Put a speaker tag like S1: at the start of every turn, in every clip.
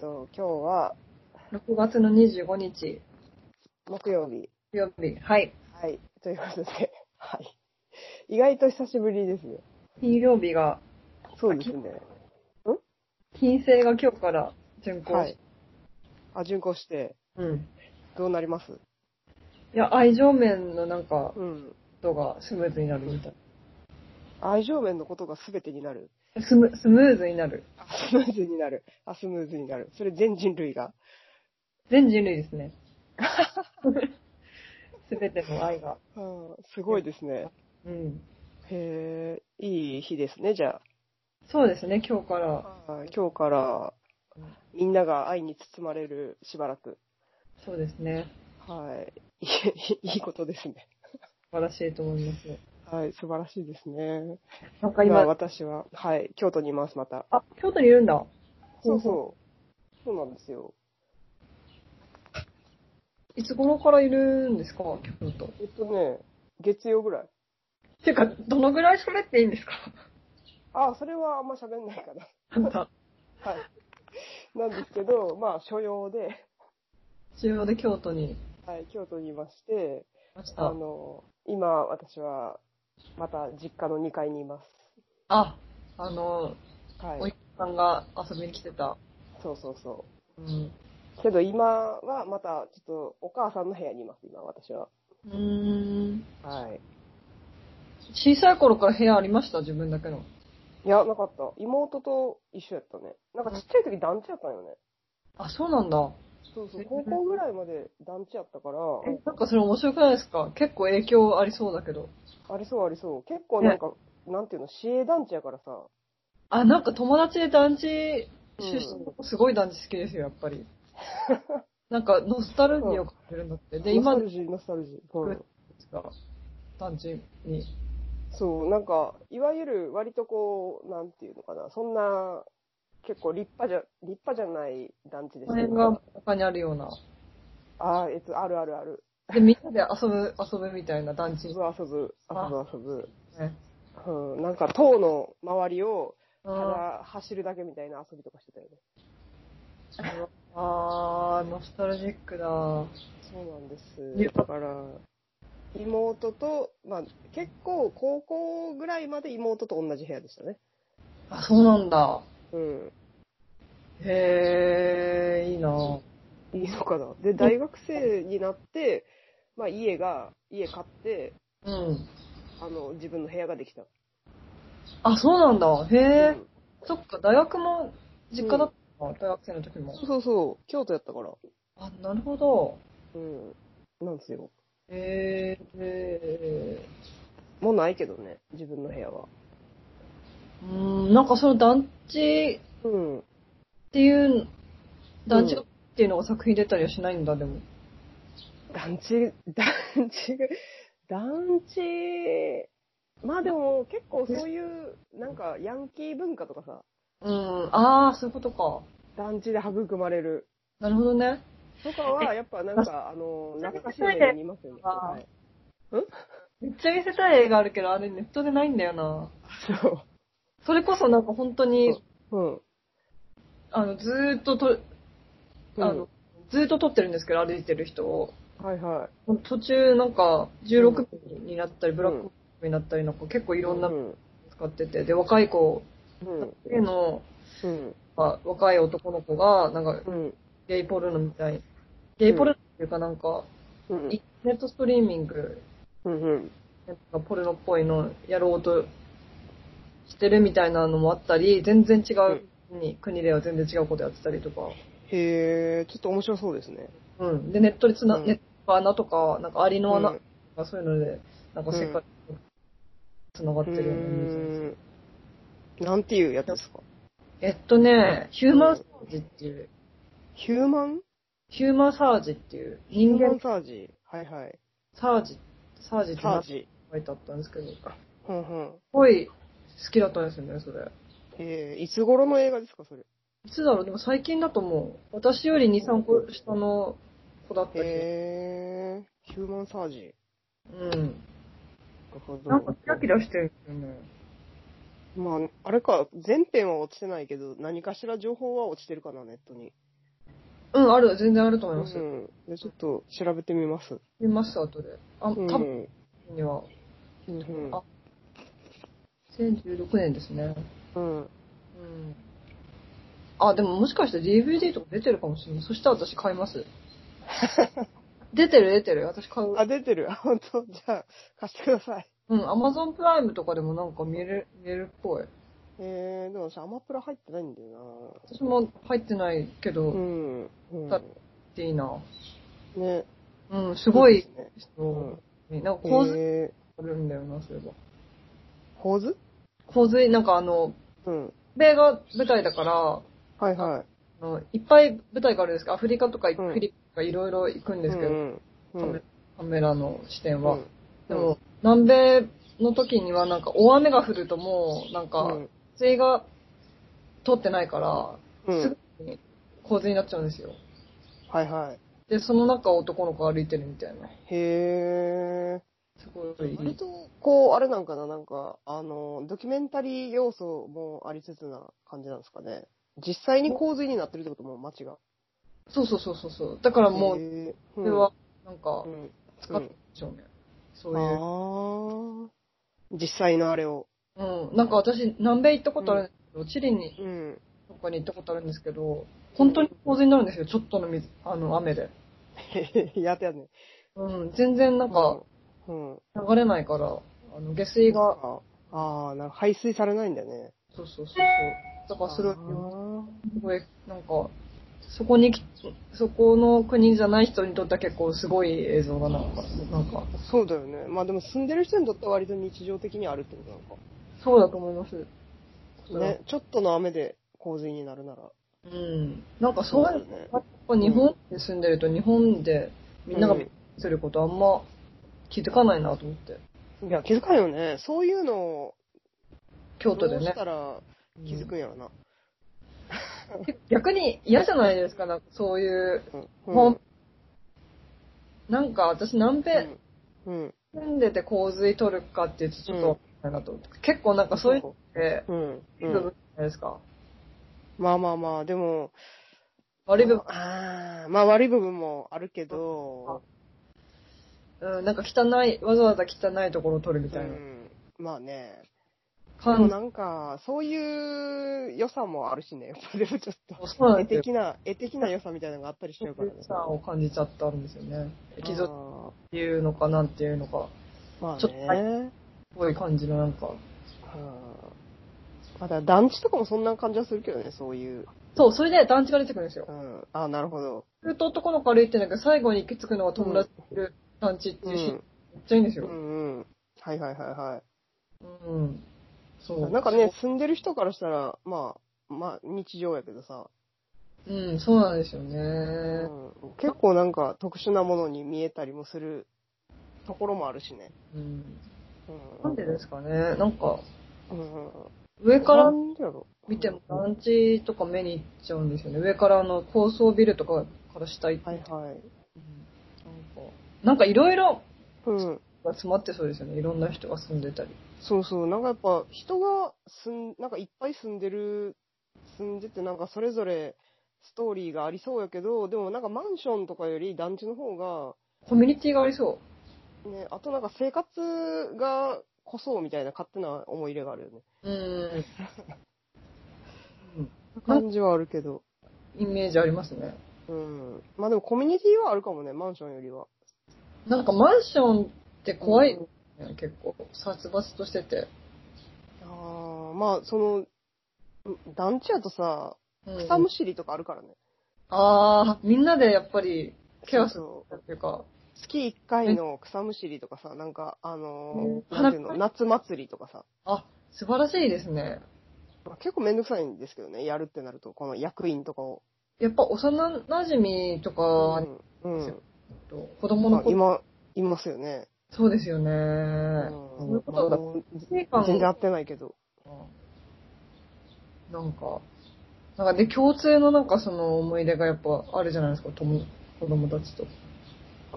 S1: と、今日は
S2: 6月の25日、
S1: 木曜日。
S2: 土曜日。はい。
S1: はい。ということで、 はい。意外と久しぶりですね。
S2: 金曜日が、
S1: そうですね。
S2: 金星が今日から巡行し、
S1: はい。あ、巡行して、
S2: うん。
S1: どうなります
S2: いや、愛情面のなんか、
S1: うん。
S2: ことがスムーズになるみたい。
S1: 愛情面のことが全てになる。
S2: スムスムーズになる。
S1: あスムーズになる。あ、スムーズになる。それ全人類が。
S2: 全人類です ね。すべての愛が。
S1: うん、すごいですね。
S2: うん。
S1: へえ、いい日ですね、じゃ
S2: そうですね、今日から。
S1: あ。はい今日から、みんなが愛に包まれるしばらく。
S2: そうですね。
S1: はい。いいことですね。
S2: 素晴らしいと思います。
S1: はい、素晴らしいですね。
S2: なんか
S1: 今
S2: 今、
S1: 私は、はい、京都にいます、また。
S2: あ、京都にいるんだ。
S1: そうそう。そうなんですよ。
S2: いつ頃からいるんですか、京都。
S1: えっとね、月曜ぐらい。
S2: てか、どのぐらい喋っていいんですか
S1: あ、それはあんま喋んない かな。
S2: あん た、
S1: はい。なんですけど、まあ、所用で、
S2: 中央で京都にい
S1: はい、京都にいまして、
S2: まし
S1: あ
S2: た。
S1: の、今、私は、また実家の2階にいます。
S2: あ、あの、お
S1: はい
S2: っ。さんが遊びに来てた。
S1: そうそうそ
S2: うん。
S1: う。けど今はまた、ちょっとお母さんの部屋にいます、今、私は。
S2: うーん。
S1: はい。
S2: 小さい頃から部屋ありました自分だけの。
S1: いや、なかった。妹と一緒やったね。なんかちっちゃい時団地やったんよね。
S2: あ、そうなんだ。
S1: そうそう、高校ぐらいまで団地やったから、
S2: え、なんかそれ面白くないですか結構影響ありそうだけど。
S1: ありそうありそう。結構なんか、なんていうの、市営団地やからさ。
S2: あ、なんか友達で団地出
S1: う
S2: 身、すごい団地好きですよ、やっ ぱり。なんかノスタルジーを感じるんだって。で、今
S1: ノスタ
S2: で
S1: ルジー、ノスタルジー。うん
S2: すか団地に。
S1: そう、なんか、いわゆる割とこう、なんていうのかな、そんな、結構立派じゃ、立派じゃない団地で
S2: こ
S1: すね。
S2: の辺が他にあるような。
S1: ああ、えっと、あるあるある。
S2: で、みんなで遊ぶ、遊ぶみたいな団地
S1: 遊
S2: ね。
S1: ぶ遊ぶ、遊ぶ遊ぶ。
S2: う
S1: うん、なんか、塔の周りを、た
S2: ん
S1: だ走るだけみたいな遊びとかしてたよね。
S2: あー、ノスタルジックだ。
S1: そうなんです
S2: ね。
S1: だから、妹と、まあ、結構高校ぐらいまで妹と同じ部屋でしたね。
S2: あ、そうなんだ。
S1: うん。
S2: へー、いいなぁ。
S1: いいのかな。で、大学生になって、まあ、家が、家買って、
S2: うん。
S1: あの、自分の部屋ができた。
S2: あ、そうなんだ。へ
S1: う
S2: ー。
S1: ん
S2: そっか、大学も実家だったの、大学生の時も
S1: そ。うそうそう、京都やったから。
S2: あ、なるほど。
S1: うん。なんですよ。
S2: へー。へ
S1: もうないけどね、自分の部屋は。
S2: ーうーん、なんかその団地
S1: うん。
S2: っていう、団地っていうのが作品出たりはしないんだ、でも。
S1: 団地、団地が、団地、まあでも結構そういう、なんかヤンキー文化とかさ、
S2: うん、あー、そういうことか。
S1: 団地で育まれる
S2: なるほどね。
S1: とかは、やっぱなんか、あの、懐かしい目で見ますよね。
S2: あ
S1: はい
S2: めっちゃ見せたい映画あるけど、あれネットでないんだよな。
S1: そ
S2: それこそなんか本当に、
S1: う。うん。
S2: あの、ずーっとと、あの、
S1: うん
S2: ずーっと撮ってるんですけど、歩いてる人を。
S1: はいは
S2: 途中なんか、16
S1: う
S2: ミリになったり、ブラックになったりなんか結構い
S1: い。
S2: ろんな
S1: う
S2: の
S1: ん。
S2: 使ってて、で、若い子、
S1: うん。
S2: への、
S1: うん。
S2: まあ若い男の子が、なんか、
S1: うん。
S2: ゲイポルノみたい。ゲイポルノっていうかなんか、
S1: うん
S2: インターネットストリーミング、
S1: うん。うん。
S2: なんかポルノっぽいのやろうとしてるみたいなのもあったり、全然違う国、国では全然違うことやってたりとか。
S1: へえ、ちょっと面白そうですね。
S2: うん。で、ネットでつな、
S1: うん
S2: ネットの穴とか、なんかアリの穴
S1: うん
S2: とか、そういうので、なんか世界につながってるようなイメージなんですよ
S1: うーんなんていうやつですか
S2: えっとね、ヒューマンサージっていう、
S1: ヒューマン
S2: ヒューマンサージっていう、
S1: ヒュ
S2: 人
S1: ーマン
S2: 間
S1: サージ。はいはい。
S2: サージ、サージって
S1: サー
S2: 名前
S1: ジ。
S2: 書いてあったんですけど、す
S1: ほんほん。
S2: ごい好きだったんですよね、それ。
S1: えー、いつ頃の映画ですか、それ。
S2: いつだろう、でも最近だと思う。私より2、3個下の子だったけ
S1: へえ、ヒューマンサージ。な
S2: ど、うん。
S1: るほど。
S2: なんかキラキラしてるんですよね。
S1: まあ、あれか、全編は落ちてないけど、何かしら情報は落ちてるかな、ネットに。
S2: うん、ある、全然あると
S1: う
S2: 思います。
S1: ん。で、ちょっと調べてみます。
S2: 見ました、後で。あ、
S1: うん。
S2: 多分には、
S1: うん
S2: あ2016年ですね。
S1: うん。
S2: うん。あ、でももしかして DVD とか出てるかもしれない。そしたら私買 います。出てる出てる。私買う。
S1: あ、出てる。 あ、本当じゃあ、貸してください。
S2: うん、Amazon プライムとかでもなんか見える、見えるっぽい。
S1: えー、でも私、アマプラ入ってないんだよ
S2: 私も入ってないけど、
S1: なうん。うん。
S2: だっていいな。
S1: ね。
S2: うん、すごい
S1: そう、ですね。
S2: そうなんか洪水
S1: え
S2: あるんだよな、そういえば。
S1: ー、構図
S2: 洪水、なんかあの、
S1: うん。
S2: 米が舞台だから、
S1: はいはい。
S2: あのいっぱい舞台があるんですけど、アフリカとかフ
S1: うん
S2: ィリピンとかいろいろ行くんですけど、
S1: うんうん
S2: カメカメラの視点は。
S1: うん
S2: でも、南米の時にはなんか大雨が降るともう、なん
S1: う
S2: か
S1: ん、
S2: 水が通ってないから、
S1: うん
S2: すぐに洪水になっちゃうんですよ。
S1: はいはい。
S2: で、その中を男の子歩いてるみたいな。
S1: へ
S2: すごい
S1: ー。割と、こう、あれなんかな、なんか、あの、ドキュメンタリー要素もありつつな感じなんですかね。実際に洪水になってるってことも、街が。
S2: そうそうそうそうそう。だからもう、
S1: へー
S2: こ
S1: うん
S2: れは、なんか
S1: う、ん。
S2: 使ってるんでしょうね。そういう。
S1: ああ。実際のあれを。
S2: うん、なんか私、南米行ったことあるんですけど、チリに
S1: うん。
S2: とかに行ったことあるんですけど、本当に洪水になるんですよ、ちょっとの水、あの、雨で。
S1: やってやんね。
S2: うん、全然なんか、
S1: うん。うん。
S2: 流れないから、あの、下水が、
S1: ああー、なんか排水されないんだよね。
S2: そうそうそうそう。だからそれ
S1: あ
S2: を、
S1: ー
S2: すごい、なんか、そこにき、そこの国じゃない人にとっては結構すごい映像だな、なんか。なんか
S1: そうだよね。まあでも住んでる人にとっては割と日常的にあるってことなのか。
S2: そうだと思います。
S1: ね、ちょっとの雨で洪水になるなら。
S2: うん。なんかそういう、
S1: ね
S2: やっぱ日本で住んでると日本でみんながすることあんま気づかないなと思って。
S1: いや、気づかんよね。そういうのを、ど
S2: 京
S1: う
S2: 都で
S1: し
S2: ね。
S1: たら気づくんやろな。
S2: 逆に嫌じゃないですか、なんかそういう。
S1: うん。
S2: ほんなんか私南米
S1: うん。
S2: 住んでて洪水取るかっていうとちょっとわかんないなと思って。結構なんかそういうのって
S1: うん。う
S2: 部分じ
S1: ん。
S2: ゃないですか。
S1: まあまあまあ、でも、
S2: 悪い部分。
S1: ああ、まあ悪い部分もあるけど、
S2: うん、なんか汚い、わざわざ汚いところを取るみたいうなん
S1: まあね。でも
S2: 感じ。
S1: なんか、そういう良さもあるしね。やっぱりちょっと、
S2: そうなん
S1: 絵
S2: ですよ。
S1: 的な、絵的な良さみたいなのがあったりしちゃうからね。
S2: さを感じちゃったんですよね。エキゾっ
S1: あ
S2: ていうのかなんていうのか、
S1: ーまあね。
S2: ちょっとはすごい感じのなんか。
S1: うんまだ団地とかもそんな感じはするけどね、そういう。
S2: そう、それで団地が出てくるんですよ
S1: う。ん。あなるほど。
S2: ずっと男の子歩いてんだけど、最後に行き着くのが友達いる団地って
S1: う
S2: いうシーン、
S1: ん。
S2: めっちゃいいんです
S1: う
S2: よ。
S1: んうん。はいはいはいは
S2: うん。そう。
S1: い。なんかね、住んでる人からしたら、まあ、まあ、日常やけどさ、
S2: そう。うん、そうなんですよ
S1: う
S2: ね。
S1: ん、結構なんか特殊なものに見えたりもするところもあるしね。
S2: うん。
S1: うん。
S2: なんでですかね。なんか、
S1: うん。
S2: 上から
S1: なんでやろ
S2: 見ても団地とか目に行っちゃうんですよね。上からあの高層ビルとかから下行って。
S1: はいはい。
S2: うんなんか、なんかいろいろ
S1: うん。
S2: が詰まってそうですよね。いろんな人が住んでたり。
S1: そうそう。なんかやっぱ人が住ん、なんかいっぱい住んでる、住んでてなんかそれぞれストーリーがありそうやけど、でもなんかマンションとかより団地の方が、
S2: コミュニティがありそ
S1: ね、あとなんか生活がこそみたいな勝手な思い入れがあるよね。
S2: う。うん。
S1: 感じはあるけど。
S2: イメージありますね。
S1: うん。まあでもコミュニティはあるかもね、マンションよりは。
S2: なんかマンションって怖い、
S1: う
S2: ね
S1: ん
S2: 結構。殺伐としてて。
S1: ああ、まあその、ん団地やとさ、
S2: うん
S1: 草むしりとかあるからね。
S2: ああ、みんなでやっぱりケアする
S1: そうそう
S2: っていうか、
S1: 月1回の草むしりとかさ、なんか、あのー
S2: うん
S1: なんていうの、夏祭りとかさ、
S2: あ、素晴らしいですね。
S1: まあ結構めんどくさいんですけどね、やるってなると、この役員とかを。
S2: やっぱ幼馴染とか、
S1: うん。
S2: そうう子供
S1: ん。ま
S2: の
S1: あ、
S2: 子、
S1: 今、いますよね。
S2: そうですよね。
S1: うん
S2: そういうことだ。成果
S1: まあ全然合っ
S2: も
S1: てないけど。
S2: なんか、なんかで、共通のなんかその思い出がやっぱあるじゃないですか、友子供たちと。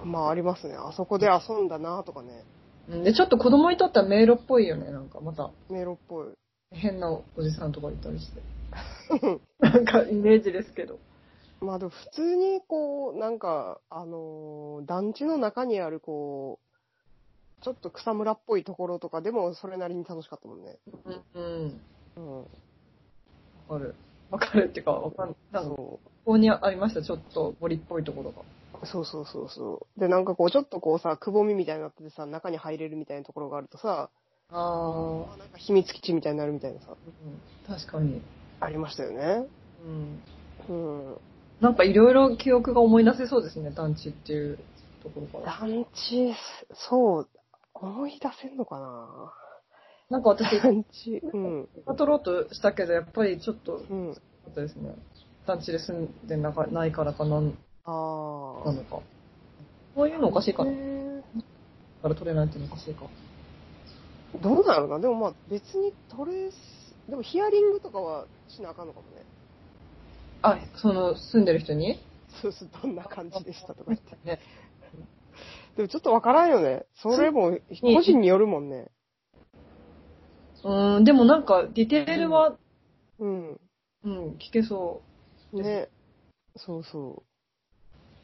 S1: まあありますね。あそこで遊んだなとかね。
S2: うんで、ちょっと子供にとっては迷路っぽいよね、なんかまた。
S1: 迷路っぽい。
S2: 変なおじさんとかいたりして。なんかイメージですけど。
S1: まあでも普通にこう、なんか、あのー団地の中にあるこう、ちょっと草むらっぽいところとかでもそれなりに楽しかったもんね。
S2: うん。うん
S1: うん。
S2: わかる。わかるっていうか、わかんなんか、こ
S1: そ
S2: こにありました、ちょっと森っぽいところが。
S1: うそうそうそうそう。で、なんかこう、ちょっとこうさ、くぼみみたいになっててさ、中に入れるみたいなところがあるとさ、
S2: あ
S1: あなんか秘密基地みたいになるみたいなさ、
S2: あ、確かに。
S1: ありましたよね。
S2: うん。
S1: うん。
S2: なんかいろいろ記憶が思い出せそうですね、団地っていうところから。
S1: 団地、そう、思い出せんのかな
S2: なんか私、
S1: 団地、うん。
S2: パろうとしたけど、やっぱりちょっと、
S1: うん。
S2: あったですね。団地で住んでなかないからかなん
S1: ああ。
S2: なのか。こういうのおかしいかな。
S1: ねえ
S2: から取れないっていうのおかしいか。
S1: どうなるなでもまあ別に取れす、でもヒアリングとかはしなあかんのかもね。
S2: あ、その、住んでる人に
S1: そうそう、どんな感じでしたとか言 って。
S2: ね。
S1: でもちょっとわからんよね。それも個人によるもんね。
S2: うん、でもなんか、ディテールは、
S1: うん。
S2: うん、聞けそ。
S1: ね。そうそう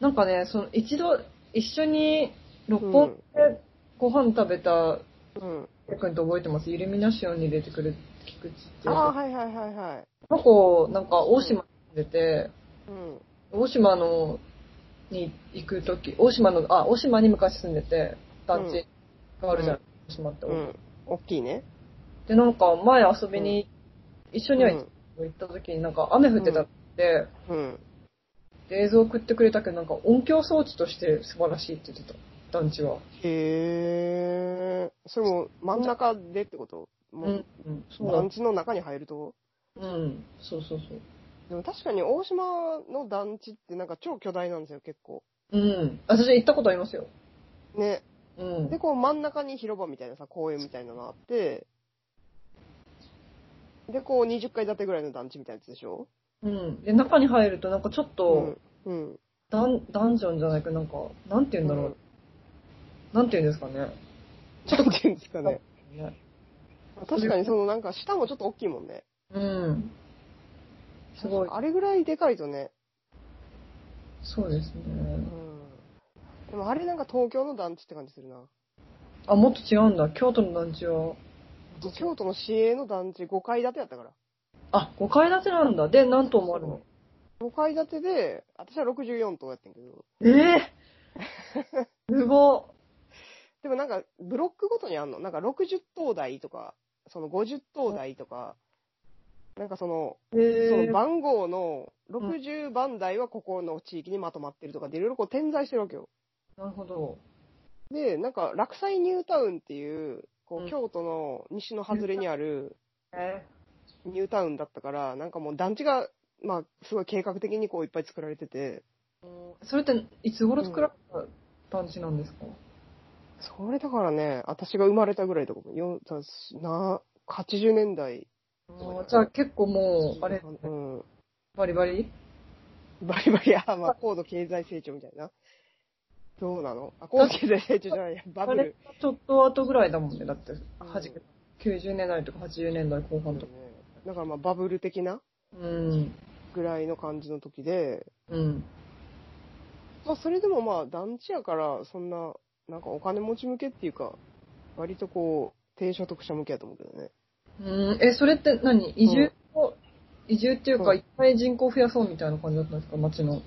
S2: なんかね、その、一度、一緒に、六
S1: う。
S2: 本木でご飯食べた、
S1: うん。うん。
S2: ケ君と覚えてますイルミナシオンに出てくる菊池って
S1: あ
S2: いう
S1: あ、
S2: 子。
S1: はいはいはいはい。
S2: この子、なんか、大島に住んでて、
S1: うん。
S2: 大島の、に行くとき、大島の、あ、大島に昔住んでて、団地があるじゃん、
S1: うん
S2: 大島って。
S1: うん。大きいね。
S2: で、なんか、前遊びに、一緒には
S1: う
S2: 行
S1: ん
S2: ったときに、なんか、雨降ってたって、
S1: うん。
S2: で映像送ってくれたけど、なんか、音響装置として素晴らしいって言ってた、団地は。
S1: へえ。それも真ん中でってこと
S2: う
S1: も
S2: ん
S1: う、、
S2: うん、そうだ
S1: 団。地の中に入ると
S2: うん、そうそうそう。
S1: でも確かに大島の団地ってなんか超巨大なんですよ、結構。
S2: うん、私行ったことありますよ。
S1: ね。
S2: うん
S1: で、。こう真ん中に広場みたいなさ、公園みたいなのがあって、で、こう20階建てぐらいの団地みたいなやつでしょ
S2: うん。で、中に入ると、なんかちょっと、
S1: うん。うん。
S2: ダンダンジョンじゃないけど、なんか、なんて言うんだろう。なんて言うんですかね。
S1: ちょっとっていうんですかね。
S2: ね
S1: 確かにそのなんか下もちょっと大きいもんね。
S2: うん。すごい。
S1: あれぐらいでかいとね。
S2: そうです
S1: う
S2: ね。
S1: ん。でもあれなんか東京の団地って感じするな。
S2: あ、もっと違うんだ。京都の団地は。
S1: 京都の市営の団地5階建てやったから。
S2: あ、5階建てなんだ。で、何棟もあるの。
S1: 5階建てで、私は64棟やってんけど。
S2: ええ すご
S1: でもなんか、ブロックごとにあんのなんか60灯台とか、その50灯台とか、なんかその、
S2: い。え
S1: その
S2: え
S1: 番号の60番台はここの地域にまとまってるとかで、いろいろこう点在してるわけよ。
S2: なるほど。
S1: で、なんか、落西ニュータウンっていう、こ
S2: うん
S1: う、京都の西の外れにある
S2: え
S1: ニュータウンだったから、なんかもう団地が、まあ、すごい計画的にこういっぱい作られてて、
S2: ーそれって、いつ頃作られた団地なんですか、
S1: それだからね、私が生まれたぐらいとかも、よんたな80年代。
S2: あーじゃあ結構もう、あれ、
S1: うん。
S2: バリバリ
S1: バリバリ、あ、まあ、高度経済成長みたいな。どうなのあ、高度経済成長じゃ ないや、バ
S2: あ
S1: ブ
S2: れ
S1: ル。、
S2: ちょっと後ぐらいだもんね。だって、はじけ、90年代とか80年代後半とか。
S1: だからまあ、バブル的な
S2: うん。
S1: ぐらいの感じの時で、
S2: うん。
S1: まあ、それでもまあ、団地やから、そんな、なんかお金持ち向けっていうか、割とこう、低所得者向けやと思うけどね。
S2: うん、え、それって何移住を、移住っていうか、
S1: うん
S2: いっぱい人口増やそうみたいな感じだったんですか町の。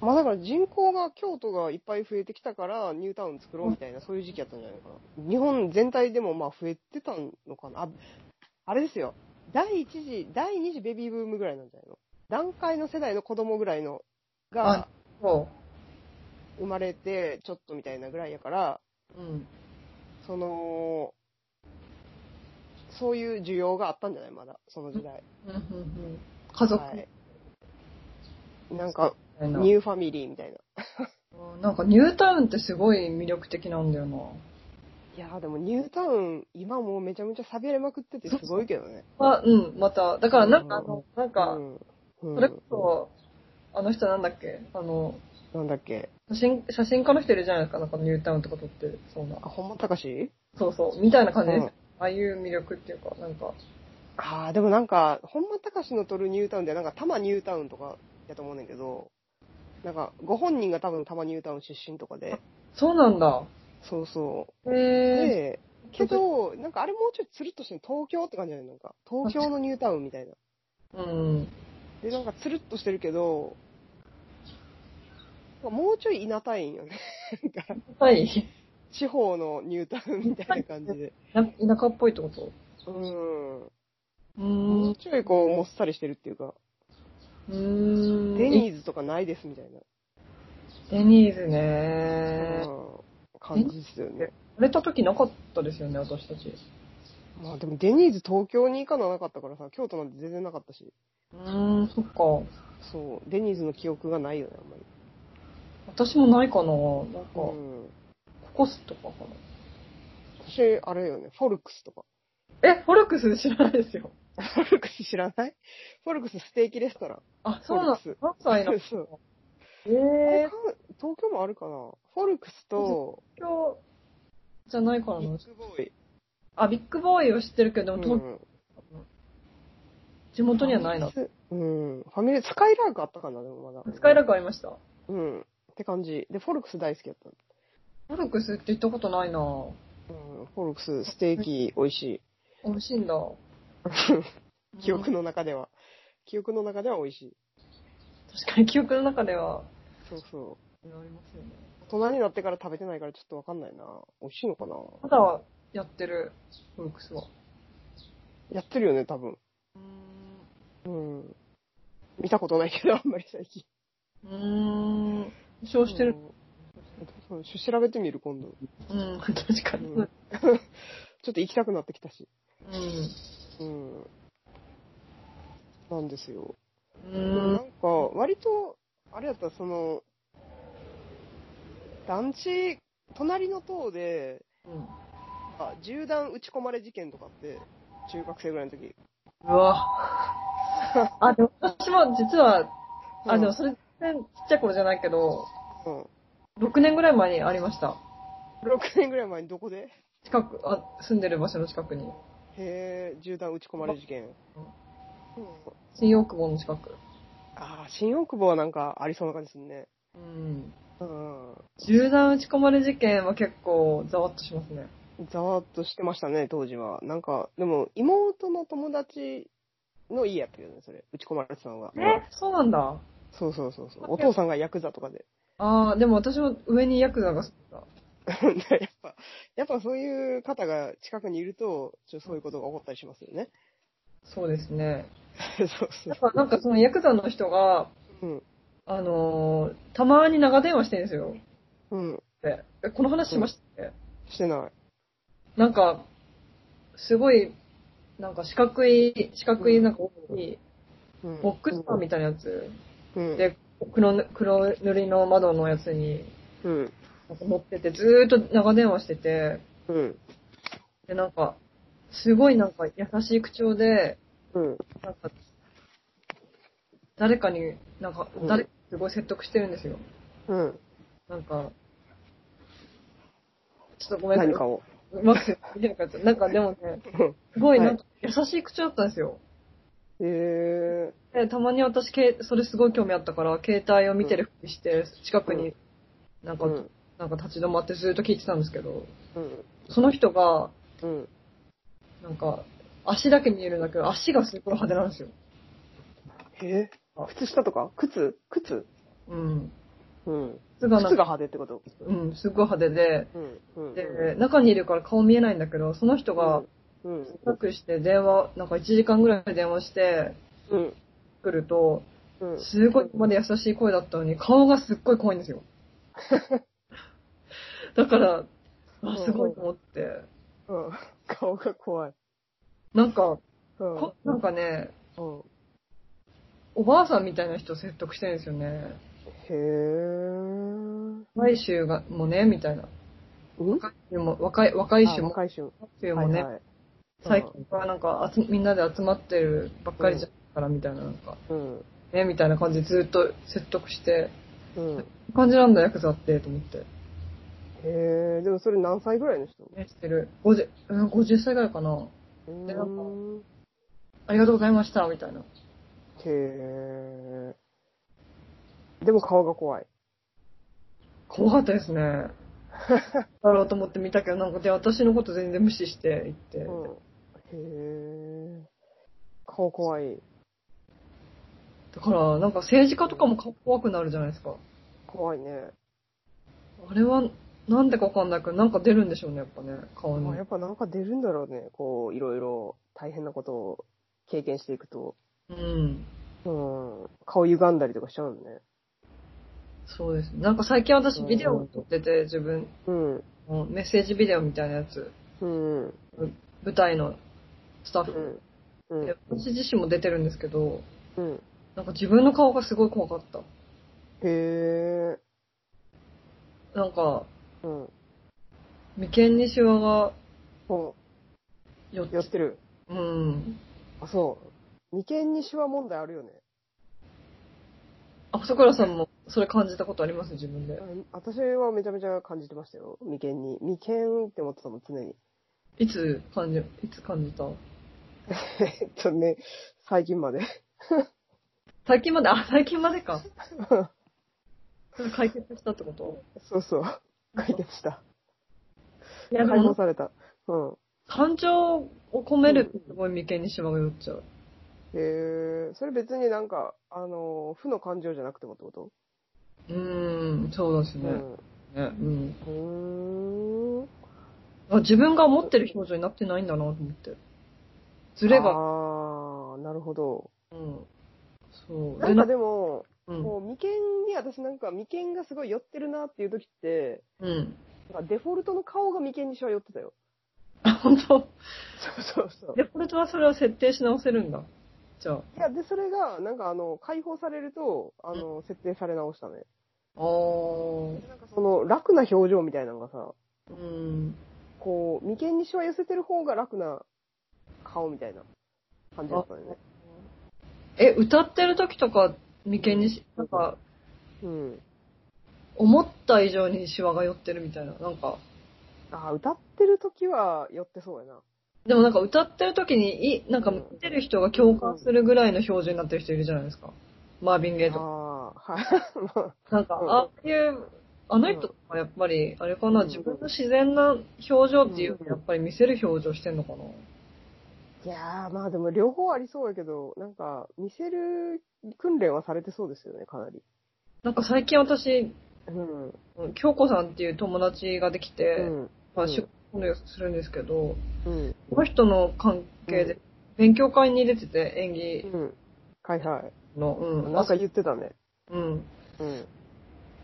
S1: まあ、だから人口が、京都がいっぱい増えてきたから、ニュータウン作ろうみたいな、そういう時期やったんじゃないかな。日本全体でもまあ、増えてたのかな。あ、あれですよ。第一次、第二次ベビーブームぐらいなんじゃないの段階の世代の子供ぐらいのが
S2: あそ
S1: 生まれて、ちょっとみたいなぐらいやから、
S2: う。うん。
S1: その、そういう需要があったんじゃないまだ、その時代。
S2: うん、うん、うん。家族
S1: は
S2: み
S1: い。なんか、
S2: たいな。
S1: ニューファミリーみたいな。
S2: うんなんかニュータウンってすごい魅力的なんだよな。
S1: いやーでもニュータウン、今もうめちゃめちゃ錆びれまくっててすごいけどね。
S2: まあ、うん、また。だからなんかあの、なんか、
S1: うん、
S2: それこそ、あの人なんだっけあの、
S1: そ、なんだっけ、
S2: 写真、写真家の人いるじゃないですか。なんかニュータウンとか撮って、そうな
S1: あ、。本間隆史
S2: そうそう、みたいな感じです。
S1: うん
S2: ああいう魅力っていうか、なんか、
S1: ああ、でもなんか、本間隆史の撮るニュータウンで、なんか、多摩ニュータウンとか、やと思うねんけど、なんか、ご本人が多分たまニュータウン出身とかで、
S2: そうなんだ。
S1: そうそ
S2: へ
S1: う。
S2: え。
S1: で、けど、なんかあれもうちょいつるっとしてる東京って感じだよね、なんか。東京のニュータウンみたいな。
S2: うん。
S1: で、なんかつるっとしてるけど、なんかもうちょい稲たいんよね。 なんか、
S2: はい。
S1: 地方のニュータウンみたいな感じで。
S2: な田舎っぽいってこと
S1: うん。
S2: う
S1: も
S2: ー。
S1: うんちょいこう、もっさりしてるっていうか、
S2: うーん。
S1: デニーズとかないですみたいな、
S2: えデニーズね。
S1: うん感じですよね。
S2: 売れた時なかったですよね、私たち。
S1: まあでもデニーズ東京に行かななかったからさ、京都なんて全然なかったし、
S2: うーん、そっか。
S1: そう、デニーズの記憶がないよね、あんまり。
S2: 私もないかな。なんか、
S1: う
S2: コ
S1: ん。
S2: コスとかか
S1: 私、あれよね、フォルクスとか。
S2: な。え、フォルクス知らないですよ。
S1: フォルクス知らないフォルクスステーキレストラン。
S2: あ、そうなん
S1: フォルクス
S2: 関西の。
S1: そう
S2: えー、
S1: 他東京もあるかなフォルクスと、
S2: 東京じゃないから
S1: ビ
S2: な。
S1: ッグボーイ。
S2: あ、ビッグボーイを知ってるけ
S1: う
S2: ど、東
S1: ん
S2: 地元にはないな。
S1: ファミレスうん。ファミレス、スカイラークあったかな、でもまだ。
S2: スカイラ
S1: ー
S2: ークありました。フ
S1: クうん。って感じ。で、フォルクス大好きだった。
S2: ォルクスって行ったことないな。
S1: うん。フォルクス、ステーキ、美味しい。
S2: 美味しいんだ。
S1: 記憶
S2: うん
S1: の中では。記憶の中では美味しい。
S2: 確かに記憶の中では、
S1: そうそう。
S2: ありますよね。
S1: 大人になってから食べてないからちょっとわかんないな。美味しいのかな
S2: まだやってる、フォルクスは。
S1: やってるよね、多分。
S2: う
S1: うん。見たことないけど、あんまり最近。
S2: ーん。うーん。保証してる。
S1: うん。うん調べてみる、今度。
S2: うん、確かに。
S1: う
S2: うんん。
S1: ちょっと行きたくなってきたし。うん。なんですよ。
S2: う
S1: なん
S2: ん。
S1: か、割と、あれやったら、その、団地、隣の塔で、あ、銃弾撃ち込まれ事件とかって、中学生ぐらいの時。
S2: うわ。 あ、でも私も実は、あ、でもそれ、全然ちっちゃい頃じゃないけど、
S1: うん、うん。
S2: 6年ぐらい前にありました。
S1: 6年ぐらい前にどこで
S2: 近く、あ、住んでる場所の近くに。
S1: へえ、銃弾撃ち込まれ事件。うん
S2: 新大久保の近く。
S1: ああ、新大久保はなんかありそうな感じするね。
S2: うん。
S1: うん。
S2: 銃弾打ち込まれ事件は結構ざわっとしますね。
S1: ざわっとしてましたね、当時は。なんか、でも、妹の友達の家やったけどね、それ。打ち込まれてたのが。
S2: えそうなんだ。
S1: そうそうそうそう。お父さんがヤクザとかで。
S2: ああ、でも私も上にヤクザが住んでた。
S1: やっぱ、やっぱそういう方が近くにいると、ちょそういうことが起こったりしますよね。
S2: そうですね。
S1: そう そう
S2: やっ。ぱなんかそのヤクザの人が、
S1: うん。
S2: あのーたまに長電話してるんですよ。
S1: うん。
S2: でえ、この話しましたっけ、
S1: してない。
S2: なんか、すごい、なんか四角い、四角いなんか大きい、
S1: うん。
S2: ボックスパンみたいなやつ。
S1: うん。
S2: で、黒ぬ、黒塗りの窓のやつに、
S1: うん。
S2: なんか乗ってて、ずーっと長電話してて、
S1: うん。
S2: で、なんか、すごいなんか優しい口調で、
S1: うん。
S2: なんか、誰かに、なんか
S1: うん、
S2: 誰、すごい説得してるんですよ。
S1: うん。
S2: なんか、ちょっとごめんなさい
S1: 何。かを。
S2: うまく説明できなかった。なんかでも ね、すごいなんか優しい口調だったんですよ。
S1: へえ。
S2: で、たまに私、けそれすごい興味あったから、携帯を見てるふりして、近くに、なんか、
S1: うん。
S2: なんか立ち止まってずっと聞いてたんですけど、
S1: うん。
S2: その人が、
S1: うん。
S2: なんか、足だけ見えるんだけど、足がすごい派手なんですよ。
S1: へえ。靴下とか靴靴
S2: うん。
S1: うん。
S2: 靴が
S1: 靴が
S2: なんか、
S1: 派手ってこと
S2: うん、すごい派手で、
S1: うん。うん。
S2: で、中にいるから顔見えないんだけど、その人が、
S1: うん。
S2: 深くして電話、なんか1時間ぐらい電話して
S1: うん。
S2: くると、
S1: うん。
S2: すごいまで優しい声だったのに、顔がすっごい怖いんで すよ。だから、あ、すごいと思って。
S1: うん。顔が怖い。
S2: なんか、
S1: うん。
S2: こなんかね、
S1: うん。
S2: おばあさんみたいな人を説得してるんですよね。
S1: へー。
S2: 来週が、もね、みたいな。
S1: うん
S2: 若い衆も、若い、若い
S1: あ
S2: 衆も、
S1: 若い衆も
S2: 若い衆もね、
S1: はいはい
S2: 最近はなんか集、みんなで集まってるばっかりじゃないから、みたいな、なんか、
S1: うん。
S2: ね、みたいな感じでずっと説得して、
S1: うん。
S2: 感じなんだ、ヤクザって、と思って。
S1: へー。でもそれ何歳ぐらいの人
S2: ね、してる。50、うん、50歳ぐらいかな。
S1: うー
S2: でなんか
S1: ん。
S2: ありがとうございました、みたいな。
S1: へー。でも顔が怖い。
S2: 怖かったですね。だろうと思って見たけど、なんかで、私のこと全然無視して行って、
S1: うん。へえ。顔怖い。
S2: だから、なんか政治家とかもか怖くなるじゃないですか。
S1: 怖いね。
S2: あれは、なんでかわかんないけど、なんか出るんでしょうね、やっぱね、顔に
S1: まあ、。やっぱなんか出るんだろうね。こう、いろいろ大変なことを経験していくと。
S2: うん。
S1: うん。顔歪んだりとかしちゃうのね。
S2: そうです。なんか最近私ビデオを撮ってて、自分
S1: うん。
S2: のメッセージビデオみたいなやつ、
S1: うん。うん。
S2: 舞台のスタッ
S1: うん。
S2: フ
S1: うん
S2: で、私自身も出てるんですけど、
S1: うん。
S2: なんか自分の顔がすごい怖かった。
S1: へえ。
S2: なんか、
S1: うん。
S2: 眉間にシワが
S1: お、
S2: 寄って
S1: やってる。
S2: うん。
S1: あ、そう。眉間にシワ問題あるよね。
S2: あ、そこらさんもそれ感じたことあります自分で。
S1: 私はめちゃめちゃ感じてましたよ。眉間に。眉間って思ってたもん、常に。
S2: いつ感じ、いつ感じた
S1: えっとね、最近まで。
S2: 最近まで、あ、最近までか。それ解決したってこと
S1: そうそう。書いてました。
S2: いや、で
S1: 解放
S2: も、
S1: された。うん。
S2: 感情を込めるってすごい眉間にシワが寄っちゃう。
S1: へえ、それ別になんか、あの、負の感情じゃなくてもってこと
S2: うーん、そうです
S1: う
S2: ね。
S1: ん。
S2: ねうん
S1: うーん。
S2: あ自分が思ってる表情になってないんだなと思って。ズレが。
S1: ああ、なるほど。
S2: うん。そう。
S1: な
S2: で
S1: ん
S2: な
S1: かでも、
S2: うん。
S1: こう眉間に私なんか眉間がすごい寄ってるなっていう時って、
S2: うん。
S1: なんかデフォルトの顔が眉間にしわ寄ってたよ。
S2: あ、本当。
S1: そうそうそう。
S2: デフォルトはそれを設定し直せるんだ。じゃあ。
S1: いや、で、それが、なんかあの、解放されると、あの、設定され直したね。
S2: あー。
S1: なんかその、楽な表情みたいなのがさ、
S2: うん。
S1: こう、眉間にしわ寄せてる方が楽な顔みたいな感じだったよね。
S2: え、歌ってる時とか、眉間にし、なんか、
S1: うん。
S2: 思った以上にシワが寄ってるみたいな。なんか、
S1: ああ、歌ってる時は寄ってそうやな。
S2: でもなんか歌ってる時に、い、なんか
S1: うん
S2: 見てる人が共感するぐらいの表情になってる人いるじゃないですか。マービン・ゲイとか。
S1: ああ、はい。
S2: なんか
S1: う、ん
S2: ああいう、あの人とかやっぱり、あれかな、
S1: うん
S2: 自分の自然な表情っていうのをやっぱり見せる表情してんのかな。
S1: いやー、まあでも両方ありそうやけど、なんか、見せる訓練はされてそうですよね、かなり。
S2: なんか最近私、
S1: うん。う
S2: 京子さんっていう友達ができて、
S1: ん。
S2: まあ、
S1: うん
S2: 仕事をするんですけど、
S1: うん。
S2: この人の関係で、勉強会に出てて、演技
S1: うん。はいはい。
S2: の、うん、
S1: なんか言ってたね。
S2: うん。
S1: うん。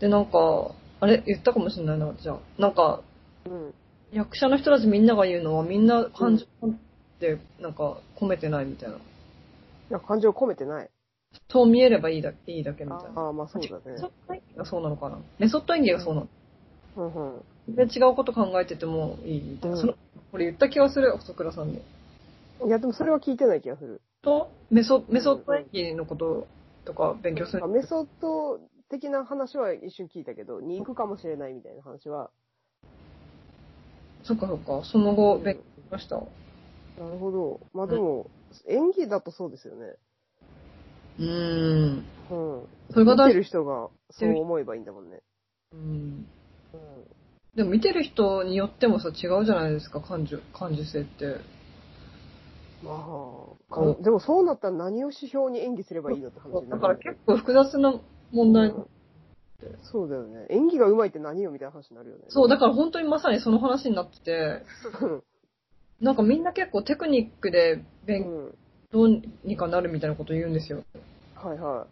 S2: で、なんか、あれ、言ったかもしれないな、じゃあ。なんか、
S1: うん。
S2: 役者の人たちみんなが言うのは、みんな感情って、なんか、込めてないみたいな。
S1: いや、感情込めてない。
S2: そう見えればいいだいいだけみたいな。
S1: ああ、まあそうだ
S2: メ
S1: ね
S2: ソ。ッド演技がそうなのかなメソッド演技がそうなの。
S1: うんうん。
S2: で、違うこと考えててもいいみたいな。
S1: うん
S2: そのこれ言った気がする、細倉さんに。
S1: いや、でもそれは聞いてない気がする。
S2: と、メソメソッド演技のこととか勉強する
S1: あ。メソッド的な話は一瞬聞いたけど、に行くかもしれないみたいな話は。
S2: そっかそっか。その後、
S1: うん
S2: 勉強しました。
S1: なるほど。まあでも、演技だとそうですよね。
S2: うん。
S1: うん。
S2: それが
S1: 見
S2: 大
S1: て
S2: 事。
S1: る人がそう思えばいいんだもんね。
S2: うん。
S1: うん。
S2: でも見てる人によってもさ、違うじゃないですか、感受、感受性って。
S1: まあ、
S2: うん
S1: かでもそうなったら何を指標に演技すればいいのって話にな
S2: だ
S1: る
S2: から
S1: よね、
S2: 結構複雑な問題。
S1: うんそうだよね。演技が上手いって何よみたいな話になるよね。
S2: そう、だから本当にまさにその話になってて、
S1: うん。
S2: なんかみんな結構テクニックで
S1: う
S2: 勉、
S1: ん。
S2: どうにかなるみたいなこと言うんですよ。
S1: はいは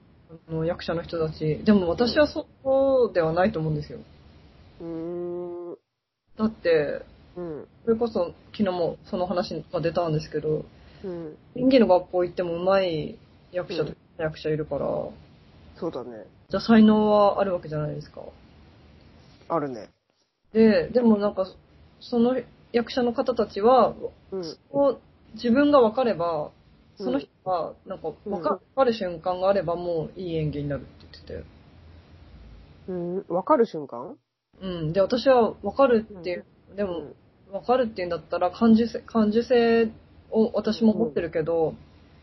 S2: あの役者の人たち。でも私はそうではないと思うんですよ。
S1: い。うーん。
S2: だって、
S1: うん。
S2: それこそ昨日もその話が出たんですけど、
S1: うん。
S2: 演技の学校行っても上手い役者と役者いるから、
S1: そうだね。
S2: じゃあ才能はあるわけじゃないですか。
S1: あるね。
S2: で、でもなんか、その役者の方たちは、
S1: うん。
S2: こう自分が分かれば、
S1: うん
S2: その人が、なんか分か,、
S1: うん
S2: る瞬間があればもういい演技になるって言ってて。
S1: うん。わかる瞬間
S2: うん。で、私は分かるっていう、で
S1: う
S2: も
S1: ん、
S2: 分かるって言うんだったら感受性、感受性を私も持ってるけど、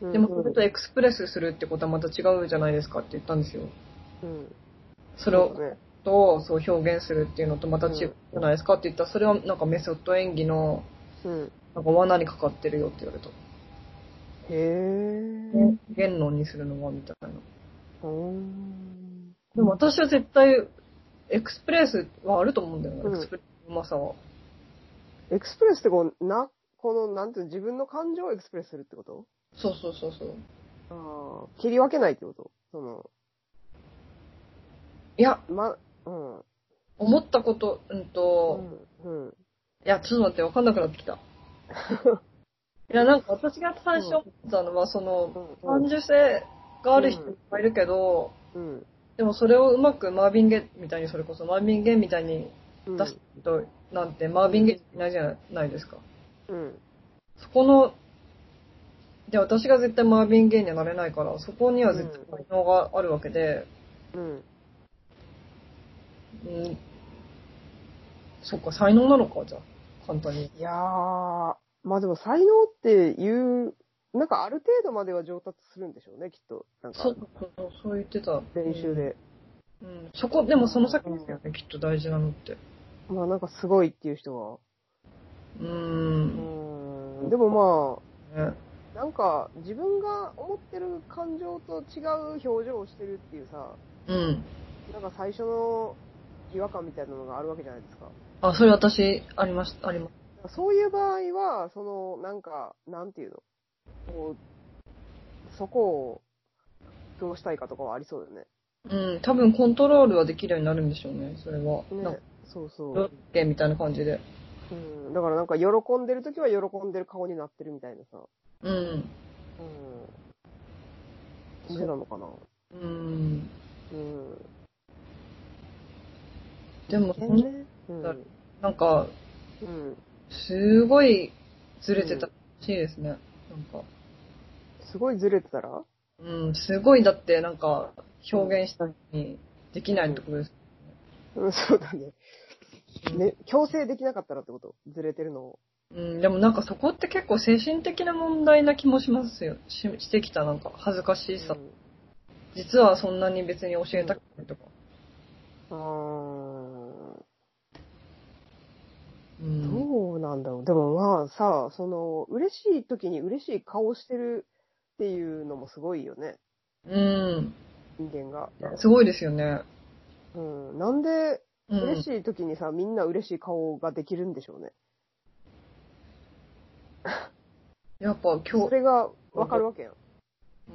S1: うん
S2: でもそれとエクスプレスするってことはまた違うじゃないですかって言ったんですよ。
S1: うん。
S2: それを
S1: そうだね
S2: とそう表現するっていうのとまた違うじゃないですかって言ったら、それはなんかメソッド演技の
S1: うん。
S2: なんか罠にかかってるよって言われた。
S1: へぇー。
S2: 言論にするのはみたいな。
S1: うーん。
S2: でも私は絶対、エクスプレスはあると思うんだよね、
S1: うん
S2: エクスプレスのうまさは。
S1: エクスプレスってこう、な、この、なんていうの自分の感情をエクスプレスするってこと
S2: そうそうそうそう。
S1: ああ。切り分けないってことその、
S2: いや、
S1: ま、うん。
S2: 思ったこと、うんと、
S1: うん。うん。
S2: いや、ちょっと待って、わかんなくなってきた。いや、なんか私が最初思ったのは、その、感受性がある人いっぱいいるけど、
S1: うん。
S2: でもそれをうまくマービン・ゲイみたいに、それこそマービン・ゲイみたいに
S1: うん。
S2: 出す人なんて、マービン・ゲイいないじゃないですか。
S1: うん。
S2: そこの、で、私が絶対マービン・ゲイにはなれないから、そこには絶対才能があるわけで、
S1: うん。
S2: うん、そっか、才能なのか、じゃあ、簡単に。
S1: いやー、まあでも才能っていう、なんかある程度までは上達するんでしょうね、きっと。なんか
S2: そ、う、そうそう言ってた。
S1: 練習で。
S2: うん。そこ、でもその先ですよね、きっと大事なのって。
S1: まあなんかすごいっていう人は。
S2: うー。
S1: うん
S2: ね
S1: ーん。でもまあ、なんか自分が思ってる感情と違う表情をしてるっていうさ、
S2: うん。
S1: なんか最初の違和感みたいなのがあるわけじゃないですか。
S2: あ、それ私、あります、あります。
S1: そういう場合は、その、なんか、なんていうのこう、そこを、どうしたいかとかはありそうだよね。
S2: うん。多分コントロールはできるようになるんでしょうね、それは。なん
S1: ね
S2: か、。
S1: そうそ
S2: ロ
S1: う。
S2: ッケみたいな感じで。
S1: うん、だからなんか、喜んでる時は喜んでる顔になってるみたいなさ。
S2: うん。
S1: うん。そうなのかな。
S2: うん。
S1: うん。
S2: でも、
S1: 全然。うん。
S2: だなんか、
S1: うん。
S2: すごいずれてたらしいですね。なんか、
S1: すごいずれてたら
S2: うん、すごいだってなんか、表現したのにできないってことです。
S1: うん、そうだね。
S2: うん
S1: ね、強制できなかったらってことずれてるのを。
S2: うん、でもなんかそこって結構精神的な問題な気もしますよ。ししてきたなんか恥ずかしさ。
S1: うん
S2: 実はそんなに別に教えたくないとか。
S1: あー。
S2: うん。
S1: どうなんだろう。でもまあさ、その、嬉しい時に嬉しい顔してるっていうのもすごいよね。
S2: うん。
S1: 人間が。
S2: すごいですよね。
S1: うん。なんで、
S2: う
S1: 嬉
S2: ん
S1: し。い時にさ、みんな嬉しい顔ができるんでしょうね。
S2: やっぱ今
S1: そ
S2: 日、
S1: れがわかるわけやん。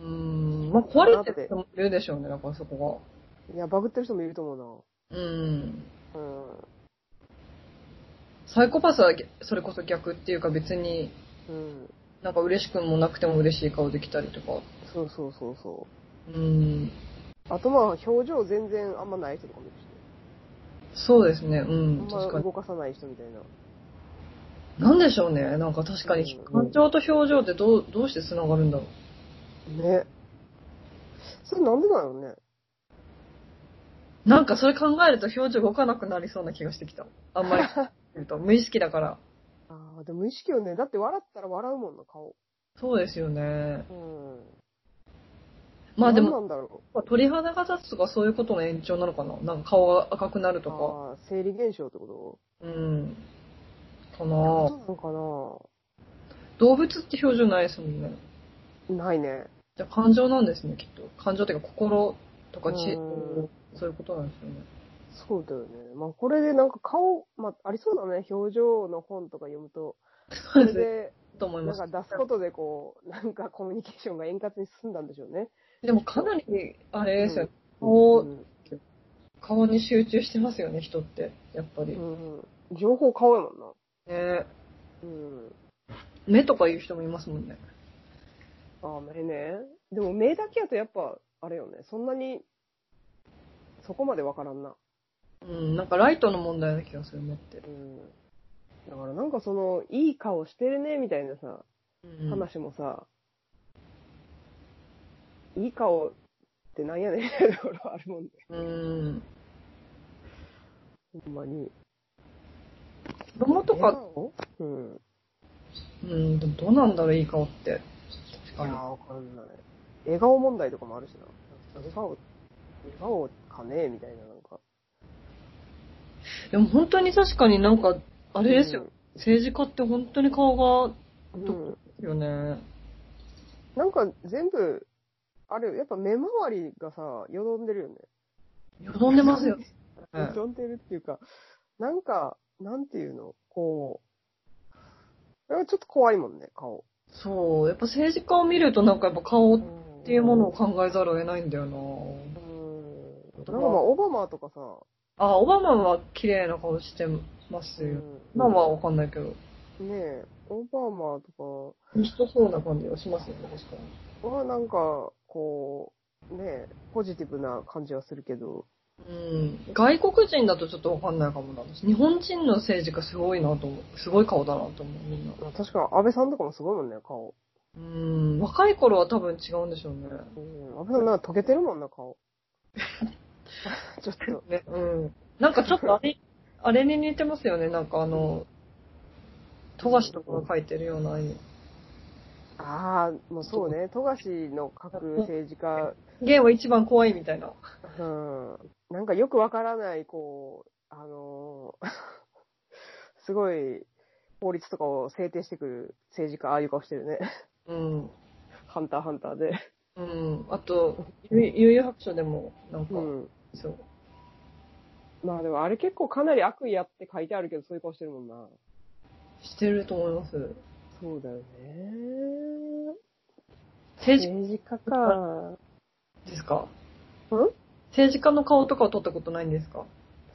S2: うん、まあ壊れてる人もいるでしょうね、だからそこ
S1: いや、バグってる人もいると思
S2: が。うん。
S1: うな。うん。
S2: サイコパスはぎそれこそ逆っていうか別に
S1: うん。
S2: なんか嬉しくもなくても嬉しい顔できたりとか。
S1: そうそうそうそう
S2: ーん。
S1: う。あとまあ、表情全然あんまない人とかもいるしね。
S2: そうですね。う
S1: あ
S2: ん。
S1: ん
S2: 確
S1: ま
S2: かに。
S1: 動かさない人みたいな。
S2: なんでしょうね。なんか確かに
S1: うん
S2: 感情と表情ってどう、どうして繋がるんだろ
S1: ね。それなんでだろうね。
S2: う。なんかそれ考えると表情動かなくなりそうな気がしてきた。あ んまり見ると。無意識だから。
S1: ああ、でも無意識よね。だって笑ったら笑うもんな、顔。
S2: そうですよね。
S1: うん。
S2: まあで
S1: な
S2: も、
S1: んなんだろ
S2: 鳥肌が立つとかそういうことの延長なのかな。なんか顔が赤くなる
S1: う。
S2: とか。
S1: ああ、生理現象ってこ
S2: うん。か
S1: と
S2: な
S1: そうなのか
S2: 動物って表情ないですもんね。
S1: なないね。
S2: じゃあ感情なんですね、きっと。感情っていうか心とか知恵
S1: うん
S2: そういうことなんですよね。
S1: そうだよね。まあ、これでなんか顔、まあ、ありそうだね。表情の本とか読むと。
S2: そ
S1: そうれ
S2: ですね。
S1: で、
S2: と思い
S1: な
S2: ま
S1: ん
S2: す
S1: か。出すことでこう、なんかコミュニケーションが円滑に進んだんでしょうね。
S2: でもかなり、あれですよね。
S1: う
S2: 顔、
S1: ん
S2: 顔に集中してますよね、人って。やっぱり。
S1: う
S2: ね
S1: ん。情報顔やもんな。
S2: え
S1: うん。
S2: 目とか言う人もいますもんね。
S1: ああ、目ね。でも目だけやとやっぱ、あれよね。そんなに、そこまでわからんな。
S2: うん、なんかライトの問題な気がする、目って。
S1: うん。だからなんかその、いい顔してるね、みたいなさ、
S2: うん
S1: 話もさ、いい顔ってなんやねんみたいなところあるもんね。
S2: うん。
S1: ほんまに。
S2: 子供と
S1: 笑
S2: か、
S1: 顔うん。
S2: うん、でもどうなんだろう、いい顔って。
S1: い
S2: 確
S1: やー、
S2: か
S1: わかんない。笑顔問題とかもあるしな。笑顔、うそうかねみたいな、なんか。
S2: でも本当に確かになんか、あれですよ、政治家って本当に顔が、
S1: うん。
S2: ど
S1: うん
S2: よね。
S1: なんか全部、あれ、やっぱ目回りがさ、よどんでるよね。
S2: よどんでますよ。 う
S1: よ
S2: ん
S1: どんでるっていうか、なんか、なんていうのこう。あれはちょっと怖いもんね、顔。
S2: そう、やっぱ政治家を見るとなんかやっぱ顔っ
S1: って
S2: いうものを。考えざるを得ないんだよな
S1: うん。なんかまあ、オバマとかさ、
S2: あ、オバマは綺麗な顔してます
S1: う
S2: よ。
S1: ん
S2: 今はわかんないけど。
S1: ねえ、オバマと
S2: 人そうな感じはしますよね、確かに。
S1: かはなんか、こう、ねえ、ポジティブな感じはするけど、
S2: うん、外国人だとちょっとわかんないかもなんです。日本人の政治家すごいなと思う。すごい顔だなと思う、みんな。
S1: まあ確か安倍さんとかもすごいもんね、顔。
S2: うん、若い頃は多分違うんでしょうね。
S1: うん、安倍さんなんか溶けてるもんな、 顔。ちょっと。
S2: ね、うん。なんかちょっとあれ、あれに似てますよね、なんかあの、富樫とかが描いてるような絵に。
S1: ああ、もうそうね、富樫の各政治家、
S2: ゲーは一番怖いみたいな。
S1: うん、なんかよくわからない、こう、あのー すごい、法律とかを制定してくる政治家、ああいう顔してるね。
S2: うん。
S1: ハンターハンターで。
S2: うん。あと、ゆ悠々白書でも、なんか、
S1: うん。
S2: そう。
S1: まあでもあれ結構かなり悪意あって書いてあるけど、そういう顔してるもんな。
S2: してると思います。
S1: そうだよね。
S2: 政
S1: 政治家か。
S2: 治ですか
S1: うん
S2: 政治家の顔とかを撮ったことないんですか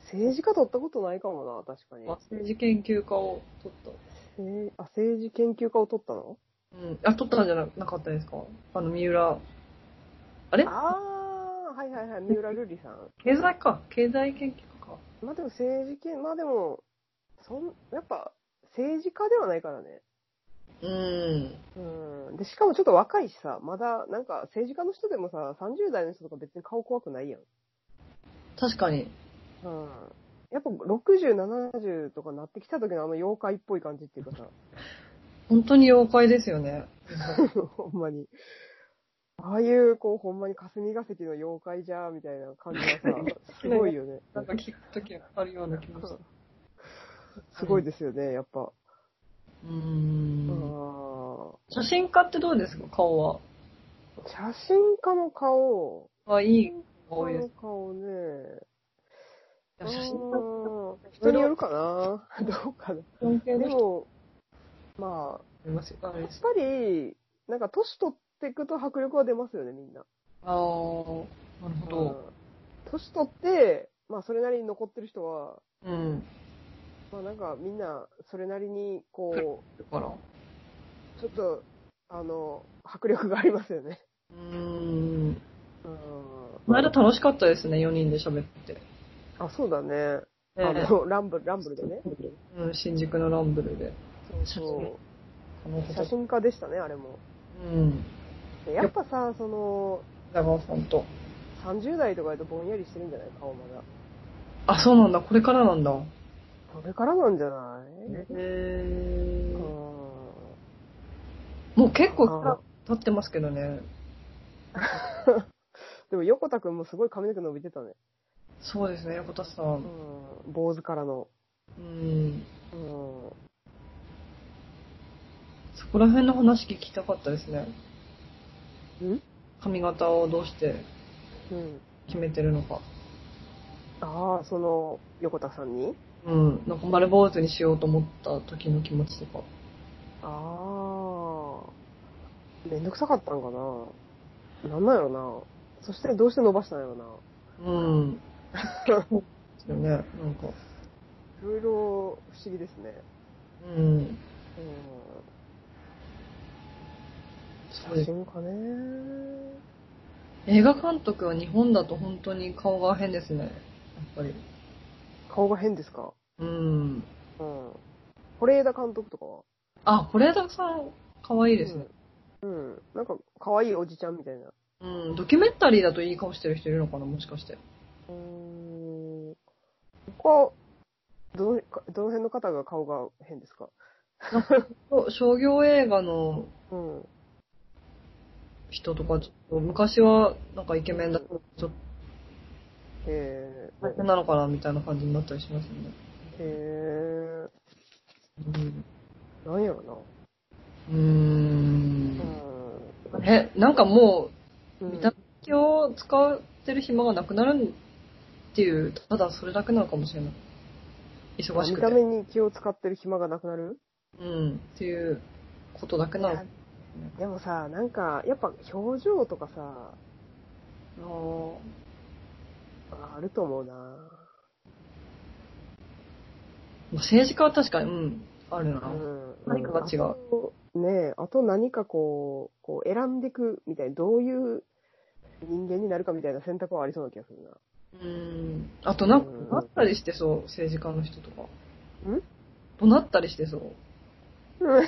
S1: 政治家取ったことないかもな、確かに。
S2: あ政治研究家を撮った。
S1: せいあ政治研究家を取ったの
S2: うん。あ、撮ったんじゃななかったですかあの、三浦。あれ
S1: ああ、はいはいはい、三浦瑠麗さん。
S2: 経済か。経済研究家か。
S1: まあでも政治研、まあでも、そん、やっぱ政治家ではないからね。
S2: うん。
S1: うん。で、しかもちょっと若いしさ、まだ、なんか政治家の人でもさ、30代の人とか別に顔怖くないやん。
S2: 確かに。
S1: うんやっぱ60、70とかなってきた時のあの妖怪っぽい感じっていうかさ、
S2: 本当に妖怪ですよね。
S1: ほんまに。ああいう、こう、ほんまに霞が関の妖怪じゃ、みたいな感じが さ、すごいよね。
S2: なんか聞くときあるような気もした。
S1: すごいですよね、やっぱ。
S2: う
S1: あ
S2: ん。
S1: ー
S2: 写真家ってどうですか顔は。
S1: 写真家の顔、
S2: あ、いい顔
S1: こ
S2: です
S1: の。顔ね。
S2: 写真
S1: うん人によるかな どうかな。
S2: 関係
S1: で
S2: の人
S1: も、ま
S2: いますよ。あ
S1: あ、やっぱり、なんか年取っていくと迫力は出ますよね、みんな。
S2: あー、なるほど。
S1: うん年取って、まあそれなりに残ってる人は、
S2: うん。
S1: まあなんかみんなそれなりに、こ
S2: だから。う
S1: う、ちょっと、あの、迫力がありますよね。
S2: ーん。
S1: うん。
S2: この間楽しかったですね、4人で喋って。
S1: あ、そうだね。あ
S2: ええ
S1: の、ランブル、ランブルでね。
S2: うん、新宿のランブルで。
S1: そう
S2: この
S1: そう。写
S2: 方
S1: 真家でしたね、あれも。
S2: うん。
S1: でやっぱさ、その、
S2: 北川さんと。
S1: 30代とかだとぼんやりしてるんじゃない顔まだ。
S2: あ、そうなんだ、これからなんだ。へ
S1: これからなんじゃない
S2: え
S1: うん。
S2: もう結構経ってますけどね。
S1: でも横田くんもすごい髪の毛伸びてたね。
S2: そうですね、横田さ。
S1: うんん。坊主からの。
S2: うん。
S1: うん。
S2: そこら辺の話聞きたかったですね。
S1: ん
S2: 髪型をどうして
S1: うん。
S2: 決めてるのか。
S1: ああ、その、横田さんに
S2: うん。なんか丸坊主にしようと思った時の気持ちとか。
S1: ああ。めんどくさかったんかな。なんなんやろな。そしてどうして伸ばしたんやろな。
S2: うん。ですよね、なんか。
S1: いろいろ不思議ですね。
S2: うん。そう
S1: うん。
S2: で
S1: 写
S2: す。
S1: 真かね。
S2: 映画監督は日本だと本当に顔が変ですね。やっぱり。
S1: 顔が変ですか
S2: うん。
S1: うん。是枝監督とかは
S2: あ、是枝さん、可愛いですね。
S1: うん。うんなんか、可愛いおじちゃんみたいな。
S2: うん。ドキュメンタリーだといい顔してる人いるのかな、もしかして。
S1: うーん。他、どの、どの辺の方が顔が変ですか
S2: そう商業映画の
S1: うん。
S2: 人とか、ちょっと昔はなんかイケメンだったけどちょっ
S1: へえ。
S2: 大変なのかなみたいな感じになったりしますよね。
S1: へ
S2: うん
S1: え。なんやろ
S2: うーん
S1: な。。
S2: え、なんかも
S1: う
S2: う、
S1: ん。
S2: 見た目を使ってる暇がなくなるっていう、ただそれだけなのかもしれない。忙
S1: あ
S2: し
S1: 見
S2: く
S1: た
S2: て。
S1: 目に気を使ってる暇がなくなる
S2: うん。っていうことだけなのか
S1: でもさ、なんか、やっぱ表情とかさ、もう、あると思うな。
S2: まあ政治家は確かに、うん、ある
S1: う
S2: な。
S1: ん。
S2: 何かが違う
S1: あと。ねえ、あと何かこう、こう選んでくみたいな、どういう人間になるかみたいな選択はありそうな気がするな。
S2: うん。あとなんか
S1: うん、
S2: 怒鳴ったりしてそう、政治家の人とか。
S1: ん
S2: 怒鳴ったりしてそう。
S1: うん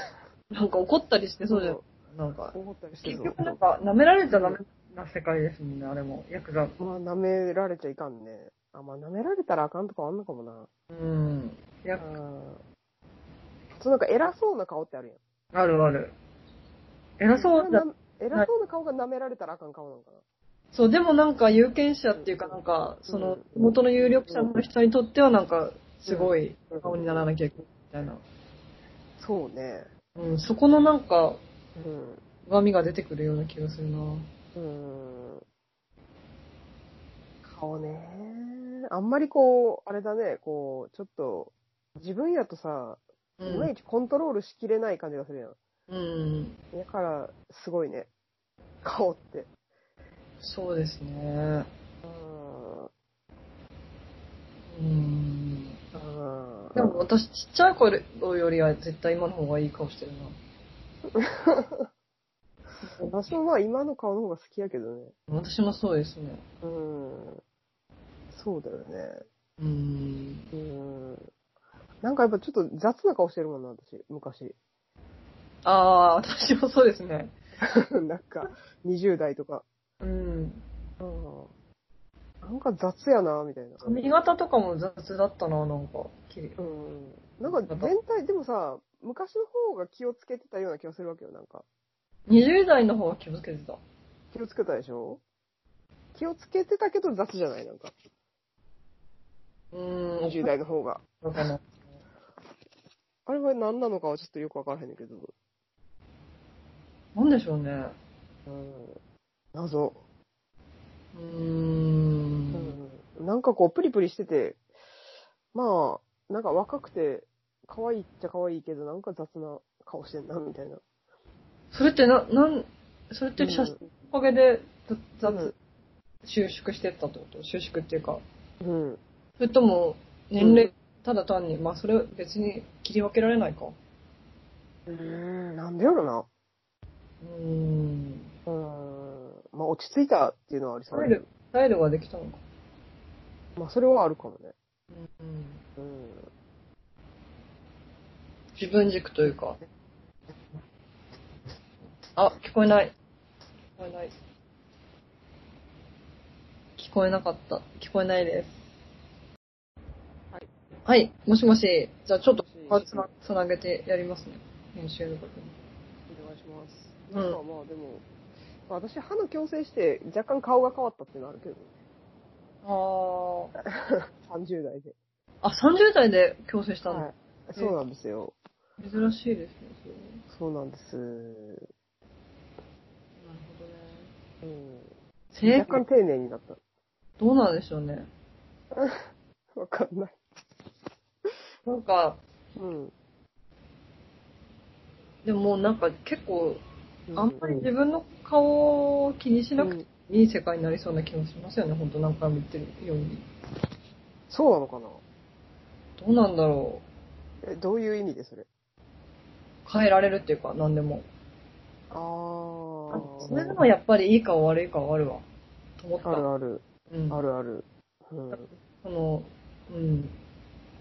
S2: なんか怒ったりしてそうじゃん。なんか、
S1: 思ったりしてる
S2: 結局なんか、舐められちゃダメな世界ですもんね、あれも。ヤクザ。
S1: まあ、舐められちゃいかんね。あ、まあ、舐められたらあかんとかあんのかもな。
S2: うん。や
S1: うん。そう、なんか偉そうな顔ってあるやん。
S2: あるある。偉そうだ。
S1: 偉そうな顔が舐められたらあかん顔なのかな。
S2: そう、でもなんか有権者っていうかなんか、その、元の有力者の人にとってはなんか、すごい顔にならなきゃいけないみたいな。
S1: そうね。
S2: うん、そこのなんか、
S1: うん。
S2: 歪みが出てくるような気がするな。
S1: うん。顔ね。あんまりこう、あれだね、こう、ちょっと、自分やとさ、
S2: う
S1: いまいちコントロールしきれない感じがするやん。
S2: うん。
S1: だから、すごいね。顔って。
S2: そうですね。
S1: うん。
S2: うん。
S1: うん。
S2: でも私、ちっちゃい頃よりは絶対今の方がいい顔してるな。
S1: 私もまあ今の顔の方が好きやけどね。
S2: 私もそうですね。
S1: うん。そうだよね。
S2: うん。
S1: うん。なんかやっぱちょっと雑な顔してるもんな、私、昔。
S2: ああー、私もそうですね。
S1: なんか、20代とか。
S2: うん。
S1: うん。なんか雑やな、みたいな。
S2: 髪型とかも雑だったな、なんか。きれい
S1: うん。なんか全体、でもさ、昔の方が気をつけてたような気がするわけよ、なんか。
S2: 20代の方は気をつけてた。
S1: 気をつけたでしょ気をつけてたけど雑じゃない、なんか。
S2: うーん。
S1: 20代の方が。
S2: だかな。
S1: あれは何なのかはちょっとよくわからへんねんけど。
S2: なんでしょうね。
S1: うん。謎。
S2: うーん。
S1: うんなんかこう、プリプリしてて、まあ、なんか若くて、可愛いっちゃ可愛いけど、なんか雑な顔してんな、みたいな。
S2: それってな、なん、それって写真のおかげで雑、
S1: うん
S2: 雑、収縮してったってこと収縮っていうか。
S1: うん。
S2: それとも、年齢、ただ単に、まあそれは別に切り分けられないか。
S1: うん、なんでやろな。
S2: うーん。
S1: うん。まあ、落ち着いたっていうのはあり
S2: ス
S1: そう
S2: タイ。ル、スタイルができたのか。
S1: まあ、それはあるかもね。
S2: うん。
S1: うん。
S2: 自分軸というか。あ、聞こえない。聞こえない。聞こえなかった。聞こえないです。
S1: はい。
S2: はい。もしもし。じゃあちょっと、
S1: もしもし
S2: つなつなげてやりますね。編集のこ
S1: お願いします。
S2: うん
S1: なんかまあ、でも、まあ私、歯の矯正して、若干顔が変わったっていうのはあるけど、
S2: とに。
S1: 30代で。
S2: あー。あ、30代で強制したの、
S1: はい。そうなんですよ。
S2: 珍しいですね。それは
S1: そうなんです。
S2: なる
S1: う
S2: ほどね。
S1: ん。
S2: 正
S1: 若干丁寧になった。
S2: どうなんでしょうね。
S1: わかんない。
S2: なんか、
S1: うん。
S2: でももうなんか結構、あんまり
S1: う
S2: 自分の顔を気にしなくて
S1: うん
S2: いい世界になりそうな気もしますよね、本当何回も言ってるように。
S1: そうなのかな
S2: どうなんだろ
S1: え、どういう意味でそれ
S2: う。変えられるっていうか、何でも。
S1: あー。
S2: それでもやっぱりいいか悪いかはあるわ。と思った。
S1: あるある、
S2: うん、
S1: あるある。うん。
S2: その、うん。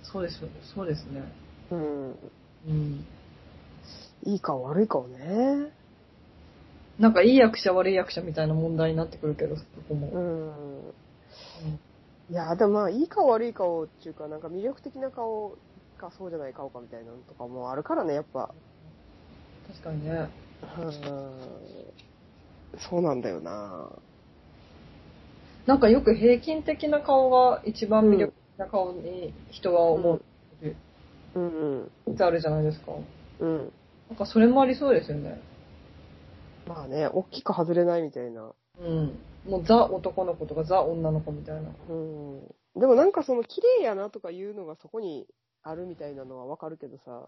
S2: そうです、そうですね。
S1: うん。
S2: うん。
S1: いいか悪いかをね。
S2: なんかいい役者悪い役者みたいな問題になってくるけど、そこ
S1: う
S2: も。
S1: ん。いや、でもまあ、いいか悪い顔っていうか、なんか魅力的な顔かそうじゃない顔かみたいなのとかもあるからね、やっぱ。
S2: 確かにね。
S1: うん。そうなんだよな
S2: なんかよく平均的な顔が一番魅力的な顔に人は思う
S1: うん
S2: ってあるじゃないですか。
S1: うん。うん。
S2: なんかそれもありそうですよね。
S1: まあね、大きく外れないみたいな。
S2: うん。もうザ男の子とかザ女の子みたいな。
S1: うん。でもなんかその綺麗やなとかいうのがそこにあるみたいなのはわかるけどさ、なん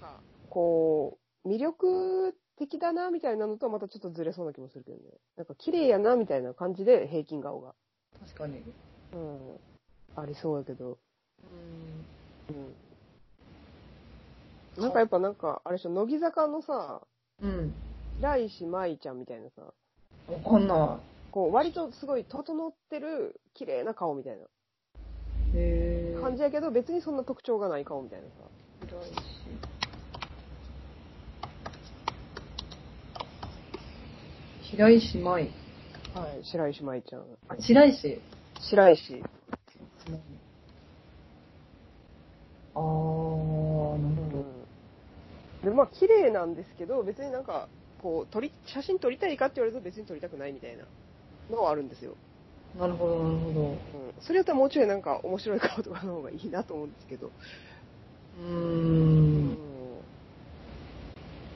S1: か、こう、魅力的だなみたいなのとはまたちょっとずれそうな気もするけどね。なんか綺麗やなみたいな感じで平均顔が。
S2: 確かに。
S1: うん。ありそうやけど。うん。なんかやっぱなんか、あれでしょ、乃木坂のさ、
S2: うん。うん。
S1: 白石舞ちゃんみたいなさ、
S2: わかんな
S1: こう割とすごい整ってる綺麗な顔みたい
S2: い。へ
S1: な
S2: ぇ
S1: 感じやけど、別にそんな特徴がない顔みたいなさ。
S2: 白石舞。
S1: はい、白石舞ちゃん。
S2: あ、白石。
S1: 白石。
S2: あー、なるほど。
S1: で、まあ、綺麗なんですけど、別になんか、こう、撮り、写真撮りたいかって言われると別に撮りたくないみたいなのはあるんですよ。
S2: なるほど、なるほど。
S1: うん。それやったらもうちょいなんか面白い顔とかの方がいいなと思うんですけど。
S2: うー。
S1: うん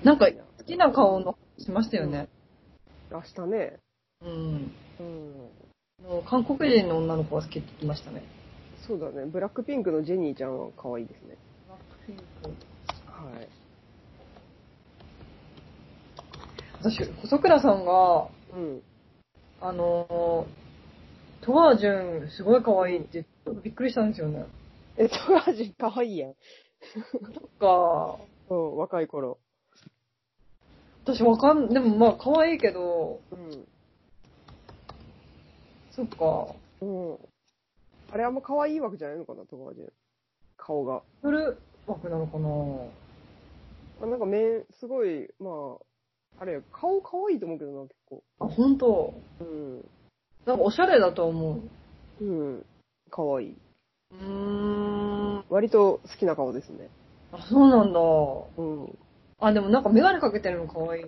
S2: なんか、好きな顔の、しましたよね。
S1: 明日ね。
S2: うん。
S1: うん。
S2: あの韓国人の女の子が好きって言ってましたね。
S1: そうだね。ブラックピンクのジェニーちゃんは可愛いですね。はい。
S2: 私、細倉さんが、
S1: うん。
S2: あのー、トワージュン、すごい可愛いって、びっくりしたんですよね。
S1: え、トラジ可愛いやん。
S2: か、
S1: うん、若い頃。
S2: 私わかん、でもまあ可愛いけど、
S1: うん。
S2: そっか、
S1: うん。あれあんま可愛いわけじゃないのかな、トラジ顔が。
S2: フル枠なのかな
S1: まあ、なんか面、すごい、まあ、あれ、顔可愛いと思うけどな、結構。
S2: あ、本当
S1: うん。
S2: なんかおしゃれだと思
S1: うん。可愛い。
S2: う。うーん。
S1: 割と好きな顔ですね。
S2: あ、そうなんだ。
S1: うん。
S2: あ、でもなんかメガネかけてるの可愛い。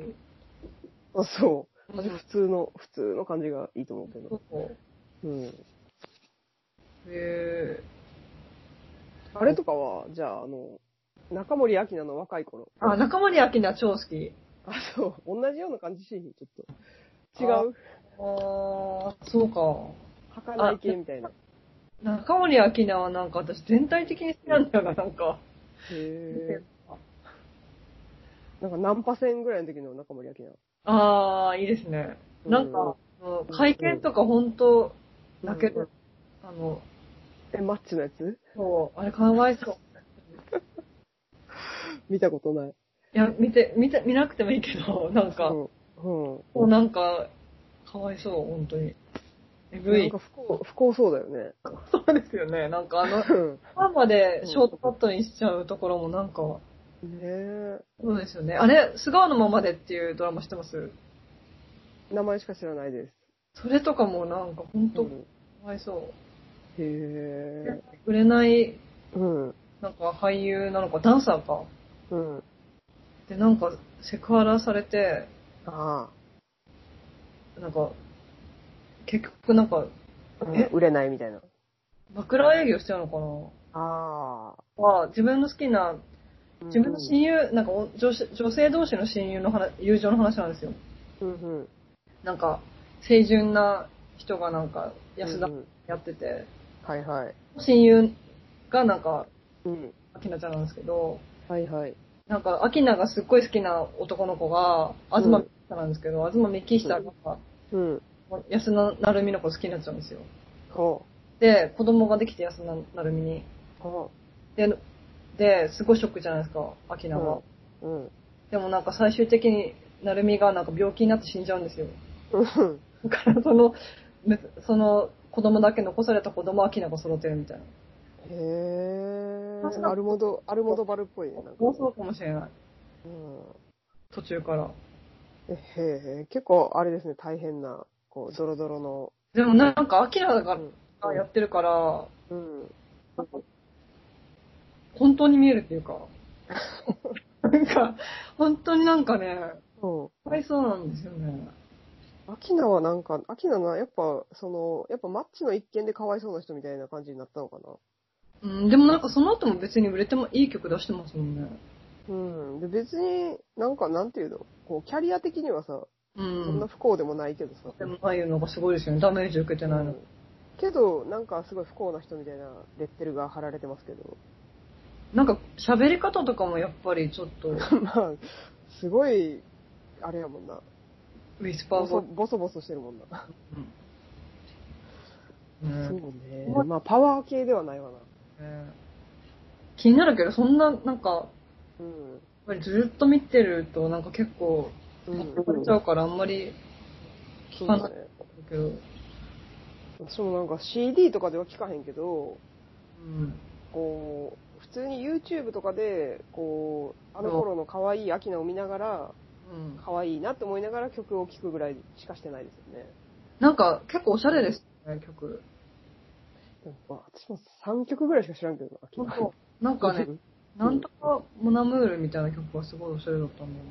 S1: あ、そう。
S2: まあでも
S1: 普通の、普通の感じがいいと思うけ
S2: そ
S1: ど。
S2: うか。
S1: うん。
S2: へ
S1: あれとかは、じゃあ、あの、中森明菜の若い頃。
S2: ーあ、中森明菜超好き。
S1: あ、そう。同じような感じしひん、ちょっと。違う。
S2: ああ、そうか。
S1: 儚い系みたいな。
S2: 中森明菜はなんか私全体的に好きなんだよな、なんか。
S1: へーなんかナンパ戦ぐらいの時の中森明菜。
S2: ああ、いいですね。なんか、うん会見とか本当
S1: うん、
S2: 泣ける。あの、
S1: え、マッチのやつ
S2: そう、あれかわいそう。
S1: 見たことない。
S2: いや、見て、見て、見なくてもいいけど、 なんか、も
S1: うん。うん。
S2: うなんか、かわいそう、本当に。えぐ
S1: なん
S2: い
S1: か。不幸、不幸そうだよね。
S2: そうですよね。なんかあの、
S1: う
S2: パンまでショートカットにしちゃうところもなんか、
S1: ん。ねえ。
S2: そうですよね。あれ、素顔のままでっていうドラマしてます
S1: 名前しか知らないです。
S2: それとかもなんか本当
S1: う
S2: か
S1: ん
S2: わいそう。
S1: へえ。
S2: 売れない、
S1: うん。
S2: なんか俳優なのか、ダンサーか。
S1: うん。
S2: で、なんか、セクハラされて、
S1: あ
S2: なんか、結局なんか、
S1: あ。うん
S2: え
S1: 売れないみたいな。
S2: 枕営業しちゃうの
S1: ああ。
S2: かなは、自分の好きな、自分の親
S1: 友。
S2: 友、なんかお女子、女性同士の親友の話、友情の話なんですよ。
S1: うんうん。
S2: なんか、清純な人がなんか、安田
S1: うんうん
S2: やってて、
S1: はいはい。
S2: 親友がなんか、
S1: うん。
S2: アキナちゃんなんですけど、
S1: はいはい。
S2: なんか、アキナがすっごい好きな男の子が、
S1: うん
S2: 東幹久なんですけど、東幹久が、
S1: うん。
S2: 安田成美の子好きになっちゃうんですよ。
S1: ほ
S2: で、子供ができて安田成美に。
S1: う。ほ
S2: で、で、すごいショックじゃないですか、アキナは。
S1: う。うん。
S2: でもなんか最終的に、成美がなんか病気になって死んじゃうんですよ。
S1: うん。
S2: だからその、めその子供だけ残された子供はアキナが育てるみたいな。
S1: へえ。アルモド、アルモドバルっぽいね。なんか
S2: 妄想かもしれな
S1: う
S2: い。
S1: ん
S2: 途中から。
S1: えへえ、結構あれですね、大変な、こう、ドロドロの。
S2: でもなんかアキナ
S1: う
S2: が
S1: ん
S2: がやってるから、
S1: うん。
S2: なんか本当に見えるっていうか。 なんか、本当になんかね、
S1: うん。
S2: かわいそうなんですよね。
S1: アキナはなんか、アキナはやっぱ、その、やっぱマッチの一件でかわいそうな人みたいな感じになったのかな。
S2: うん、でもなんかその後も別に売れてもいい曲出してますもんね。
S1: うん。で、別になんか、なんていうの、こう、キャリア的にはさ、
S2: う。
S1: そんなん不幸でもないけどさ。
S2: でもああいうのがすごいですよね。ダメージ受けてないの。
S1: けど、なんかすごい不幸な人みたいなレッテルが貼られてますけど。
S2: なんか喋り方とかもやっぱりちょっ と、
S1: まあ、すごい、あれやもんな。
S2: ウィスパ
S1: ボ
S2: ーが
S1: ソ、ボソボソしてるもんな。
S2: うん
S1: そうね。まあ、パワー系ではないわな。
S2: ね気になるけど、そんな、なんか、やっ
S1: うん。
S2: ぱりずっと見てると、なんか結構、
S1: うん。
S2: 疲れちゃうからあんまり、
S1: そう
S2: か
S1: だ
S2: ない
S1: ね。
S2: けど、
S1: 私もなんか CD とかでは聞かへんけど、
S2: うん。
S1: こう、普通に YouTube とかで、こう、あの頃の可愛いアキナを見ながら、
S2: うん。
S1: 可愛いなって思いながら曲を聴くぐらいしかしてないですよね。
S2: なんか、結構おしゃれですね、曲。
S1: でもまあ私も3曲ぐらいしか知らんけどな、アキナ。
S2: なんかね、
S1: うん
S2: なんとかモナムールみたいな曲がすごいおしゃれだったんだよ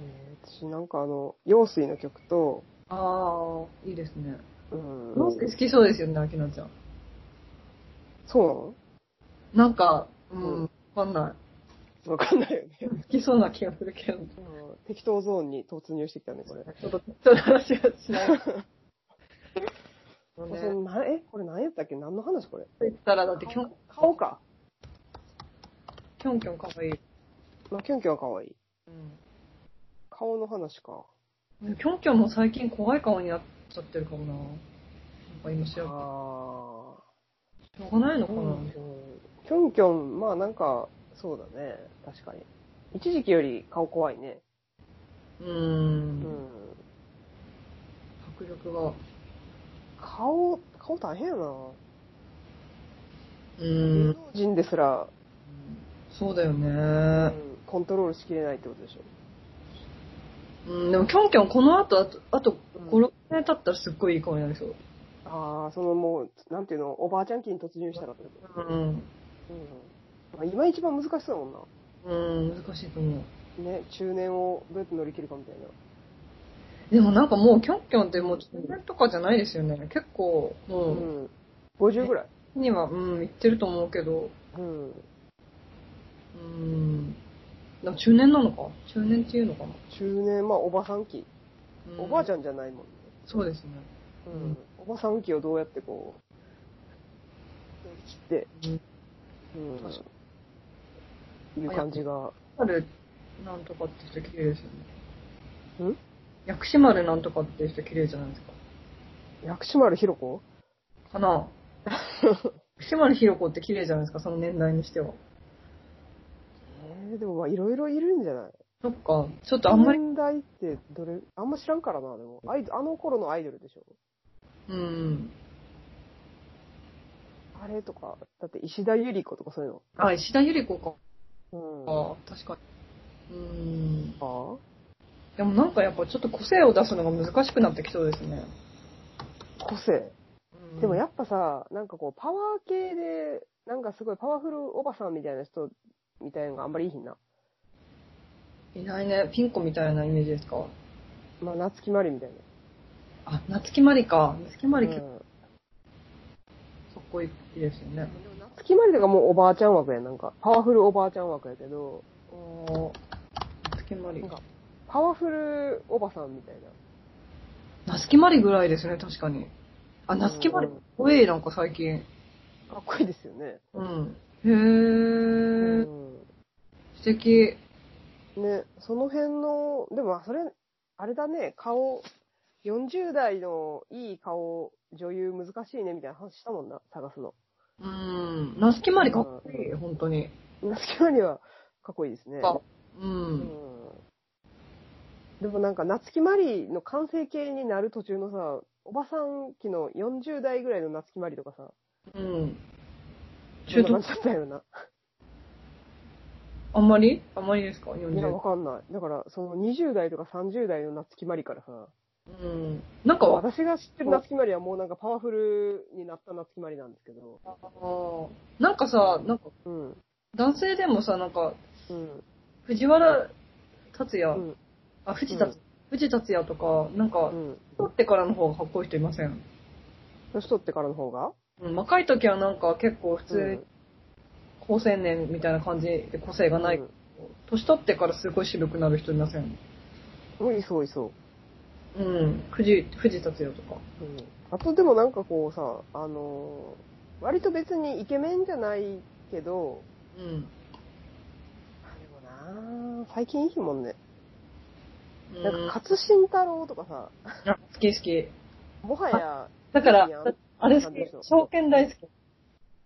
S1: えー私なんかあの、陽水の曲と、
S2: な。ああ、いいですね。
S1: うん。
S2: 洋介好きそうですよね、アキナちゃん。
S1: そ
S2: なんか、うん、
S1: うん
S2: わかんな
S1: うなのわかんないよね。
S2: い。好きそうな気がするけど。
S1: うん適当ゾーンに突入してきたね、これ。
S2: ちょっと、ちょっと話がしない。
S1: これ
S2: ね、
S1: なえ、これ何やったっけ何の話これ
S2: 言ったら、だってキョン、
S1: 顔か。
S2: キョンキョンかわいい。
S1: まあ、キョンキョンは可愛い。
S2: うん
S1: 顔の話か。
S2: ねキョンキョンも最近怖い顔になっちゃってるかもな。なんか今し
S1: あ
S2: ら、
S1: あ
S2: しょうがないのかな。
S1: ー。キョンキョン、まあなんか、そうだね。確かに。一時期より顔怖いね。
S2: う。
S1: うんん。
S2: 迫力が。
S1: 顔、顔大変やな。
S2: う
S1: 芸
S2: ん。
S1: 能人ですら、
S2: そうだよ
S1: う
S2: ね。
S1: んコントロールしきれないってことでしょ。
S2: うん、でもキョンキョンこの後、あと、あと
S1: うん
S2: 5、6年経ったらすっごいいい顔になりそう。
S1: ああ、そのもう、なんていうの、おばあちゃん期に突入したらってこと。
S2: うん。
S1: うん。まあ、今一番難しそうだもんな。
S2: うん、難しいと思う。
S1: ね、中年をどうやって乗り切るかみたいな。
S2: でもなんかもうキョンキョンってもう中年とかじゃないですよね。結構、も
S1: う
S2: う、
S1: ん。50ぐらい。
S2: には、うん、いってると思うけど、
S1: うん。
S2: うん。でも中年なのか中年っていうのかな、
S1: 中年、まあ、おばさん期。おばあち
S2: ゃん。
S1: ゃんじゃないもんね。
S2: そうですね。
S1: うん。おばさん期をどうやってこう、乗り切って、
S2: うん。確か
S1: うん。いう感じが。
S2: 丸なんとかって人綺麗ですよね。
S1: ん
S2: 薬師丸なんとかって人綺麗じゃないですか。
S1: 薬師丸ひろ子
S2: か な薬師丸ひろ子って綺麗じゃないですか、その年代にしては。
S1: えー、でもまあ、いろいろいるんじゃない
S2: そっか、ちょっとあんまり、
S1: 年代ってどれ、あんま知らんからな、でも。アイドあの頃のアイドルでしょ。
S2: うん。
S1: あれとか、だって石田ゆり子とかそういう
S2: あ、石田ゆり子か。
S1: の。
S2: あ確かに。う
S1: う
S2: ん。
S1: ん。あ
S2: でもなんかやっぱちょっと個性を出すのが難しくなってきそうですね。
S1: あ個性。でもや
S2: っ
S1: っぱさ、なんかこう、パワー系で、なんかすごいパワフルおばさんみたいな人、みたいなのがあんまりいいひんな。
S2: いないね。ピン子みたいなイメージですか。
S1: まあ、夏木マリみたいな。
S2: あ、夏木マリか。夏木マリ
S1: うん
S2: 結構かっこいいですよね。
S1: 夏木マリとかもうおばあちゃん枠やんなんか、パワフルおばあちゃん枠やけど、
S2: おー夏木マリ
S1: なん。かパワフルおばさんみたいな。
S2: 夏木マリぐらいですね、確かに。あ、夏木マリ
S1: うんうん、
S2: おえなんか最近。
S1: かっこいいですよね。
S2: うん。
S1: う
S2: へー
S1: ん
S2: 素敵。
S1: ね、その辺の、でもそれ、あれだね、顔、40代のいい顔、女優難しいねみたいな話したもんな、探すの。
S2: うん。夏木マリかっこいい、本当に。
S1: 夏木マリはかっこいいですね。
S2: かう。
S1: うんん、でもなんか夏木マリの完成形になる途中のさ、おばさん期の40代ぐらいの夏木マリとかさ、
S2: うん。
S1: そ
S2: 中
S1: んな
S2: 途
S1: 感じだったよな。
S2: あんまりあんまりですか
S1: いや、
S2: ?40
S1: わかんない。だから、その20代とか30代の夏木マリからさ、
S2: うん。なんかわ、
S1: 私が知ってる夏木マリはもうなんかパワフルになった夏木マリなんですけど、
S2: なんかさ、なんか、
S1: うん。
S2: 男性でもさ、なんか、
S1: うん。
S2: 藤原達也、
S1: うん
S2: あ、藤達、
S1: うん
S2: 藤達也とか、なんか
S1: う、ん。
S2: 太ってからの方がかっこいい人いません。
S1: 年取ってからの方が
S2: うん、若い時はなんか結構普通
S1: う
S2: に
S1: ん
S2: 高青年みたいな感じで個性がない。
S1: うん
S2: 年取ってからすごい渋くなる人いません。
S1: うん、いそういそう。
S2: うん、藤藤達也とか。
S1: うんあとでもなんかこうさ、あのー割と別にイケメンじゃないけど、
S2: うん。
S1: あでもなあ最近いいもんね。な
S2: なんん
S1: か、
S2: か
S1: 勝新太郎とかさ、
S2: あ好き好き。
S1: もはや、
S2: だから
S1: いいやん、
S2: あれ好き
S1: なんでしょう。
S2: 証券大好き。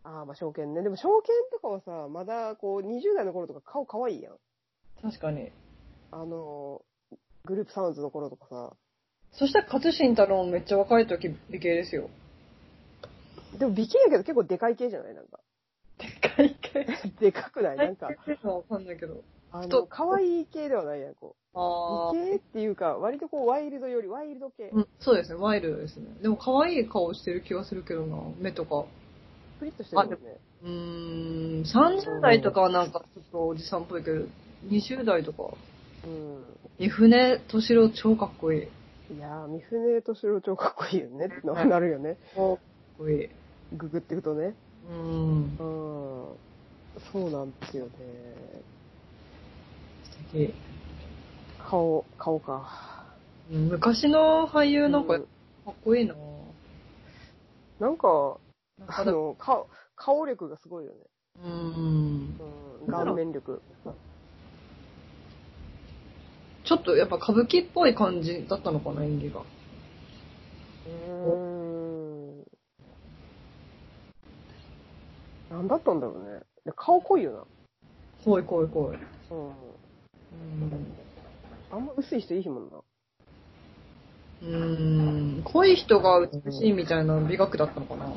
S1: ああ、まあ、証券ね。でも、証券とかはさ、まだ、こう、20代の頃とか顔可愛いやん。
S2: 確かに。
S1: あのー、グループサウンズの頃とかさ。
S2: そしたら勝新太郎もめっちゃ若い時美形ですよ。
S1: でも、美形やけど結構でかい系じゃないなんか。
S2: でかい系。
S1: でかくない
S2: な
S1: なん
S2: んか
S1: か、。
S2: わかんないけど。
S1: あ
S2: 太
S1: の、
S2: っ
S1: 可愛い系ではないやん、こう。
S2: あ
S1: 美形っていうか、割とこう、ワイルドより、ワイルド系。
S2: うん、そうですね、ワイルドですね。でも可愛い顔してる気はするけどな、目とか。
S1: プリッとしてるもんね。
S2: うーん、30代とかはなんかちょっとおじさんっぽいけど、20代とか、
S1: うん。
S2: 三船敏郎超かっこいい。
S1: いやー、三船敏郎超かっこいいよねってのはなるよね。
S2: かっこいい。う
S1: ググっていくとね。
S2: ーん
S1: うん。、そうなんですよね。
S2: 素敵。
S1: 顔、顔か。
S2: うん昔の俳優なんか
S1: う
S2: かっこいいな。
S1: なんか、
S2: なん
S1: あ
S2: かだう
S1: の、顔、顔力がすごいよね。
S2: ーん。
S1: うん、顔面力。
S2: ちょっとやっぱ歌舞伎っぽい感じだったのかな、演技が。
S1: うーん。なんだったんだろうね。で顔濃いよ
S2: 怖い怖い怖い。う
S1: な。うん。
S2: ん
S1: あんま薄い人いいもんな。
S2: うーん、濃い人が美しいみたいな美学だったのかな。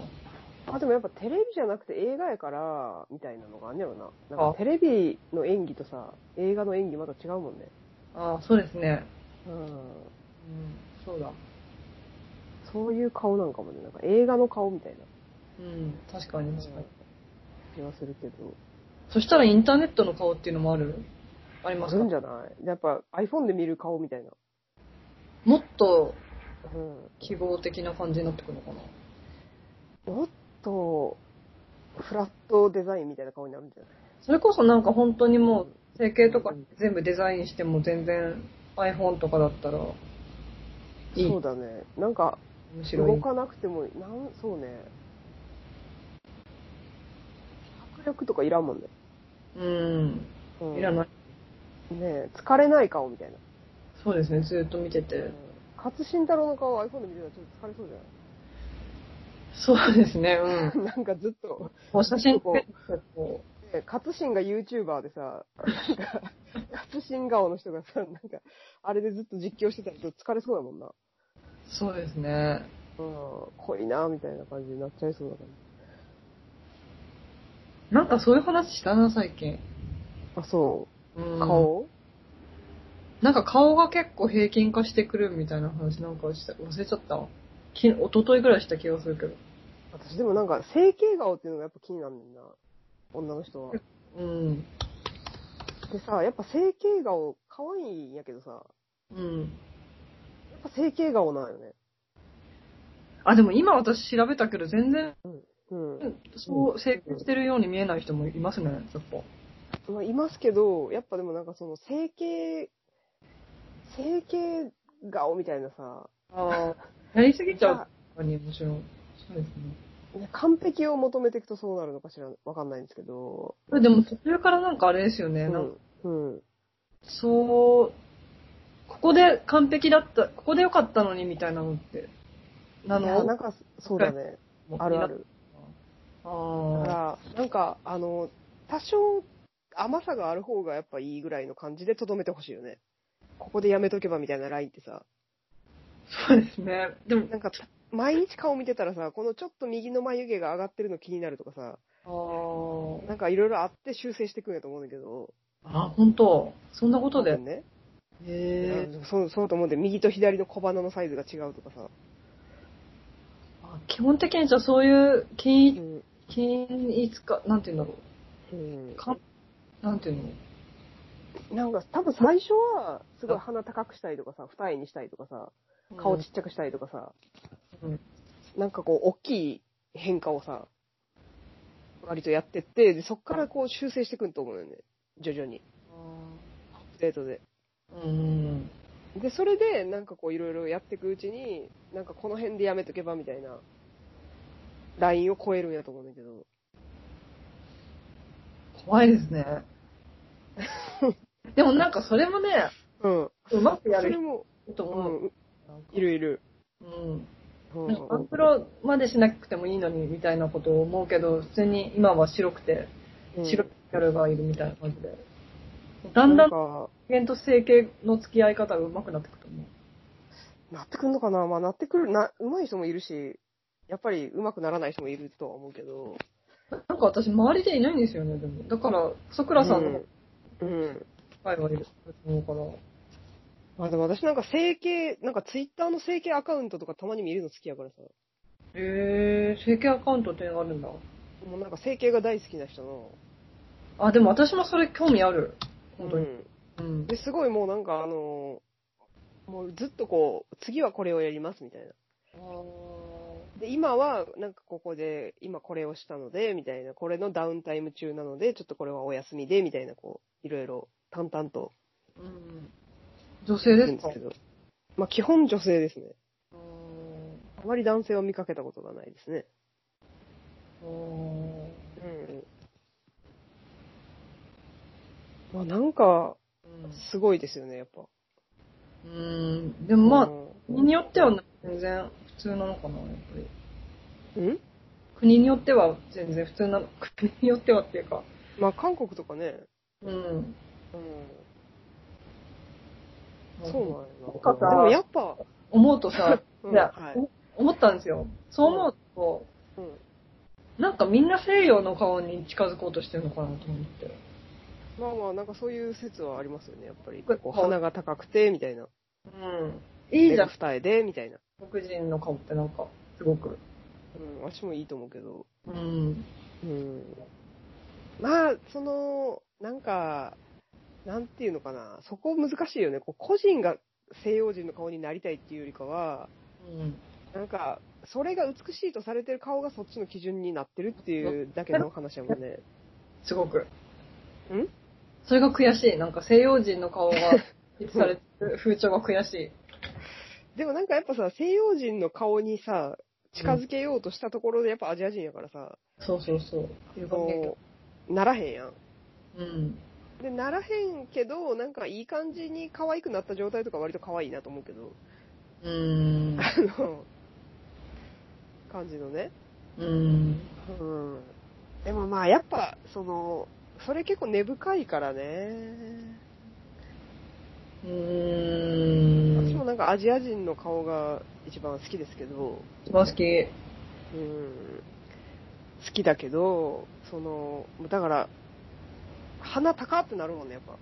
S1: あ、でもやっぱテレビじゃなくて映画やから、みたいなのがあんねやろな。なん
S2: あ
S1: かテレビの演技とさ、映画の演技また違うもんね。
S2: ああ、そうですね。
S1: うん。
S2: うん、そうだ。
S1: そういう顔なんかもね、なんか映画の顔みたいな
S2: うん、確かに確かに。
S1: 気はするけど。
S2: そしたらインターネットの顔っていうのもあるありま
S1: あ
S2: す
S1: る
S2: か
S1: んじゃないやっぱ iPhone で見る顔みたいな。
S2: もっと
S1: うん。
S2: 記号的な感じになってくるのかな。
S1: もっと、フラットデザインみたいな顔になるんじゃない
S2: それこそなんか本当にもう、整形とか全部デザインしても全然 iPhone とかだったら、いい。
S1: そうだね。なんか、
S2: むしろい
S1: 動
S2: い。
S1: かなくても、なん、そうね。迫力とかいらんもんね。
S2: うん。
S1: うん、
S2: いらない。
S1: ねえ疲れない顔みたいな。
S2: そうですね、ずっと見てて。
S1: 勝新太郎の顔を iPhone で見てたらちょっと疲れそうじ
S2: そうですね、 うん。
S1: ゃないなんかずっと、
S2: もう写真
S1: こう
S2: こう
S1: ね、勝新が YouTuber でさ、なんか、勝新顔の人がさ、なんか、あれでずっと実況してたらちょっと疲れそうだもんな。
S2: そうですね。
S1: うん、濃いなみたいな感じになっちゃいそうだか
S2: なんかそういう話したな、最近。
S1: ら。あ、そ
S2: うん
S1: う。顔、
S2: なんか顔が結構平均化してくるみたいな話なんかした忘れちゃったわ。き一昨日ぐらいした気がするけど。
S1: 私でもなんか、整形顔っていうのがやっぱ気になんねんな。女の人は。
S2: うん。
S1: でさ、やっぱ整形顔、可愛いんやけどさ、や
S2: うん。
S1: っぱ整形顔なんよね。
S2: あ、でも今私調べたけど全然、
S1: うん。
S2: そう、成功してるように見えない人もいますね、やっぱ。
S1: まあ、いますけど、やっぱでもなんかその整形、整形顔みたいなさ、
S2: ああ。やりすぎちゃう
S1: さ
S2: とかにもちろん。そうですね。
S1: いや完璧を求めていくとそうなるのかしら、わかんないんですけど。
S2: これでも途中からなんかあれですよね、
S1: う
S2: なんか
S1: ん。うん。
S2: そう、ここで完璧だった、ここで良かったのにみたいなのって。ない
S1: や、
S2: の
S1: なんか、そうだね。あるあ。る。
S2: あ
S1: だ
S2: あ。
S1: から、なんか、あの、多少甘さがある方がやっぱいいぐらいの感じでとどめてほしいよね。ここでやめとけばみたいなラインってさ、
S2: そうですね。でも、
S1: なんか、毎日顔見てたらさ、このちょっと右の眉毛が上がってるの気になるとかさ、
S2: あ
S1: なんかいろいろあって修正していくんやと思うんだけど、
S2: あ。あ、本当そんなこと
S1: 多
S2: で
S1: 分。ね。
S2: へえ。
S1: うんそう、そうだと思うんで、右と左の小鼻のサイズが違うとかさ、
S2: あ基本的にじゃあそういう均
S1: う
S2: 一、
S1: ん。
S2: 均一か、なんて言うんだろ
S1: うん
S2: う。かなんて言うの
S1: なんか多分最初は、すごい鼻高くしたりとかさ、二重にしたりとかさ、顔ちっちゃくしたりとかさ、
S2: うん
S1: なんかこう、大きい変化をさ、割とやってって、でそっからこう修正していくんと思うよね。徐々に。アップデートで。
S2: うん。
S1: で、それで、なんかこう、いろいろやっていくうちに、なんかこの辺でやめとけばみたいな、ラインを超えるんやと思うんだけど。
S2: 怖いですね。 でもなんかそれもね、
S1: うん。
S2: うまくや
S1: それ
S2: る
S1: も、
S2: 人と
S1: う
S2: 思う。
S1: ん、
S2: なんか
S1: いるいる。
S2: うん。
S1: う
S2: なんかワンプロまでしなくてもいいのにみたいなことを思うけど、普通に今は白くて、
S1: うん
S2: 白いキャラがいるみたいな感じで。だ
S1: なん
S2: んだん
S1: か、
S2: 人間と整形の付き合い方が上手くなってくると思う。
S1: なってくんのかなまあ、なってくる、な、上手い人もいるし、やっぱり上手くならない人もいるとは思うけど。
S2: なんか私周りでいないんですよね、でも。だから、さくらさんの
S1: うん。うん。
S2: 会はいると思うから。
S1: まあでも私なんか整形、なんかツイッターの整形アカウントとかたまに見るの好きやからさ。
S2: へえー、整形アカウントっていうのがあるんだ。
S1: もうなんか整形が大好きな人の。
S2: あ、でも私もそれ興味ある。本当
S1: う
S2: に。
S1: ん
S2: うん。
S1: で、すごいもうなんかあのーもうずっとこう、次はこれをやりますみたいな。で、今はなんかここで、今これをしたので、みたいな、これのダウンタイム中なので、ちょっとこれはお休みで、みたいな、こう、いろいろ淡々と
S2: うん女性
S1: や
S2: で
S1: るん
S2: す
S1: ですけ
S2: か
S1: ど。まあ基本女性ですね。
S2: うん
S1: あまり男性を見かけたことがないですね。
S2: うん
S1: うん。まあなんか、すごいですよね、やっぱ。
S2: うん。でもま
S1: う
S2: あ、
S1: ん
S2: 国によっては全然普通なのかな、やっぱり。
S1: うん
S2: 国によっては全然普通なの。国によってはっていうか。
S1: まあ韓国とかね。
S2: うん。
S1: うん。そうなんや
S2: なん
S1: な
S2: かさ
S1: でもやっぱ、
S2: 思うとさ、
S1: うん
S2: いや、
S1: はい
S2: お思ったんですよ。そう思うと、
S1: うん。
S2: なんかみんな西洋の顔に近づこうとしてるのかなと思って。
S1: まあまあ、なんかそういう説はありますよね、やっぱり。
S2: これ
S1: こう鼻が高くて、みたいな。
S2: うん。いいじゃん、
S1: 二重で、みたいな。
S2: 黒人の顔ってなんか、すごく。
S1: うん、私もいいと思うけど。
S2: うん。
S1: うん。まあ、その、なんか、なんていうのかな、そこ難しいよね。こう個人が西洋人の顔になりたいっていうよりかは、
S2: うん。
S1: なんか、それが美しいとされてる顔がそっちの基準になってるっていうだけの話やもんね。
S2: すごく。
S1: ん
S2: それが悔しい。なんか西洋人の 顔が、いつされてる風潮が悔しい。
S1: でもなんかやっぱさ、西洋人の顔にさ、近づけようとしたところでやっぱアジア人やからさ、
S2: そうそうそう。
S1: こう、ならへんやん。
S2: うん。
S1: で、ならへんけど、なんかいい感じに可愛くなった状態とか割と可愛いなと思うけど、
S2: うん。
S1: あの、感じのね。
S2: うん。
S1: うん。でもまあやっぱ、その、それ結構根深いからね。
S2: う
S1: 私
S2: ん
S1: も。なんかアジア人の顔が一番好きですけど、
S2: 一番好き。
S1: うん、好きだけど、その、だから、鼻高ってなるもんね、やっぱ。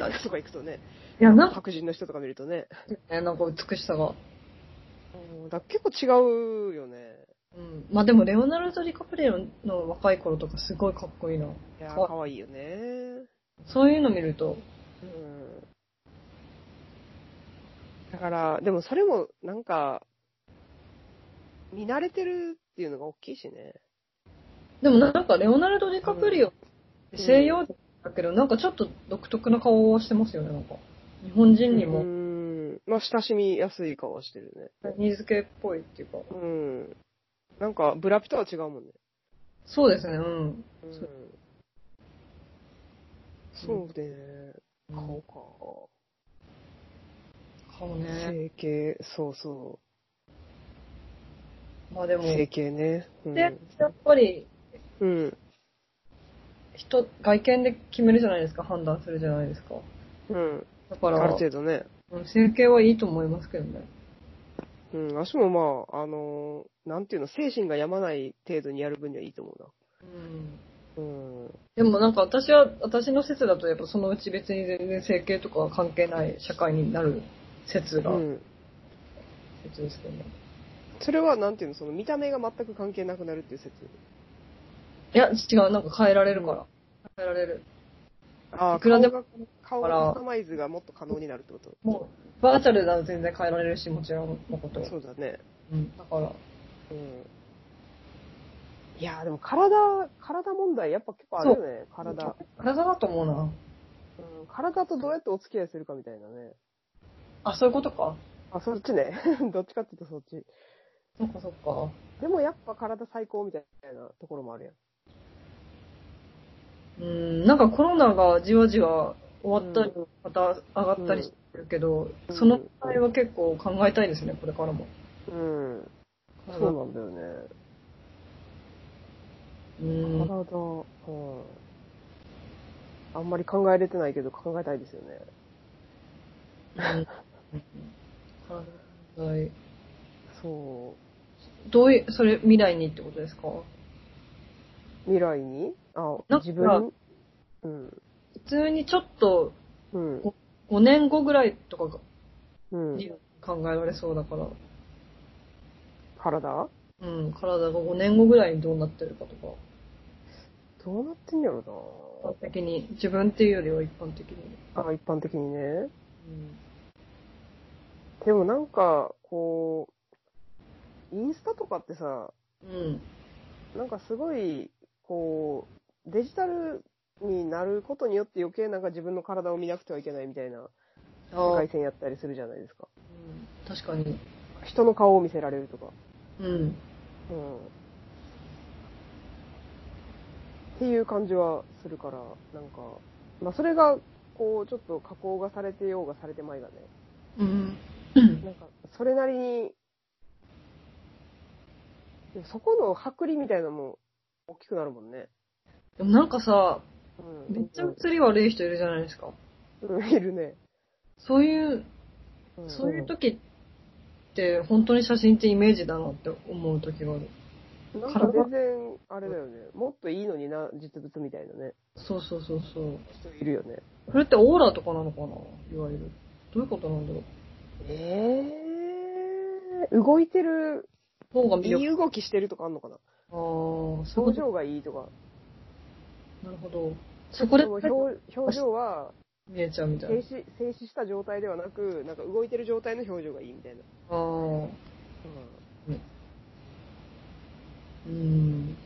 S1: 大学とか行くとね、
S2: いや、なんか
S1: 白人の人とか見るとね。
S2: ね、なんか美しさが。
S1: うんだから結構違うよね。
S2: うん。まあでも、レオナルド・ディカプレオの若い頃とかすごいかっこいいな。
S1: いや
S2: か
S1: ー、
S2: わ
S1: かわいいよね。
S2: そういうの見る
S1: う
S2: と、
S1: ん。だから、でもそれも、なんか、見慣れてるっていうのが大きいしね。
S2: でもなんかレオナルド・ディカプリオ、
S1: ん
S2: 西洋人だけど、なんかちょっと独特な顔をしてますよね、なんか。日本人に
S1: う
S2: も、
S1: ん。まあ、親しみやすい顔はしてるね。
S2: ニーズ系っぽいっていうか。
S1: うん。なんか、ブラピとは違うもんね。
S2: そうですね、うん。
S1: うん
S2: そう。
S1: そうでね。顔か。
S2: 顔ね。
S1: 整形、そうそ
S2: まあで
S1: う。
S2: も、
S1: 整
S2: で、
S1: 形ね。うん。
S2: やっぱり、
S1: うん。
S2: 人、外見で決めるじゃないですか、判断するじゃないですか。
S1: うん。
S2: だか
S1: ある
S2: ら、
S1: 程度ね。
S2: うん整形はいいと思いますけどね。
S1: うん。私もまあ、あのーなんていうの、精神が病まない程度にやる分にはいいと思
S2: うん。
S1: うな。うん。
S2: でもなんか私は、私の説だとやっぱそのうち別に全然整形とかは関係ない社会になる説
S1: う
S2: が、
S1: ん。
S2: 説ですけどね。
S1: それは、なんていうの、その見た目が全く関係なくなるっていう説。
S2: いや、違う、なんか変えられるから。変えられる。
S1: あー
S2: いくらでも
S1: 顔が
S2: だか
S1: 顔
S2: ら
S1: カスタマイズがもっと可能になるってこと
S2: もう、バーチャルなら全然変えられるし、もちろんのこと。
S1: そうだね。
S2: うん、だから、
S1: うん。いやーでも体、体問題やっぱ結構あるよね。体、
S2: 体だと思うな。
S1: うん。体とどうやってお付き合いするかみたいなね。
S2: あ、そういうことか。
S1: あ、そっちね。 どっちかっていうとそっち。
S2: そっかそっか。
S1: でもやっぱ体最高みたいなところもあるやん。
S2: うん、なんかコロナがじわじわ終わったり、
S1: うん
S2: また上がったりしてるけど、
S1: うん
S2: その場合は結構考えたいですね、これからも。
S1: うん。そうなんだよね。
S2: うん
S1: 体、うん。あんまり考えれてないけど考えたいですよね。
S2: うん体はい
S1: そ
S2: どういう、それ未来にってことですか
S1: う。未来にあ
S2: な、んか
S1: 自分にうん。
S2: 普通にちょっと
S1: うん。
S2: 5年後ぐらいとかが
S1: うん。
S2: 考えられそうだから、
S1: 体
S2: うん、体が5年後ぐらいにどうなってるかとか、
S1: どうなってんやろ
S2: 一般的に、自分っていうよりは一般的に。
S1: なあ、一般的にね。でもなんか、こう、インスタとかってさ、
S2: うん。
S1: なんかすごい、こう、デジタルになることによって余計なんか自分の体を見なくてはいけないみたいな
S2: あ
S1: 世
S2: あ、う
S1: 界
S2: ん、
S1: 線やったりするじゃないですか。
S2: 確かに。
S1: 人の顔を見せられるとか。
S2: うん。
S1: うん。っていう感じはするから、なんか、まあそれが、こう、ちょっと加工がされてようがされてまいがね、
S2: うん。
S1: なんか、それなりに、でもそこの剥離みたいなのも大きくなるもんね。
S2: でもなんかさ、
S1: うん、
S2: めっちゃ映り悪い人いるじゃないですか。
S1: うんいるね。
S2: そういう、
S1: ん
S2: そういう時って、本当に写真ってイメージだなって思う時がある。
S1: なんか全然、あれだよね。もっといいのにな、実物みたいなね。
S2: そうそうそうそう。
S1: 人いるよね。
S2: それってオーラとかなのかないわゆる。どういうことなんだろう。
S1: ええ動いてる、
S2: 方が
S1: い
S2: 魅
S1: い
S2: 力。
S1: 動きしてるとかあんのかな
S2: ああ、そ
S1: 表
S2: ういうこ
S1: 情がいいとか。
S2: となるほど。そこで
S1: でも表表情は
S2: 見えちゃうみたい
S1: 静
S2: な。
S1: 止、静止した状態ではなく、なんか動いてる状態の表情がいいみたいな。
S2: ああ、うん。
S1: うん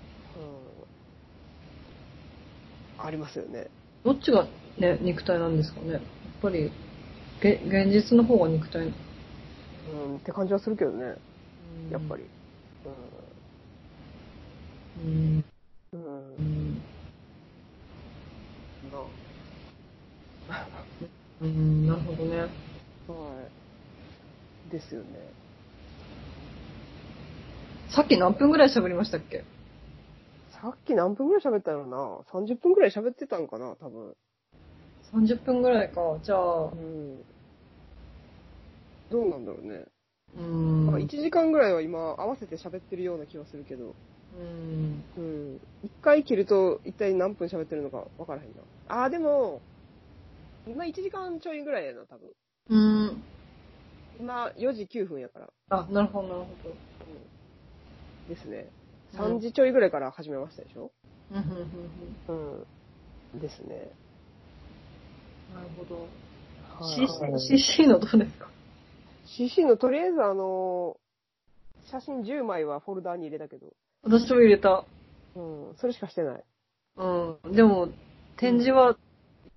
S1: ありますよね。
S2: どっちがね、肉体なんですかね。やっぱり、げ現実の方が肉体。
S1: うん、って感じはするけどね、やっぱり。
S2: うん。
S1: うん。
S2: う
S1: うん。
S2: ん。
S1: な
S2: うん、なるほどね。
S1: はい。ですよね。
S2: さっき何分ぐらい喋りましたっけ
S1: さっき何分ぐらい喋ったのかな ?30 分ぐらい喋ってたんかな多分。
S2: ?30 分ぐらいか。じゃあ
S1: う、ん。どうなんだろうね。
S2: う
S1: なん
S2: ん。
S1: か1時間ぐらいは今合わせて喋ってるような気はするけど。
S2: うん。
S1: うん。1回切ると一体何分喋ってるのかわからへんな。あーでも、今1時間ちょいぐらいやな、多分。
S2: うん。
S1: 今4時9分やから。
S2: あ、なるほど、なるほど。
S1: ですね。
S2: うん
S1: 3時ちょいぐらいから始めましたでしょ
S2: うん、うん、うん。
S1: うん。ですね。
S2: なるほど。
S1: はい
S2: CC, CC のどうですか
S1: CC のとりあえずあのー写真10枚はフォルダーに入れたけど、
S2: 私も入れた。
S1: うん、それしかしてない。
S2: うん。でも、展示は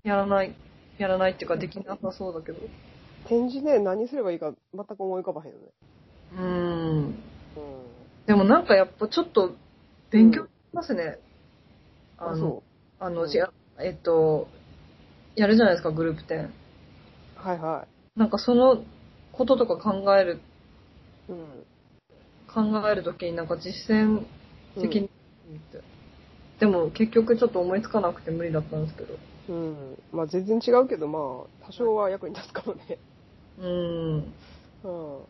S2: やらない、やらないっていうかできなさそうだけど。
S1: 展示ね、何すればいいか全く思い浮かばへんよね。
S2: うん。
S1: うん。
S2: でもなんかやっぱちょっと勉強しますね。
S1: あ、
S2: あの、
S1: そ
S2: あ
S1: う
S2: の、
S1: ん
S2: 違うえっと、やるじゃないですか、グループ展。
S1: う。はいは
S2: なんかそのこととか考える、
S1: い。うん。
S2: 考えるときになんか実践的に、ってでも結局ちょっと思いつかなくて無理だったんですけど。
S1: うん。まあ全然違うけど、まあ、多少は役に立つかもね。
S2: うん。
S1: うん。そ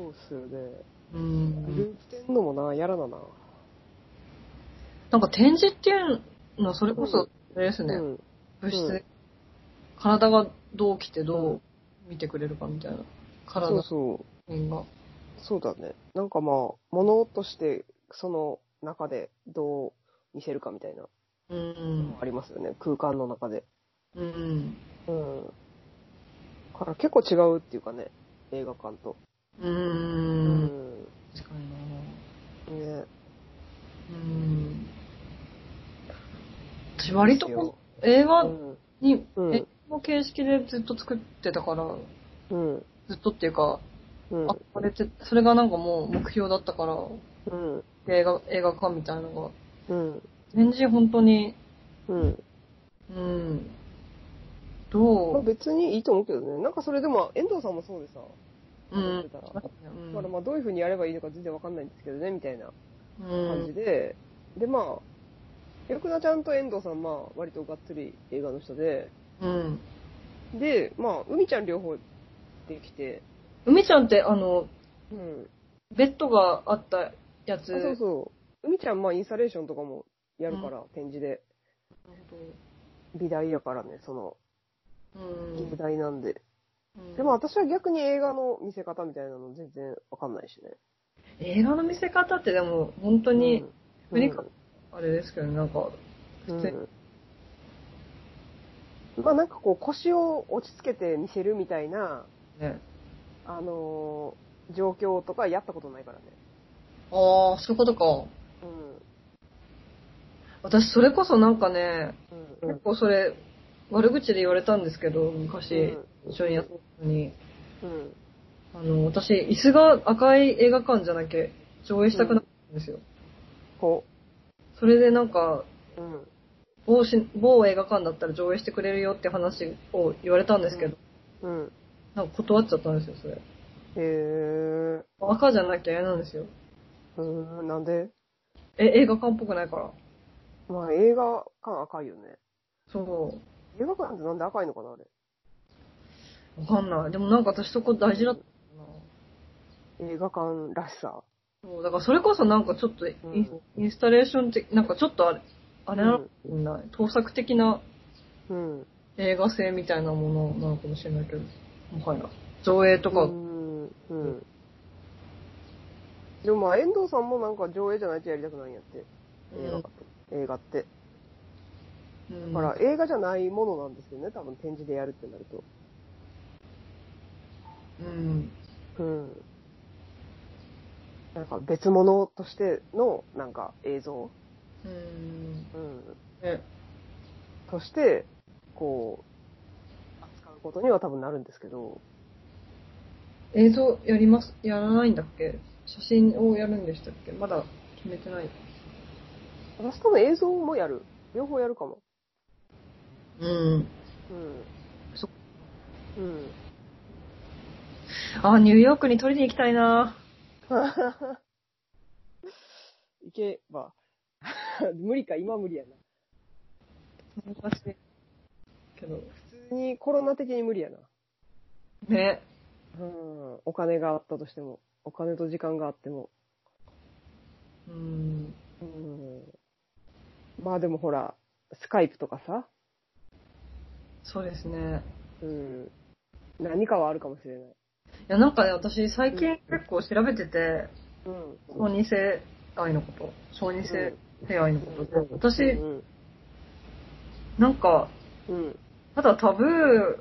S1: うっすよね。
S2: うん。
S1: ループ展のもな、やらなな。
S2: なんか展示っていうのは、それこそ、あれですね、
S1: うん。
S2: 物質、
S1: うん
S2: 体がどう来てどう見てくれるかみたいな。体
S1: そう
S2: の
S1: そう。
S2: 面が。
S1: そうだね。なんかまあ、物として、その中でどう見せるかみたいな。
S2: ううん。
S1: ありますよね、空間の中で。
S2: うん。
S1: うん。から結構違うっていうかね、映画館と。
S2: う。
S1: うんん。
S2: 確かにな
S1: ね。
S2: うん。私割とこう映
S1: う
S2: 画
S1: ん。
S2: に、
S1: うん
S2: 映画の形式でずっと作ってたから、
S1: うん。
S2: ずっとっていうか、
S1: うん。
S2: あ、これって、それがなんかもう目標だったから、
S1: うん。
S2: 映画、映画化みたいなのが。
S1: うん。
S2: 全然本当に、
S1: うん。
S2: うん。
S1: まあ、
S2: どう
S1: 別にいいと思うけどね。なんかそれでも、遠藤さんもそうでさ、
S2: う
S1: 思っ
S2: ん
S1: て。たら
S2: うん
S1: だからまあどういう風にやればいいのか全然わかんないんですけどね、みたいな
S2: うん
S1: 感じで。で、まあ、よくなちゃんと遠藤さん、まあ、割とがっつり映画の人で、
S2: うん。
S1: で、まあ、海ちゃん両方できて、
S2: 海ちゃんって、あの、
S1: うん。
S2: ベッドがあったや
S1: あそう
S2: つ。
S1: そう。海ちゃん、まあ、インスタレーションとかもやるから、展示で。美大やからね、その、
S2: うん
S1: 美大なんで。
S2: うん
S1: でも私は逆に映画の見せ方みたいなの全然わかんないしね。
S2: 映画の見せ方ってでも、本当
S1: 本
S2: に、、無理かあれですけどね、なんか、
S1: うん
S2: 普通
S1: まあなんかこう腰を落ち着けて見せるみたいな、
S2: ね。
S1: あのー状況とかやったことないからね。
S2: ああ、そういうことか。
S1: う
S2: 私、それこそなんかね、
S1: ん。うん。
S2: 結構それ、悪口で言われたんですけど、昔、
S1: うん
S2: 一緒にやったのに。
S1: うん。
S2: あの、私、椅子が赤い映画館じゃなきゃ上映したくなかったんですよ。
S1: こ
S2: それでなんか、
S1: う。うん。
S2: 某し某映画館だったら上映してくれるよって話を言われたんですけど、
S1: うん。
S2: なんか断っちゃったんですよ、それ。
S1: へえ
S2: 赤じゃなきゃ嫌なんですよ。
S1: ー。うん。なんで
S2: え、映画館っぽくないから。
S1: まあ映画館赤いよね。
S2: そ
S1: 映画館ってなんで赤いのかなあれ。
S2: う。わかんない。でもなんか私そこ大事だったかな。
S1: 映画館らしさ。
S2: そう、だからそれこそなんかちょっとイ,、
S1: うん
S2: インスタレーション的、なんかちょっとあれ、あれなのかな、盗作的な
S1: うん。
S2: 映画性みたいなものなのかもしれないけど、もはや。上映とか、
S1: うん。うん。でもまあ遠藤さんもなんか上映じゃないとやりたくないんやって。映画館と映画って。
S2: うん
S1: だから映画じゃないものなんですけどね、多分展示でやるってなると。
S2: うん。
S1: うん。なんか別物としての、なんか映像、
S2: うん。
S1: うん、
S2: え、
S1: として、こう、扱うことには多分なるんですけど、
S2: 映像やります、やらないんだっけ写真をやるんでしたっけまだ決めてない。
S1: 私多分映像もやる。両方やるかも。
S2: うん。
S1: うん。
S2: そ
S1: うん。
S2: あ、ニューヨークに撮りに行きたいな
S1: いけば。 無理か、今無理やな。
S2: 難しい。けど。
S1: 普通にコロナ的に無理やな。
S2: ね。
S1: うん。お金があったとしても、お金と時間があっても。
S2: うん。
S1: うんまあでもほら、スカイプとかさ、
S2: そうですね。
S1: うん、何かはあるかもしれない。
S2: いや、なんかね、私最近結構調べてて、
S1: うん。
S2: 小児性愛のこと、小児性愛のことで、
S1: う
S2: 私、
S1: ん。
S2: なんか、
S1: うん。
S2: ただタブー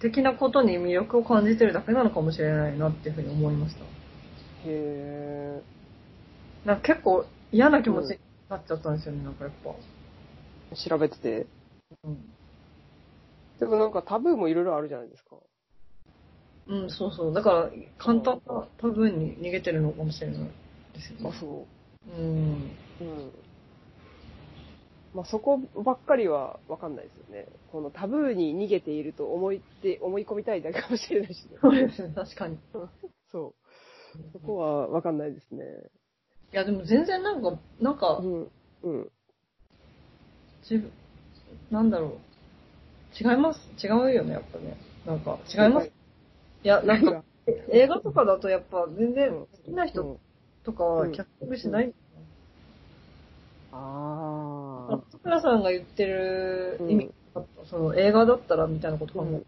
S2: 的なことに魅力を感じてるだけなのかもしれないなっていうふうに思いまし
S1: へ
S2: た。
S1: え。
S2: なんか結構嫌な気持ちになっちゃったんですよね、なんかやっぱ。
S1: 調べてて。
S2: うん、
S1: でもなんかタブーもいろいろあるじゃないですか。
S2: うん、そうそう。だから簡単なタブーに逃げてるのかもしれないですよね。
S1: そ
S2: うん。
S1: う。うん。まあそこばっかりはわかんないですよね。このタブーに逃げていると思いって、思い込みたいだけかもしれない し、ね、
S2: そうですね、確かに。い
S1: そう。そこはわかんないですね。
S2: や、でも全然なんか、なんか
S1: う、ん。うん。
S2: 自分、なんだろう。違います。違うよね、やっぱね。なんか、違います。いや、なんか、映画とかだとやっぱ全然好きな人
S1: うん
S2: とかは脚色しない。
S1: ああ。
S2: 松倉さんが言ってる意味、その映画だったらみたいなことかも。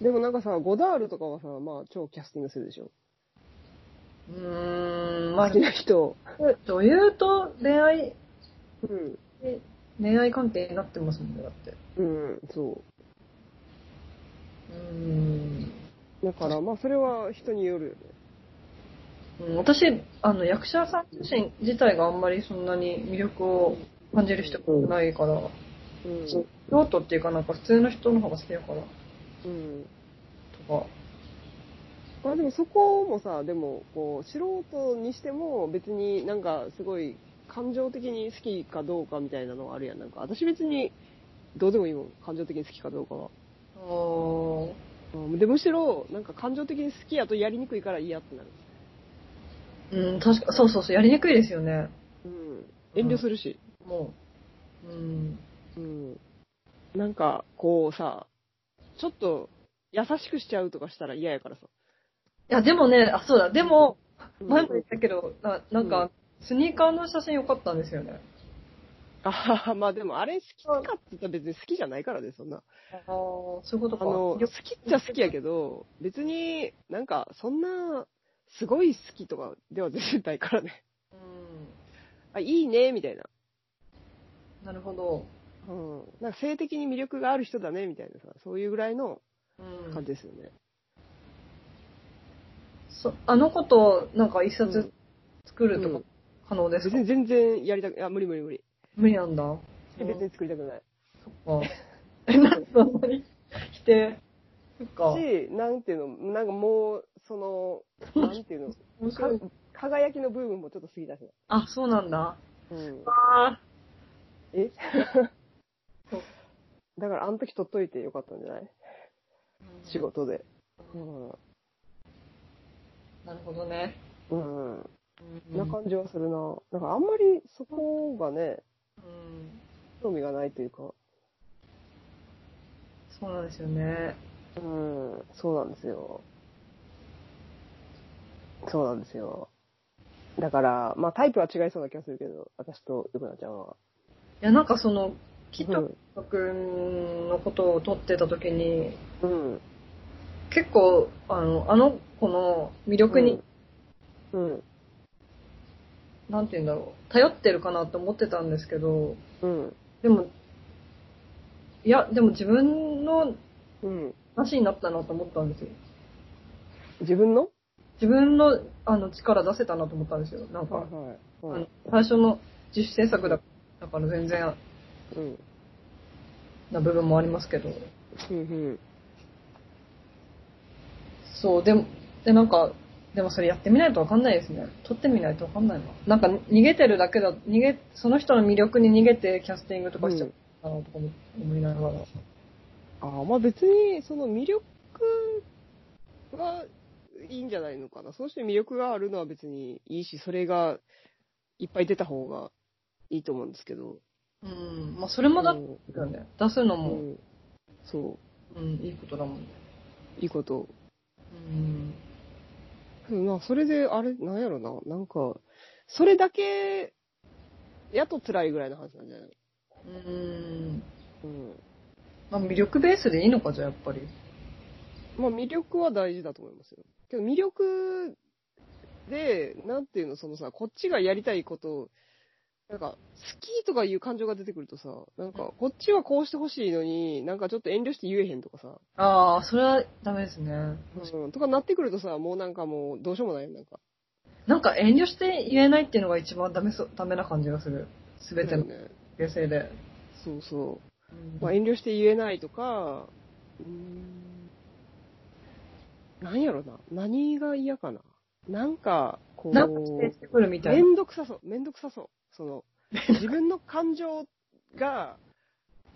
S1: でもなんかさ、ゴダールとかはさ、まあ超キャスティングするでしょ。
S2: うーん、ま
S1: 好
S2: あ
S1: き、な人。
S2: 女優と恋愛
S1: うん。
S2: 恋愛関係になってますもんね、だって。
S1: うん、そう
S2: ーん。
S1: う。だから、まあ、それは人によるよね。
S2: うん私、あの、役者さん自身自体があんまりそんなに魅力を感じる人がないから、
S1: うん。
S2: 京都っていうかなんか普通の人の方が好きだから、
S1: うん。
S2: とか。
S1: まあでもそこもさ、でも、こう、素人にしても別になんかすごい感情的に好きかどうかみたいなのはあるやん。なんか私別にどうでもいいもん。感情的に好きかどうかは。
S2: あー
S1: うんで、むしろなんか感情的に好きやとやりにくいから嫌ってなる。
S2: うん、確か、そうそうそう、やりにくいですよね。
S1: うん。遠慮するし。
S2: もう。うん。
S1: うん。なんか、こうさ、ちょっと優しくしちゃうとかしたら嫌やからさ。
S2: いや、でもね、あ、そうだ、でも、
S1: うん
S2: 前も言ったけど、ななん
S1: う
S2: か、スニーカーの写真良かったんですよね。
S1: あはは まあでもあれ好きかって言ったら別に好きじゃないからね、そんな。
S2: ああ、そういうこと
S1: あ
S2: か。
S1: の、好
S2: よ
S1: きっちゃ好きやけど、別になんかそんな、すごい好きとかでは絶対ないからね。
S2: うん、
S1: あ、いいね、みたいな。
S2: なるほど。
S1: うん。なんか性的に魅力がある人だね、みたいなさ、そういうぐらいの
S2: うん
S1: 感じですよね。
S2: そあの子と、なんか
S1: う
S2: 一冊
S1: ん
S2: 作ると
S1: う
S2: か
S1: ん、
S2: 可能です
S1: 別
S2: か、
S1: に全然やりたく、いや、無理無理無理。
S2: 無理なんだ。
S1: 別に作りたくない。
S2: そっか。 え、なんか、あんまり否定。そっか。
S1: し、なんていうの、なんかもう、そ の、なんていうの、
S2: 面
S1: か
S2: 白い。
S1: 輝きの部分もちょっと過ぎたしね。
S2: あ、そうなんだ。
S1: うん。
S2: あ
S1: え
S2: そう
S1: だからあの時取っといてよかったんじゃない
S2: ー
S1: 仕。事で。うん。
S2: なるほどね。
S1: うん。
S2: うん
S1: な感じはするな。だからあんまりそこがね、
S2: うん
S1: 興味がないというか、
S2: そうなんですよね。
S1: うん、そうなんですよ。そうなんですよ。だから、まあタイプは違いそうな気がするけど、私とゆくなちゃんは。
S2: いや、なんかその、きっ
S1: う
S2: と
S1: ん
S2: 君のことを撮ってた時に、
S1: うん。
S2: 結構、あの、あの子の魅力に、
S1: うん。
S2: なんて言うんだろう、頼ってるかなと思ってたんですけど、
S1: うん。
S2: でも、いや、でも自分の
S1: うん。
S2: 話になったなと思ったんですよ。
S1: 自分の
S2: 自分のあの力出せたなと思ったんですよ。なんか、
S1: はい
S2: あ
S1: はい
S2: の。最初の自主制作だだから全然
S1: うん。
S2: な部分もありますけど。
S1: うん。
S2: そう、でも、で、なんか、でもそれやってみないとわかんないですね。撮ってみないとわかんないな。なんか逃げてるだけだ、逃げ、その人の魅力に逃げてキャスティングとかしちゃったなとか思思いながら。
S1: ああ、まあ別に、その魅力がいいんじゃないのかな。そうして魅力があるのは別にいいし、それがいっぱい出た方がいいと思うんですけど。
S2: うん。まあそれもだ
S1: うん
S2: だよね。出すの
S1: う
S2: も、
S1: んそ
S2: うん、いいことだもんね。
S1: う、いいこと。
S2: うん。
S1: うんまあそれで、あれ、なんやろな。なんか、それだけ、やっと辛いぐらいの話なんじゃない
S2: うん。
S1: うん。
S2: まあ魅力ベースでいいのか、じゃあやっぱり。
S1: まあ魅力は大事だと思いますよ。けど魅力で、なんていうの、そのさ、こっちがやりたいことを、なんか、好きとかいう感情が出てくるとさ、なんか、こっちはこうしてほしいのに、なんかちょっと遠慮して言えへんとかさ、
S2: ああ、それはダメですね。
S1: うん、とかなってくるとさ、もうなんかもうどうしようもないよ、なんか。
S2: なんか遠慮して言えないっていうのが一番ダメそう、ダメな感じがする。すべての
S1: だよね。
S2: 形成で。
S1: そうそう。
S2: うん
S1: まあ、遠慮して言えないとか、うーん、なんやろな、何が嫌かな。なんか、こ
S2: なんか否定
S1: う、
S2: してくるみたい
S1: め
S2: な。
S1: んどくさそう、めんどくさそう。その、自分の感情が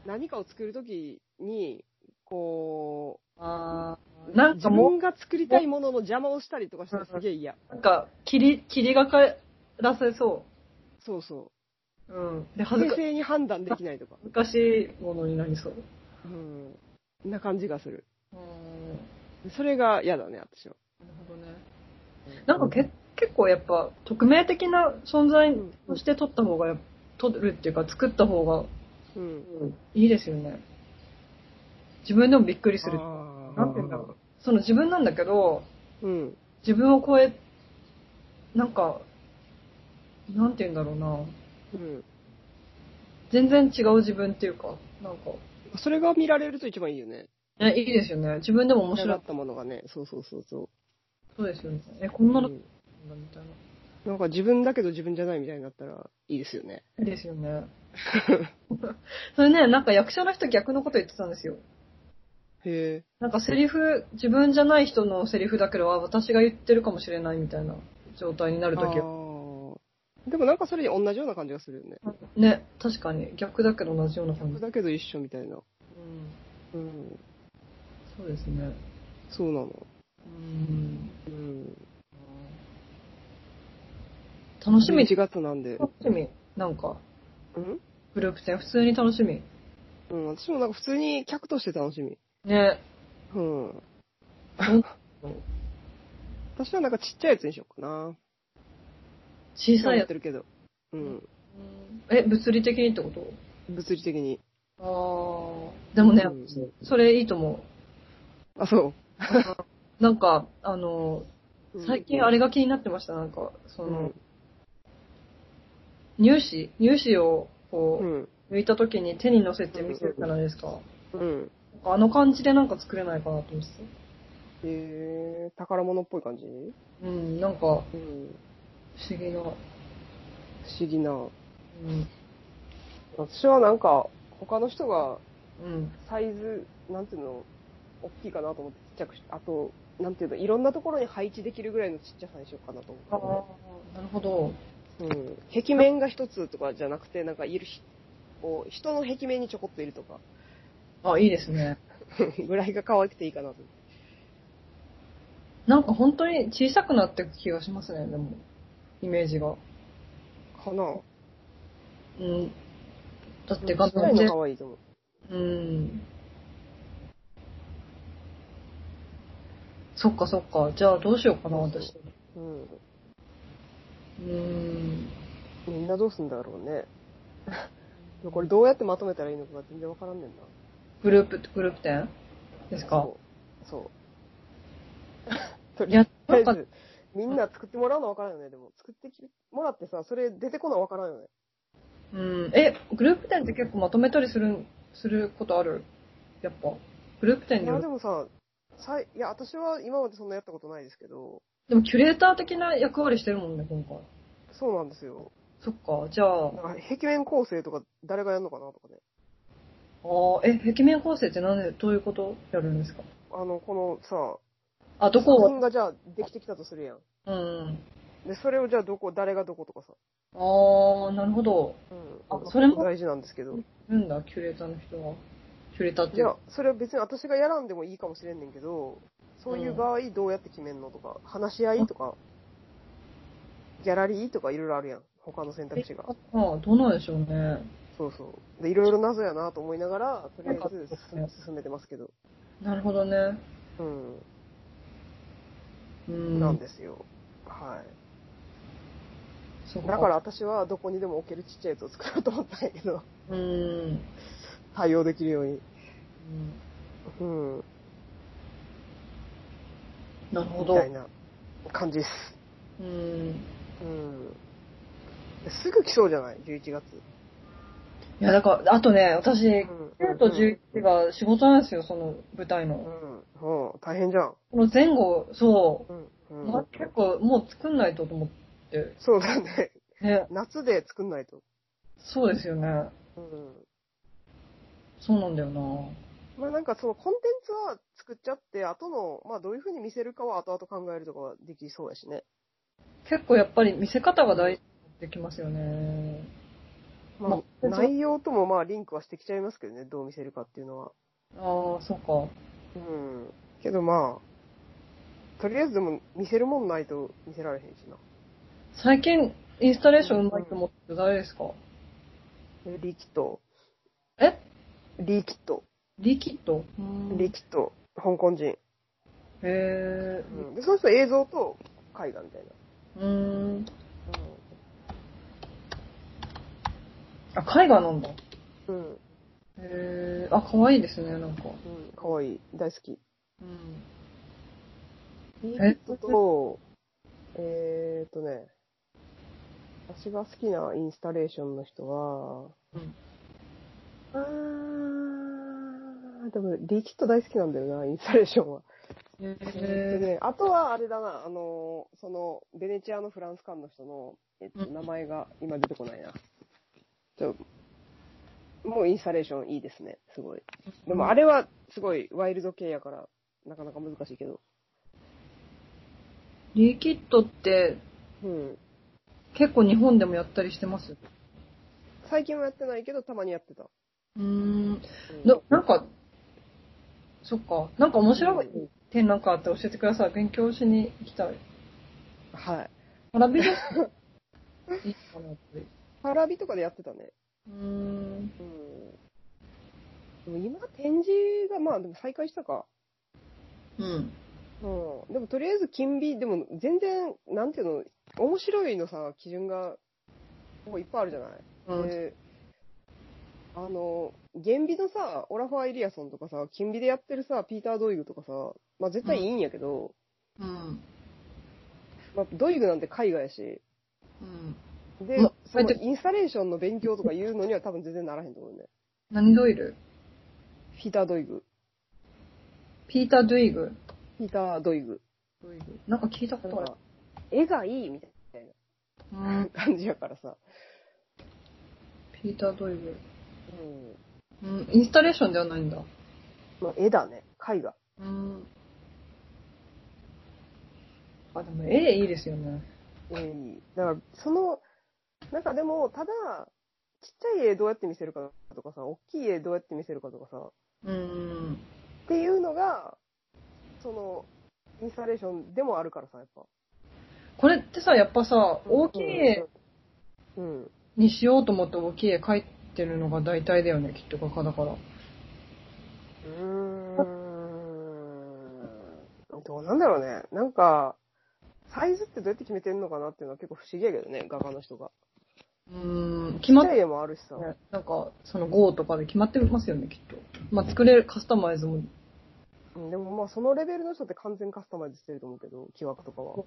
S1: 何かを作るときに、こ
S2: あ
S1: う、
S2: ーなん
S1: 自
S2: かも
S1: 分が作りたいものの邪魔をしたりとかしたらすげえ嫌。
S2: う、なんか、霧、霧がかえらせそ。
S1: そうそう
S2: うん。
S1: う。
S2: で、恥ず
S1: 冷
S2: か恥
S1: 静に判断できないとか。
S2: ずかしいものになりそう。
S1: うん。な感じがする。
S2: うん。
S1: それが嫌だね、私は。
S2: なるほどね。なんかけ結構やっぱ、匿名的な存在として撮った方が、撮るっていうか、作った方が
S1: うん。
S2: いいですよね。自分でもびっくりする。
S1: あー
S2: なんて言うんだろう。その自分なんだけど、
S1: うん。
S2: 自分を超え、なんか、なんて言うんだろうな。
S1: うん。
S2: 全然違う自分っていうか、なんか、
S1: それが見られると一番いいよね。
S2: ね、いいですよね。自分でも面
S1: 面白
S2: 白
S1: か
S2: い
S1: っ。たものがね、そうそうそうそう。
S2: そうですよね。え、こんなの、
S1: う
S2: み
S1: ん
S2: たい
S1: な
S2: な。
S1: んか自分だけど自分じゃないみたいになったらいいですよね。
S2: いいです よね。それね、なんか役者の人逆のこと言ってたんですよ。
S1: へ
S2: なんかセリフ、自分じゃない人のセリフだけど、あ私が言ってるかもしれないみたいな状態にな
S1: え。
S2: る
S1: あ
S2: ときは。
S1: ーでもなんかそれ同じような感じがするよね。
S2: ね、確かに。逆だけど同じような感じ。
S1: 僕だけど一緒みたいな。
S2: うん、
S1: うん。
S2: そうですね。
S1: そうなの。
S2: うん。
S1: うん。
S2: 楽しみ、
S1: 1月なんで。
S2: 楽しみ。なんか、
S1: うん
S2: グループ戦、普通に楽しみ。
S1: うん、私もなんか普通に客として楽しみ。
S2: ね。
S1: うん。
S2: うん
S1: 私はなんかちっちゃいやつにしようかな。
S2: 小
S1: 今
S2: さい
S1: や
S2: や
S1: っ
S2: つ。
S1: てるけど。うん。
S2: え、物理的にってこと
S1: 物理的に。
S2: ああ。でもね、
S1: うん
S2: それいいと思。
S1: あ、そう
S2: なんか、あの、
S1: う。
S2: 最近あれが気になってました。なんか、そ
S1: うん、う
S2: の、
S1: ん。
S2: 乳歯乳歯を、こ
S1: う
S2: う、
S1: ん。
S2: 抜いた時に手に乗せて見せるじゃないですか。
S1: うん。
S2: あの感じでなんか作れないかなと思って
S1: えー、宝物っぽい感じう
S2: た。うん、なんか不
S1: ん。
S2: 思議
S1: 不
S2: な。
S1: 思議な。
S2: うん。
S1: 私はなんか、他の人が
S2: うん。
S1: サイズ、なんていうの、大きいかなと思ってちっちゃくして、あと、なんていうの、いろんなところに配置できるぐらいのちっちゃさにしようかなと
S2: ああ
S1: 思、
S2: なるほど。
S1: って。うん。壁面が一つとかじゃなくて、なんかいる人、こう人の壁面にちょこっといるとか、
S2: あ、いいですね。
S1: ぐらいが可愛くていいかなと思って。
S2: なんか本当に小さくなっていく気がしますね、でも。イメージが。
S1: かなぁ。
S2: うん。だって
S1: ち
S2: 画
S1: っちゃ
S2: 面
S1: い
S2: で
S1: の。可愛いと思う。
S2: うん。そっかそっか。じゃあどうしようかな、私。
S1: うん。
S2: うん。
S1: みんなどうすんだろうね。 これどうやってまとめたらいいのかが全然わからんねんな。
S2: グループ、グループ展ですか
S1: そう。そう。と
S2: い
S1: りあ
S2: や、な
S1: え
S2: んか
S1: ず、みんな作ってもらうのわからんよね、でも。作ってきもらってさ、それ出てこないわからんよね。
S2: うん、え、グループ展って結構まとめたりする、することあるやっぱ。グループ展
S1: い
S2: によ
S1: や、
S2: る
S1: でもさ、さいいや、私は今までそんなやったことないですけど、
S2: でもキュレーター的な役割してるもんね、今回。
S1: そうなんですよ。
S2: そっか、じゃあ、
S1: なんか、壁面構成とか誰がやるのかなとかね。
S2: あーえ、壁面構成ってなんで、どういうことやるんですか
S1: あの、このさ、
S2: あ、どこ
S1: 作
S2: を
S1: 品、がじゃあできてきたとするやん。
S2: うん。
S1: で、それをじゃあどこ、誰がどことかさ。
S2: ああ、なるほど。
S1: うん。
S2: あ
S1: なんか
S2: それも
S1: 大事なんですけど。
S2: いるんだ、キュレーターの人は。キュレーターって
S1: いや、それは別に私がやらんでもいいかもしれんねんけど、そういう場合どうやって決めんのとか、話し合いとか、ギャラリーとかいろいろあるやん。他の選択肢が。
S2: ああ、どうなんでしょうね。
S1: そうそう。で、いろいろ謎やなと思いながら、とりあえず
S2: なんか
S1: す進めてますけど。
S2: なるほどね。
S1: うん。
S2: うん。
S1: なんですよ。は
S2: そっ
S1: い。だから。私はどこにでも置けるちっちゃいやつを作ろうと思ったんやけど、
S2: うん。うん
S1: 対応できるように。うん。
S2: なるほ
S1: み
S2: ど。
S1: たいな感じです。
S2: うん。
S1: うん。すぐ来そうじゃない ?11 月。
S2: いや、だから、あとね、私、
S1: ん
S2: 9と11が仕事なんですよ、その舞台
S1: う
S2: の。
S1: ん。ほう、大変じゃん。
S2: この前後、そ
S1: うん。
S2: う、
S1: う
S2: ま
S1: ん、
S2: 結構もう作んないとと思って。
S1: そうだね。
S2: ね、
S1: 夏で作んないと。
S2: そうですよね。
S1: うん。
S2: そうなんだよな
S1: まあなんかそのコンテンツは作っちゃって、後の、まあどういう風に見せるかは後々考えるとかはできそうやしね。
S2: 結構やっぱり見せ方が大事になってきますよね。ま
S1: ま
S2: あ
S1: あ内容ともまあリンクはしてきちゃいますけどね、どう見せるかっていうのは。
S2: ああ、そうか。
S1: うん。けどまあ、とりあえずでも見せるもんないと見せられへんしな。
S2: 最近、インスタレーションうまいと思って誰ですか
S1: えリキッド。
S2: え
S1: リキッド。
S2: リキッドうん
S1: リキッド。香港人。
S2: へ
S1: うん。で、その人映像と絵画みたい
S2: ー。うーん。
S1: な。
S2: あ、絵画なんだ。
S1: うん。うん。
S2: へー。あ、可愛いですね、なんか。
S1: うん、かわいい。大好き。
S2: うん。
S1: ビートと、えーっとね、私が好きなインスタレーションの人は、
S2: うん
S1: あー、でも、リキッド大好きなんだよな、インスタレーションは。でね、あとはあれだな、あのー、その、ベネチアのフランス館の人の、えっと、
S2: うん
S1: 名前が今出てこないな。ちょもうインスタレーションいいですね、すごい。でもあ
S2: れ
S1: れはすごいワイルド系やから、なかなか難しいけど。
S2: リキッドって
S1: うん。
S2: 結構日本でもやったりしてます
S1: 最近はやってないけど、たまにやってた。
S2: うーん
S1: うん
S2: ななんかそっかなんか面白い展覧会あって教えてください勉強しに行きたい
S1: はい。
S2: パラビですいいかなって
S1: パラビとかでやってたね。
S2: うーん
S1: うん。でも今、展示が、まあでも再開したか。
S2: うん
S1: うん。でもとりあえず金美、でも全然、なんていうの、面白いのさ、基準が、ここいっぱいあるじゃない。
S2: うん
S1: であの、原美のさ、オラファー・エリアソンとかさ、金美でやってるさ、ピーター・ドイグとかさ、まあ絶対いいんやけど、
S2: うん
S1: まあ、ドイグなんて海外やし、
S2: うん
S1: で
S2: うん、
S1: そのインスタレーションの勉強とか言うのには多分全然ならへんと思うね。
S2: 何ドイル
S1: ピーター・ドイグ。
S2: ピーター・ドゥイグ
S1: ピーター・ドイグ。
S2: なんか聞いたこ
S1: なん
S2: とある
S1: か、絵がいいみたい
S2: うん
S1: な感じやからさ。
S2: ピーター・ドイグ
S1: うん。
S2: うんインスタレーションではないんだ
S1: まあ、絵だね。絵画。
S2: うんあでも絵いいですよね
S1: 絵いい。だから、その、なんかでも、ただ、ちっちゃい絵どうやって見せるかとかさ、大きい絵どうやって見せるかとかさ、
S2: うん
S1: っていうのが、その、インスタレーションでもあるからさ、やっぱ。
S2: これってさやっぱさ大きい絵
S1: うん。
S2: にしようと思って大きい絵描いてるのが大体だよねきっと画家だから
S1: うーんどうなんだろうね。なんか、サイズってどうやって決めてんのかなっていうのは結構不思議やけどね、画家の人が。
S2: うん決
S1: ち
S2: ま
S1: っ
S2: っ
S1: ちゃ
S2: て
S1: い絵もあるしさ。
S2: ねなんかその GO とかで決まってますよねきっとまあ作れるカスタマイズも
S1: うんでもまあそのレベルの人って完全カスタマイズしてると思うけど、木枠とかは。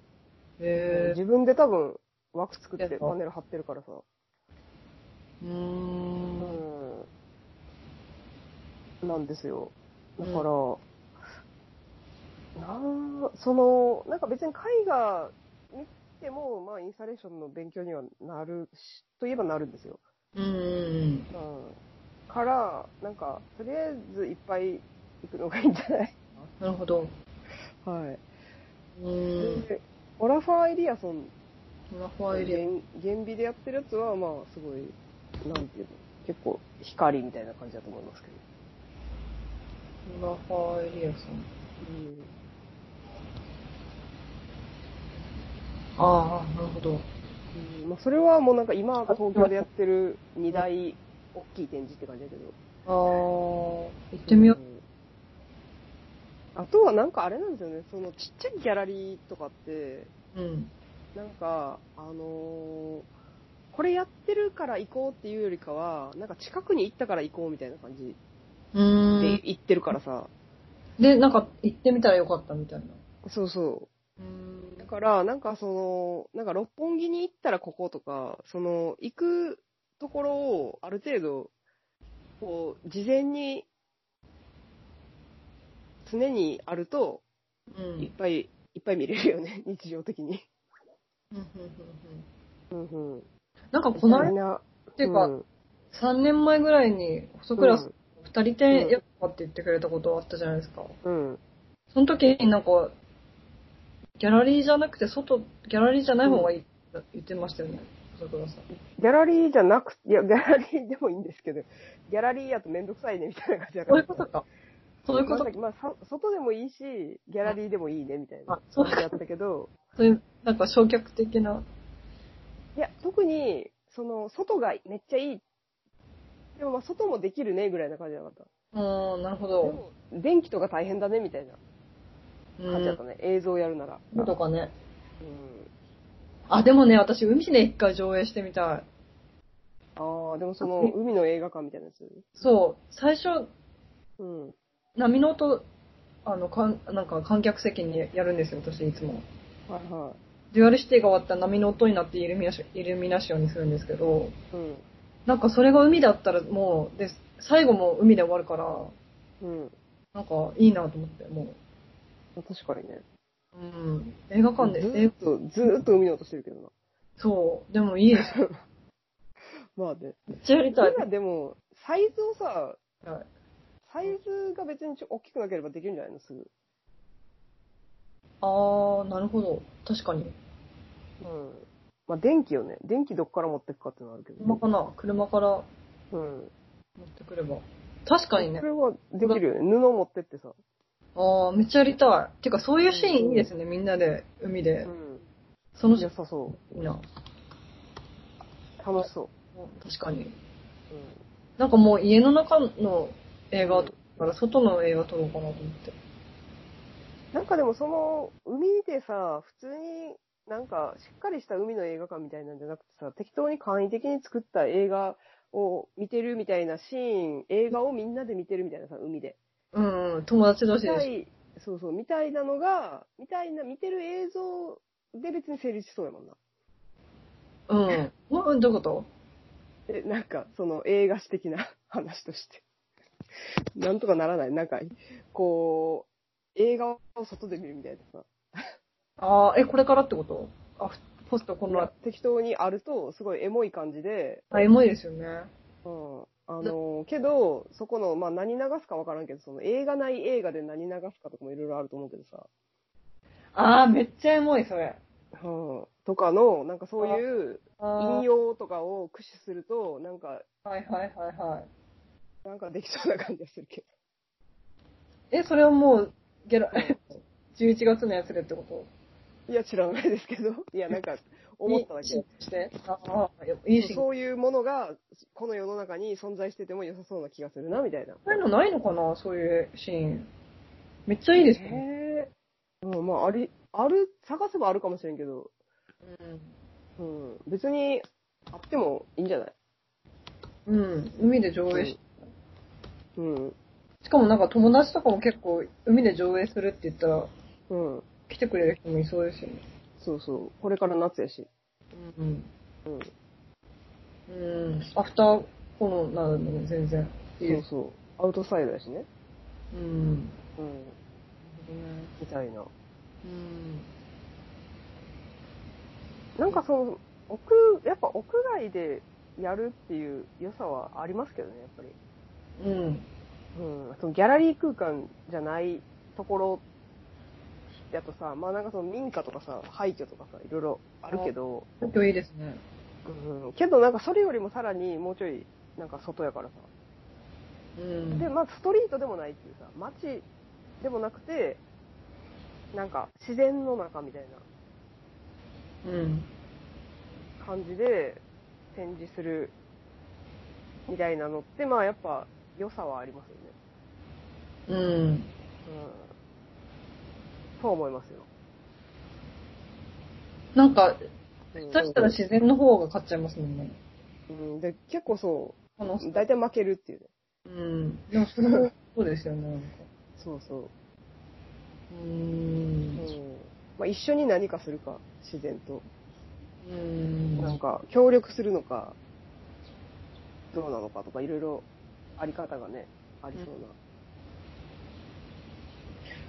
S2: へえ
S1: 自分で多分枠作っ
S2: そう
S1: てパネル貼ってるからさ。
S2: う
S1: うんん。なんですよ。だから、なん、その、なんか別に絵画見ても、まあインスタレーションの勉強にはなるし、といえばなるんですよ。
S2: うん
S1: うん。から、なんか、とりあえずいっぱい行くのがいいんじゃ ない
S2: なるほど
S1: はい。
S2: うん
S1: でオラファー・エリアソン、
S2: オラファーエリア
S1: 原原美でやってるやつは、まあすごい、なんていうの、結構光みたいな感じだと思いますけど。
S2: オラファーエリアさん
S1: うん
S2: ああなるほど
S1: うんまあ、それはもうなんか今東京でやってる2大大きい展示って感じだけど。
S2: ああ行ってみよ
S1: うんあとはなんかあれなんですよね、そのちっちゃいギャラリーとかって、
S2: ううん
S1: なんか、あのーこれやってるから行こうっていうよりかは、なんか近くに行ったから行こうみたいな感じ
S2: うん
S1: で行ってるからさ、
S2: で、なんか行ってみたらよかったみたいな。
S1: そうそう、
S2: うん
S1: だから、なんかその、なんか六本木に行ったらこことか、その、行くところをある程度、こう、事前に、常にあると、
S2: うん。うん
S1: いっぱい、いっぱい見れるよね、 日常的に。
S2: うんうん
S1: うんうん。
S2: なんかこの間っ
S1: な、
S2: ていうか、
S1: うん
S2: 3年前ぐらいに細クラス2人
S1: うん
S2: 展やったって言ってくれたことあったじゃないですか。
S1: うん。
S2: その時になんか、ギャラリーじゃなくて外、ギャラリーじゃない方がいいって言ってましたよね。細倉さん。
S1: ギャラリーじゃなく、いや、ギャラリーでもいいんですけど、ギャラリーやとめんどくさいね、みたいな感じだか
S2: そうい
S1: ら
S2: う。ことか。そういうこと
S1: まあ
S2: か。
S1: まあ、さ外でもいいし、ギャラリーでもいいね、みたいな
S2: あ。そう
S1: 感じだったけど、
S2: そういう、なんか消極的な。
S1: いや、特に、その、外がめっちゃいい。でも、まあ、外もできるね、ぐらいな感じだった。
S2: うーん、なるほ
S1: で
S2: ど。
S1: も、電気とか大変だね、みたいな
S2: う
S1: 感じだっ
S2: ん
S1: た。ね。映像やるなら。
S2: そうとかね。
S1: うん。
S2: あ、でもね、私、海で一回上映してみたい。
S1: ああ、でもその、海の映画館みたいなやつ。
S2: そう。最初、
S1: うん。
S2: 波の音、あの、かんなんか観客席にやるんですよ、私いつも。
S1: はいは
S2: デュアルシティが終わったら波の音になってイルミナシイルミナションにするんですけど、
S1: い。うん。
S2: なんかそれが海だったらもう、で、最後も海で終わるから、
S1: うん。
S2: なんかいいなと思って、も
S1: 確かにね。
S2: う。うん。映画館で、
S1: ず
S2: え
S1: ーっと、ずーっと海の音してるけどな。
S2: そう、でもいいです。
S1: まあね。
S2: めっちゃやりたい。
S1: 今でも、サイズをさ、
S2: はい
S1: サイズが別にちょ大きくなければできるんじゃないのすぐ。
S2: あー、なるほど。確かに。
S1: うん。まあ電気よね。電気どっから持ってくかっていうのはあるけど。
S2: 車かな車から持
S1: うん。
S2: ってくれば。確かにね
S1: そ。れはできるよね。布持ってってさ。
S2: あー、めっちゃやりたい。てか、そういうシーンいいですね、みんなで、海で。
S1: う
S2: その
S1: ん。
S2: シ
S1: 良
S2: ーン
S1: さそ
S2: いいな。
S1: う。楽しそ
S2: 確かに。
S1: う。
S2: なんかもう家の中の映画だから、外の映画撮ろうかなと思って。
S1: なんかでもその、海でさ、普通に、なんか、しっかりした海の映画館みたいなんじゃなくてさ、適当に簡易的に作った映画を見てるみたいなシーン、映画をみんなで見てるみたいなさ、海で。
S2: うん、うん、友達同
S1: み
S2: 士で
S1: た
S2: し
S1: い、そうそう、みたいなのが、みたいな、見てる映像で別に成立しそうやもんな。
S2: ょ。うん。うん、どういうこと
S1: え、 なんか、その映画史的な 話として。なんとかならない。なんか、こう、映画を外で見るみたいなさ。
S2: あー、え、これからってことあ、ふポストこの後。
S1: 適当にあると、すごいエモい感じで、
S2: あ、エモいですよね。
S1: うん。あのー、けど、そこの、まあ、何流すかわからんけど、その映画ない映画で何流すかとかもいろいろあると思うけどさ。
S2: あー、めっちゃエモい、それ。
S1: うん。とかの、なんかそういう
S2: あ
S1: 引
S2: ー
S1: 用とかを駆使すると、なんか、
S2: はいはいはいはい。
S1: なんかできそうな感じがするけ
S2: え、それはもう、ゲラ、
S1: ど。
S2: 11月のやつでってこと
S1: いや、知らないですけど。いや、なんか、思っただ
S2: いいシーン
S1: け。
S2: として。ああ、いいシーン。そ
S1: そういうものが、この世の中に存在してても良さそうな気がするな、みたいな。
S2: ういうのないのかなそういうシーン。めっちゃいいですね。
S1: へえ。うん、まあ、あり、ある、探せばあるかもしれんけど、うん、別に、あってもいいんじゃない
S2: うん。うん。海で上映し、
S1: うん。
S2: しかもなんか友達とかも結構海で上映するって言ったら
S1: うん。
S2: 来てくれる人もいそうですよね。
S1: そうそう。これから夏やし。
S2: うん。
S1: うん。
S2: うん。アフターコロナでも全然いい
S1: そ
S2: で
S1: う
S2: す。
S1: そう。アウトサイドやしね。
S2: うん。
S1: うん。みたいな。
S2: うん。
S1: なんかその、屋、やっぱ屋外でやるっていう良さはありますけどね、やっぱり。
S2: うん。
S1: うん、そのギャラリー空間じゃないところやとさ、まあなんかその民家とかさ、廃墟とかさ、いろいろあるけど、
S2: 東京いいですね。
S1: うん、けどなんかそれよりもさらにもうちょい、なんか外やからさ。
S2: うん。
S1: で、まあストリートでもないっていうさ、街でもなくて、なんか自然の中みたい
S2: うん。
S1: な感じで展示するみたいなのって、まあやっぱ良さはありますよね。
S2: うん。
S1: うん。と思いますよ。
S2: なんか、
S1: うん
S2: そしたら自然の方が勝っちゃいますもんね。
S1: うん、で結構そ
S2: 楽し
S1: う、
S2: い。
S1: 大体負けるっていうね。
S2: うん。でもそれもそうですよね。なんか
S1: そうそう。
S2: う
S1: う
S2: ー
S1: ん
S2: ん。
S1: まあ、一緒に何かするか、自然と。
S2: うーん。
S1: なんか、協力するのか、どうなのかとか、いろいろあり方がね、ありそう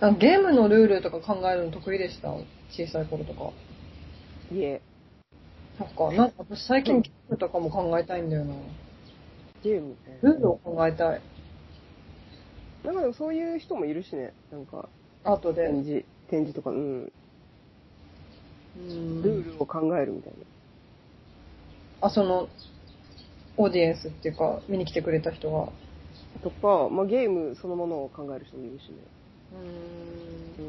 S2: なんかゲームのルールとか考えるの得意でした小さい頃とか。
S1: な家。
S2: そっか。なんか私最近ゲームとかも考えたいんだよな。
S1: ゲーム。
S2: ルールを考えたい。
S1: なんかでもそういう人もいるしね、なんか、
S2: 後で。
S1: 展示、展示とか、うん、
S2: うん
S1: ルールを考えるみたい
S2: あ、その、オーディエンスっていうか、見に来てくれた人が。
S1: な。とか、まあ、ゲームそのものを考える人もいるしね。
S2: う
S1: うん。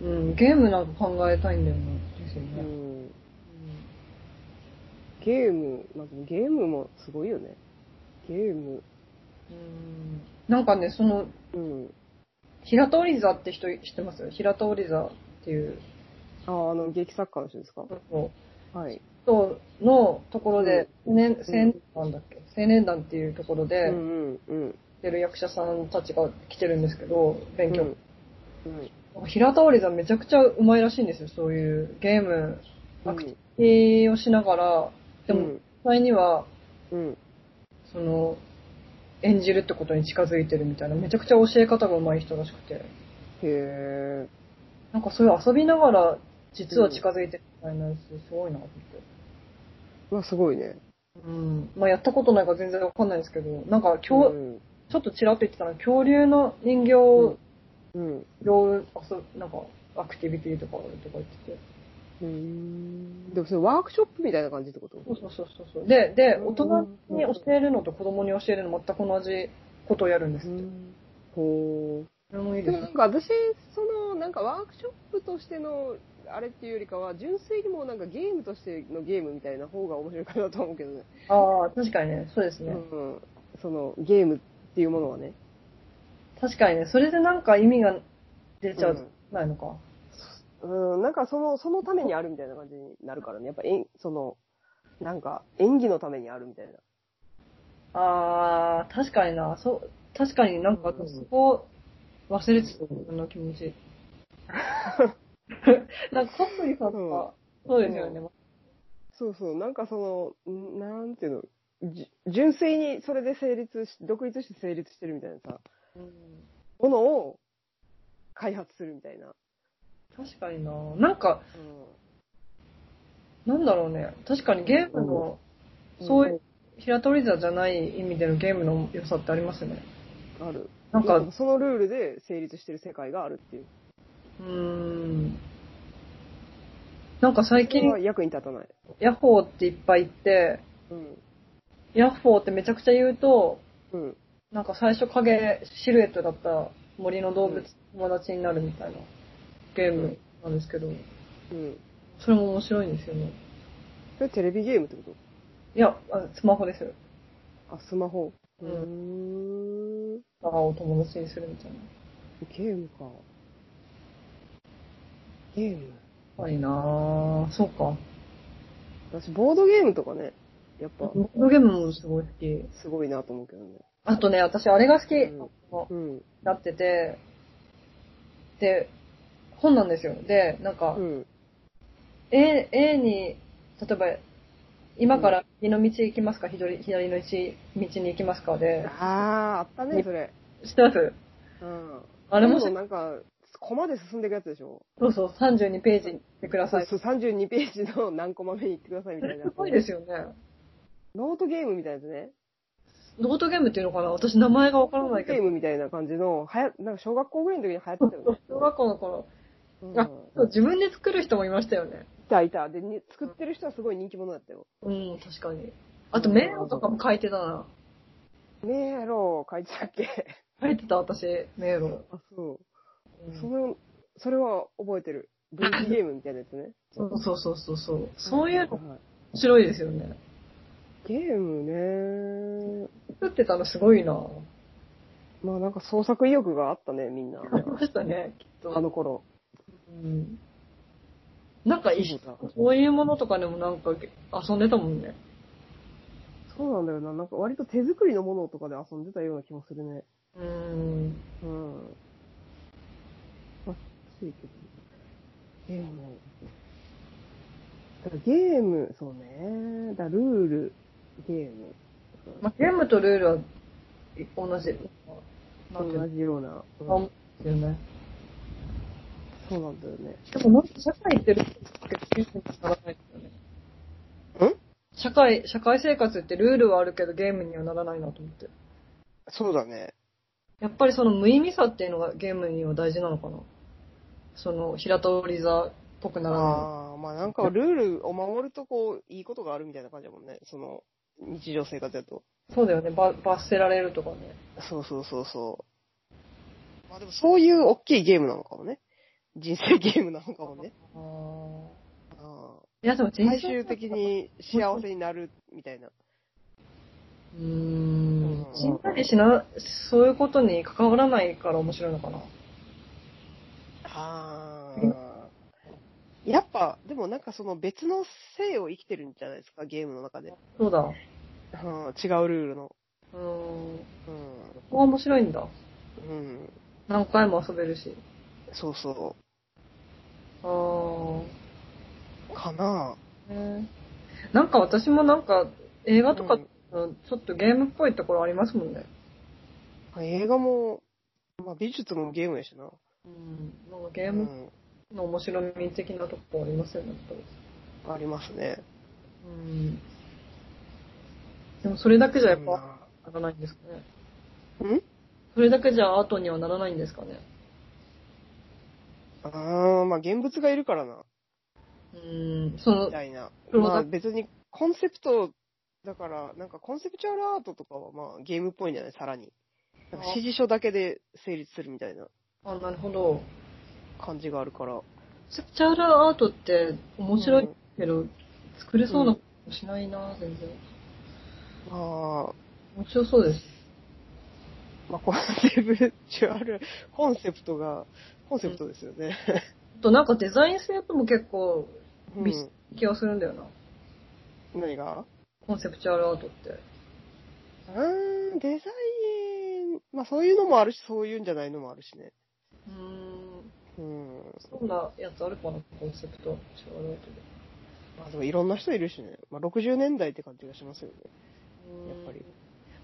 S2: ーん。うん、ゲームなんか考えたいんだよな。ですよ
S1: う
S2: ね。
S1: ん、ゲーム、まあ、でもゲームもすごいよね。ゲーム。
S2: うんなんかね、その、
S1: うん。
S2: 平田織座って人知ってます平田織座っていう
S1: あ、あの、劇作家の人ですかはい。
S2: 人のところで、ね、青年団だっけ青年団っていうところで、
S1: う
S2: やっ
S1: んうん
S2: てる役者さんたちが来てるんですけど、
S1: うん。
S2: 勉強。
S1: うん。
S2: 平田織座めちゃくちゃうまいらしいんですよ、そういうゲーム、アクティビティをしながら、でも、
S1: う
S2: 実
S1: ん
S2: 際には、
S1: うん。
S2: その、演じるってことに近づいてるみたいな、めちゃくちゃ教え方が上手い人らしくて、
S1: へえ。
S2: なんかそういう遊びながら、実は近づいてるみたいなやつ、すごいなと思って。
S1: うわ、すごいね。
S2: うん。まあやったことないから全然わかんないですけど、なんか恐、
S1: うん
S2: ちょっとちらっと言ってたのは、恐竜の人形を
S1: うん。
S2: 酔う、遊なんか、アクティビティとかあるとか言ってて。
S1: うん。でもそれワークショップみたいな感じってこと
S2: そうそうそうそうそう。で、で、
S1: うん
S2: 大人に教えるのと子供に教えるの全く同じことをやるんですって。
S1: ほ。
S2: それもいうい
S1: でも
S2: です
S1: な
S2: ね
S1: ん。か私、その、なんかワークショップとしての、あれっていうよりかは、純粋にもうなんかゲームとしてのゲームみたいな方が面白いかなと思うけどね。
S2: ああ、確かにね、そうです
S1: う
S2: ね。
S1: ん。その、ゲームっていうものはね。
S2: 確かにね、それでなんか意味が出ちゃう
S1: うん
S2: ないのか。
S1: うん、なんかその、そのためにあるみたいな感じになるからね。やっぱ、えんその、なんか、演技のためにあるみたいな。
S2: ああ、確かにな、そう、確かになんか
S1: うん
S2: そこ忘れてた、自分の気持 ち。なんか、コップリさんとか、そうですよね。
S1: そうそう、なんかその、んなんていうの、じ純粋にそれで成立し、独立して成立してるみたいなさ、
S2: うん
S1: ものを開発するみたいな。
S2: 確かにな、なんか、なんだろうね、確かにゲームの、
S1: うん
S2: そういう、平取り座じゃない意味でのゲームの良さってありますよね。
S1: ある。
S2: なんか、
S1: そのルールで成立してる世界があるっていう。
S2: うーん。なんか最
S1: それは
S2: 近、
S1: 役に立たない。
S2: ヤッホーっていっぱい言って、
S1: うん。
S2: ヤッホーってめちゃくちゃ言うと、
S1: うん。
S2: なんか最初影、シルエットだった森の動物、友達になるみたいなゲームなんですけど、
S1: うん。
S2: それも面白いんですよね。
S1: それテレビゲームってこ
S2: いや、あスマホですよ。
S1: とあ、スマホ。
S2: う
S1: うんーん。
S2: あを友達にするみたいな。
S1: ゲームか。ゲーム
S2: 怖いなぁ。そうか。
S1: 私、ボードゲームとかね、やっぱ、
S2: ボードゲームもすごい好き。
S1: すごいなと思うけどね。
S2: あとね、私あれが好き、
S1: うんうん。
S2: なってて、で、本なんですよ。で、なんか、
S1: うん。
S2: A, A に、例えば、今から右の道行きますか、左左の道道に行きますかで、
S1: あー、あったね、それ。
S2: 知ってます
S1: うん。
S2: あれも
S1: で
S2: し、
S1: なんか、コマで進んでいくやつでしょ
S2: そうそう、32ページでくだ
S1: そ
S2: さ
S1: う
S2: い。
S1: そう、32ページの何コマ目に行ってくださいみ
S2: そ
S1: たい
S2: れ
S1: な。
S2: すごいですよね。
S1: ノートゲームみたいなやつね。
S2: ノートゲームっていうのかな私名前がわから
S1: ノ
S2: な
S1: ー
S2: い
S1: ト
S2: け
S1: ゲー
S2: ど。
S1: ムみたいな感じの、はや、なんか小学校ぐらいの時に流行ってたよね。
S2: 小学校の頃、
S1: うん
S2: あそう、自分で作る人もいましたよね。
S1: いたいた。で、に作ってる人はすごい人気者だったよ。
S2: うん、確かに。あと、迷路とかも書いてたな。
S1: ねえ、やろう、書いてたっけ
S2: 書いてた、私、迷路。
S1: あ、そう。
S2: うん
S1: その、それは覚えて る。分岐ゲームみたいなやつね。
S2: そうそうそうそうそう。そういうの
S1: はい
S2: 面白いですよね。
S1: ゲームね。
S2: 作ってたのすごいな。
S1: まあなんか創作意欲があったね、み んな。
S2: ありましたね、きっと。
S1: あの頃。
S2: うん。なんか一緒、
S1: そう
S2: そういうものとかでもなんか遊んでたもんね。
S1: そうなんだよな。なんか割と手作りのものとかで遊んでたような気もするね。
S2: うん。
S1: うん。まあ、ついけど。ゲーム。だからゲーム、そうね。だからルール、ゲーム。
S2: まあ、ゲームとルールは同じ。なんていう
S1: 同
S2: の
S1: じような。うん
S2: あんですよね。
S1: そうなんだよね。
S2: でも、なんか社会ってルールって結構ならないですよね。
S1: ん
S2: 社会、社会生活ってルールはあるけどゲームにはならないなと思って。
S1: そうだね。
S2: やっぱりその無意味さっていうのがゲームには大事なのかな。その、平通り座っぽくならない。
S1: ああ、まあなんかルールを守るとこう、いいことがあるみたいな感じだもんね。その、日常生活だと。
S2: そうだよね、ば罰せられるとかね。
S1: そうそうそうそう。まあでもそういう大きいゲームなのかもね。人生ゲームなのかもね。あ
S2: いや、でも
S1: ー
S2: 人
S1: 最終的。に幸せになるみたいな。
S2: うーん
S1: う。ん
S2: 死んだりしな、そういうことに関わらないから面白いのかな。
S1: ああ。やっぱ、でもなんかその別の性を生きてるんじゃないですか、ゲームの中で。
S2: そうだ。う
S1: うん、違うルールの。
S2: ーん。こ
S1: う
S2: こは面白いんだ。
S1: ん。うん。
S2: 何回も遊べるし。
S1: そうそ
S2: あ
S1: う。
S2: ー。
S1: かな
S2: へーなんか私もなんか、映画とか
S1: うん
S2: うんちょっとゲームっぽいところありますもんね。
S1: 映画も、まあ、美術もゲームやしな。
S2: うん。なんかゲ
S1: う
S2: ーム
S1: ん、
S2: の面白み的なとこありますよね、やっぱり。
S1: ありますね。
S2: うん。でもそれだけじゃやっぱ、ならないんですかね。
S1: うん
S2: それだけじゃアートにはならないんですかね。
S1: あーまあ現物がいるからな、
S2: うん。そ
S1: み
S2: の、
S1: たいな。
S2: うん
S1: まあ別にコンセプト、だから、なんかコンセプチュアルアートとかはまあゲームっぽいんじゃないさらに。なんか指示書だけで成立するみたいな
S2: あ、なるほど。
S1: 感じがあるから。
S2: スプチャールアートって面白いけど、作れそうなことしないな、全然。
S1: まあ、
S2: 面白そうです。
S1: まあコンセプチュアル、コンセプトが、コンセプトですよね。
S2: あとなんかデザイン性とも結構
S1: う
S2: 見せ
S1: ん、
S2: 気がするんだよな。
S1: 何が
S2: コンセプチュアルアートって。
S1: うーん、デザイン、まあそういうのもあるし、そういうんじゃないのもあるしね。
S2: うーん。
S1: うん。
S2: そんなやつあるかな、コンセプトチュアルアートで。
S1: まあでもいろんな人いるしね。まあ60年代って感じがしますよね。
S2: うん
S1: やっぱり。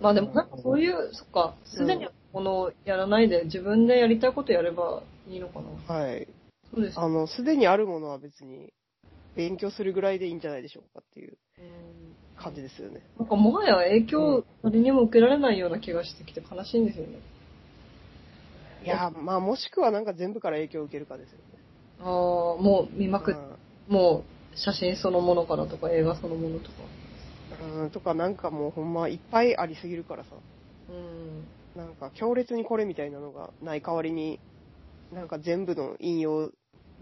S2: まあでもなんかそういう、そっか、すでにこのやらないで自分でやりたいことやればいいのかな。
S1: はい。
S2: そうですよ。
S1: あの、すでにあるものは別に勉強するぐらいでいいんじゃないでしょうかっていう
S2: うん
S1: 感じですよね。
S2: なんかもはや影響、誰にも受けられないような気がしてきて悲しいんですよね。
S1: いやー、まあもしくはなんか全部から影響を受けるかですよね。
S2: ああ、もう見まくっ、
S1: う
S2: もう写真そのものからとか映画そのものとか。
S1: んうん、とかなんかもうほんまいっぱいありすぎるからさ、
S2: うん。
S1: なんか強烈にこれみたいなのがない代わりに、なんか全部の引用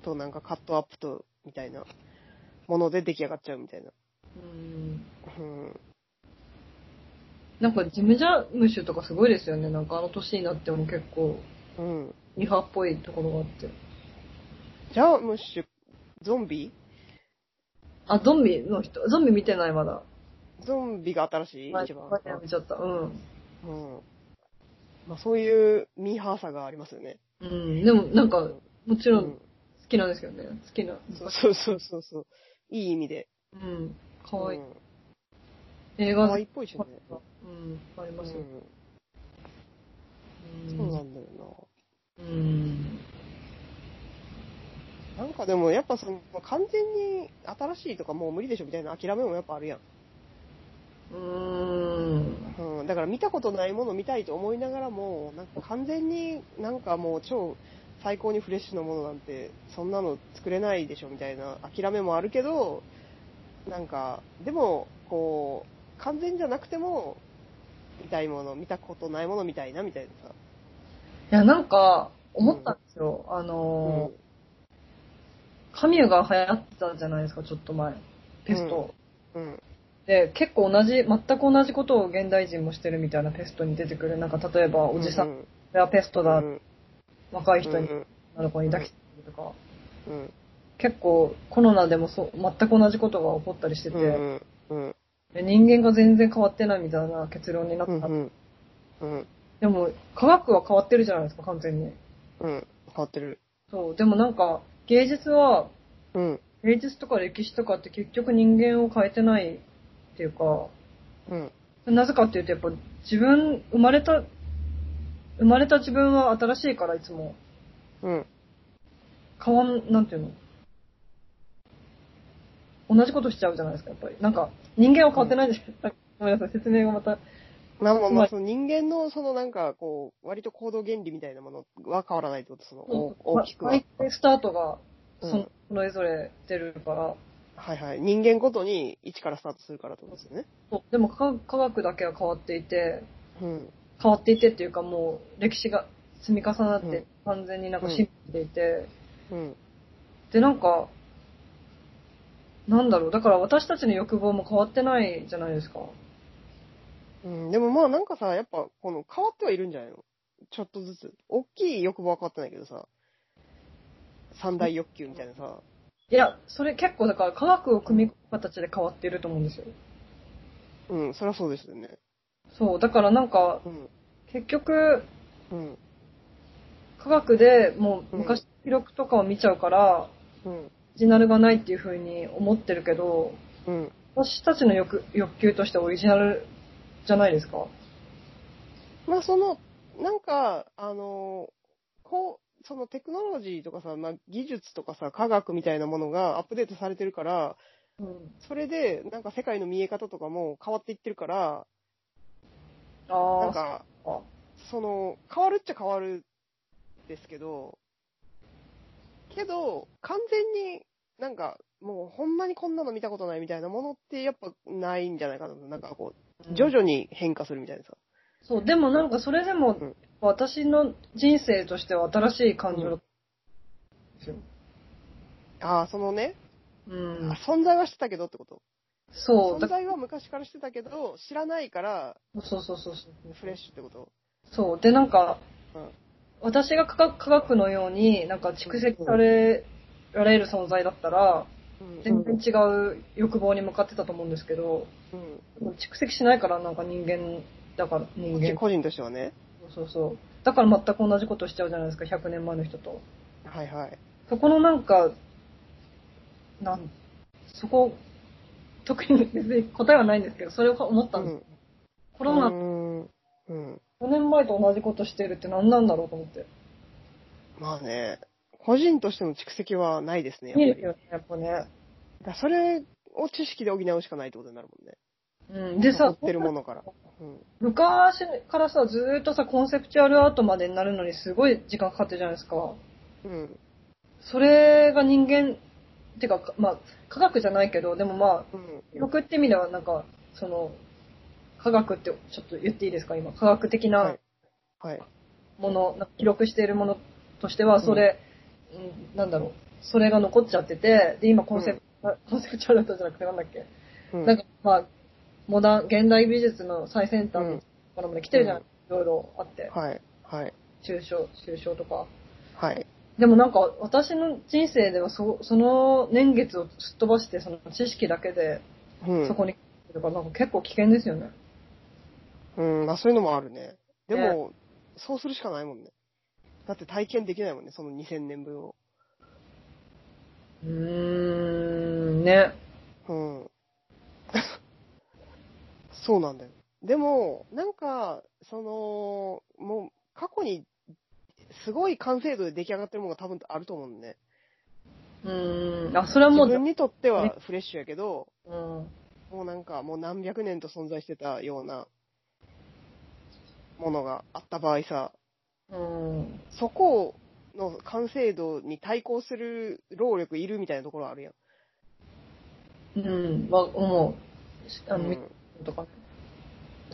S1: となんかカットアップとみたいなもので出来上がっちゃうみたいな。
S2: うん。
S1: うん、
S2: なんかジムジャムシュとかすごいですよね。なんかあの年になっても結構、
S1: うん。
S2: リハっぽいところがあって。
S1: じゃあムッシュ、ゾンビ
S2: あ、ゾンビの人、ゾンビ見てないまだ。
S1: ゾンビが新しい
S2: 前
S1: 一番。
S2: 前やめちゃった。うん。
S1: うん。まあそういうミーハーさがありますよね。
S2: うん。でもなんか、もちろん
S1: うん
S2: 好きなんですけどね。好きな。
S1: そうそうそうそうそう。いい意味で。
S2: うん。かわいい。
S1: うん
S2: 映
S1: 可
S2: 画
S1: 愛いっぽいしね。
S2: うん。あり
S1: う
S2: ますよ。
S1: ん。そうなんだよ
S2: うん。
S1: な。なんかでもやっぱその、完全に新しいとかもう無理でしょみたいな諦めもやっぱあるやん。
S2: うん。
S1: うん。だから見たことないもの見たいと思いながらも、なんか完全になんかもう超最高にフレッシュなものなんて、そんなの作れないでしょみたいな諦めもあるけど、なんか、でも、こう、完全じゃなくても、見たいもの、見たことないもの見たいなみたいなさ。
S2: いや、なんか、思ったんですよ。あのー、カミュが流行ってたじゃないですか、ちょっと前。ペスト。
S1: うん。うん。
S2: で、結構同じ、全く同じことを現代人もしてるみたいなペストに出てくる。なんか、例えば、おじさん、
S1: う
S2: こ
S1: ん
S2: れはペストだ、
S1: うん
S2: 若い人に
S1: う、ん
S2: 女の子に抱きついてるとか。
S1: うん
S2: 結構、コロナでもそう、全く同じことが起こったりしてて、
S1: うんうん
S2: で人間が全然変わってないみたいな結論になっ
S1: う
S2: た。
S1: んうんうん
S2: でも、科学は変わってるじゃないですか、完全に。
S1: うん変わってる
S2: そう。でもなんか、芸術は、
S1: うん
S2: 芸術とか歴史とかって結局人間を変えてないっていうか、
S1: うん
S2: なぜかっていうとやっぱ自分、生まれた、生まれた自分は新しいからいつも、
S1: うん
S2: 変わん、なんていうの同じことしちゃうじゃないですか、やっぱり。なんか、人間は変わってないじゃないですか。 ごめんなさい、説明がまた。
S1: まあまあま
S2: つま
S1: あ
S2: り
S1: その人間のそのなんかこう割と行動原理みたいなものは変わらないってことそのお大きくは
S2: 毎回スタートが、
S1: う
S2: そ
S1: ん
S2: の、それぞれ出るから、
S1: はいはい人間ごとに1からスタートするからってことですよね
S2: そうでも科科学だけは変わっていて、
S1: うん
S2: 変わっていてっていうかもう歴史が積み重なって完全になんか進歩していて、
S1: うん
S2: でなんかなんだろうだから私たちの欲望も変わってないじゃないですか
S1: うん、でもまあなんかさ、やっぱこの変わってはいるんじゃないのちょっとずつ。大きい欲望は変わってないけどさ、三大欲求みたいなさ、
S2: いやそれ結構だから科学を組み込む形で変わっていると思うんですよ
S1: うん、そりゃそうですよね。
S2: そうだからなんか
S1: うん、
S2: 結局
S1: うん、
S2: 科学でもう昔の記録とかを見ちゃうから
S1: うん、
S2: オリジナルがないっていうふうに思ってるけど
S1: うん。
S2: 私たちの欲欲求としてオリジナルじゃないですか
S1: まあその、なんか、あの、こう、そのテクノロジーとかさ、まあ、技術とかさ、科学みたいなものがアップデートされてるから、
S2: うん。
S1: それで、なんか世界の見え方とかも変わっていってるから、な
S2: あ
S1: ん
S2: あ、そっ
S1: か、
S2: か。
S1: その、変わるっちゃ変わるですけど、けど、完全になんか、もうほんまにこんなの見たことないみたいなものってやっぱないんじゃないかな。なんかこう、徐々に変化するみたいなさ。
S2: そう、でもなんかそれでも
S1: うん、
S2: 私の人生としては新しい感情だったん
S1: ああ、そのね、
S2: うん。
S1: あ存在はしてたけどってこと。
S2: そう、
S1: 存
S2: だ
S1: 在は昔からしてたけど、知らないから
S2: そうそうそうそう。
S1: フレッシュってこと。
S2: そう、でなんか
S1: うん、
S2: 私が科学科学のように、なんか蓄積されられる存在だったら、
S1: うん
S2: 全然違う欲望に向かってたと思うんですけど、
S1: うん。
S2: 蓄積しないからなんか人間だから、人
S1: 個人
S2: 間。
S1: 個人としてはね。
S2: そうそう。だから全く同じことしちゃうじゃないですか、100年前の人と。
S1: はいはい。
S2: そこのなんか、なん、そこ、特に別に答えはないんですけど、それを思ったんです。
S1: うん
S2: コロナ、
S1: うんうん。
S2: 5年前と同じことしてるって何なんだろうと思って。
S1: まあね、個人としての蓄積はないですね、やっぱ
S2: 見
S1: り
S2: え。るよね、やっぱね。
S1: だからそれを知識で補うしかないってことになるもんね。
S2: うん。でさ
S1: 残、ってるものから。うん。
S2: 昔からさ、ずーっとさ、コンセプチュアルアートまでになるのにすごい時間かかってるじゃないですか。
S1: うん。
S2: それが人間、てか、まあ、科学じゃないけど、でもまあ、
S1: うん。
S2: 記録って意味ではなんか、その、科学ってちょっと言っていいですか、今。科学的な、
S1: はいはい。
S2: もの、なんか記録しているものとしては、それ、うんなんだろう、それが残っちゃってて、で、今コンセプト、コンセプチュアルアートじゃなくてなんだっけ、
S1: うん。
S2: なんかまあ、モダン、現代美術の最先
S1: う
S2: 端の
S1: ん
S2: と。ころまで来てるじゃん、
S1: うん
S2: いろいろあって、
S1: はい。はい。
S2: 抽象、抽象とか。
S1: はい。
S2: でもなんか、私の人生ではそ、その年月をすっ飛ばして、その知識だけで、
S1: うん。
S2: そこに、だからなんか結構危険ですよね。
S1: うん。まあそういうのもあるね。でも、そうするしかないもんね。だって体験できないもんね、その2000年分を。
S2: うーん、ね。
S1: うん。 そうなんだよ。でも、なんか、その、もう、過去に、すごい完成度で出来上がってるものが多分あると思うんだね。
S2: うーん、あ、それはも
S1: 自
S2: う、
S1: 分にとって
S2: ね
S1: はフレッシュやけど、
S2: うん。
S1: もうなんかもう何百年と存在してたようなものがあった場合さ、
S2: うん。
S1: そこの完成度に対抗する労力いるみたいなところあるやん。
S2: うん、まあ、思うし。あの、
S1: う
S2: 見
S1: ん
S2: るとかね。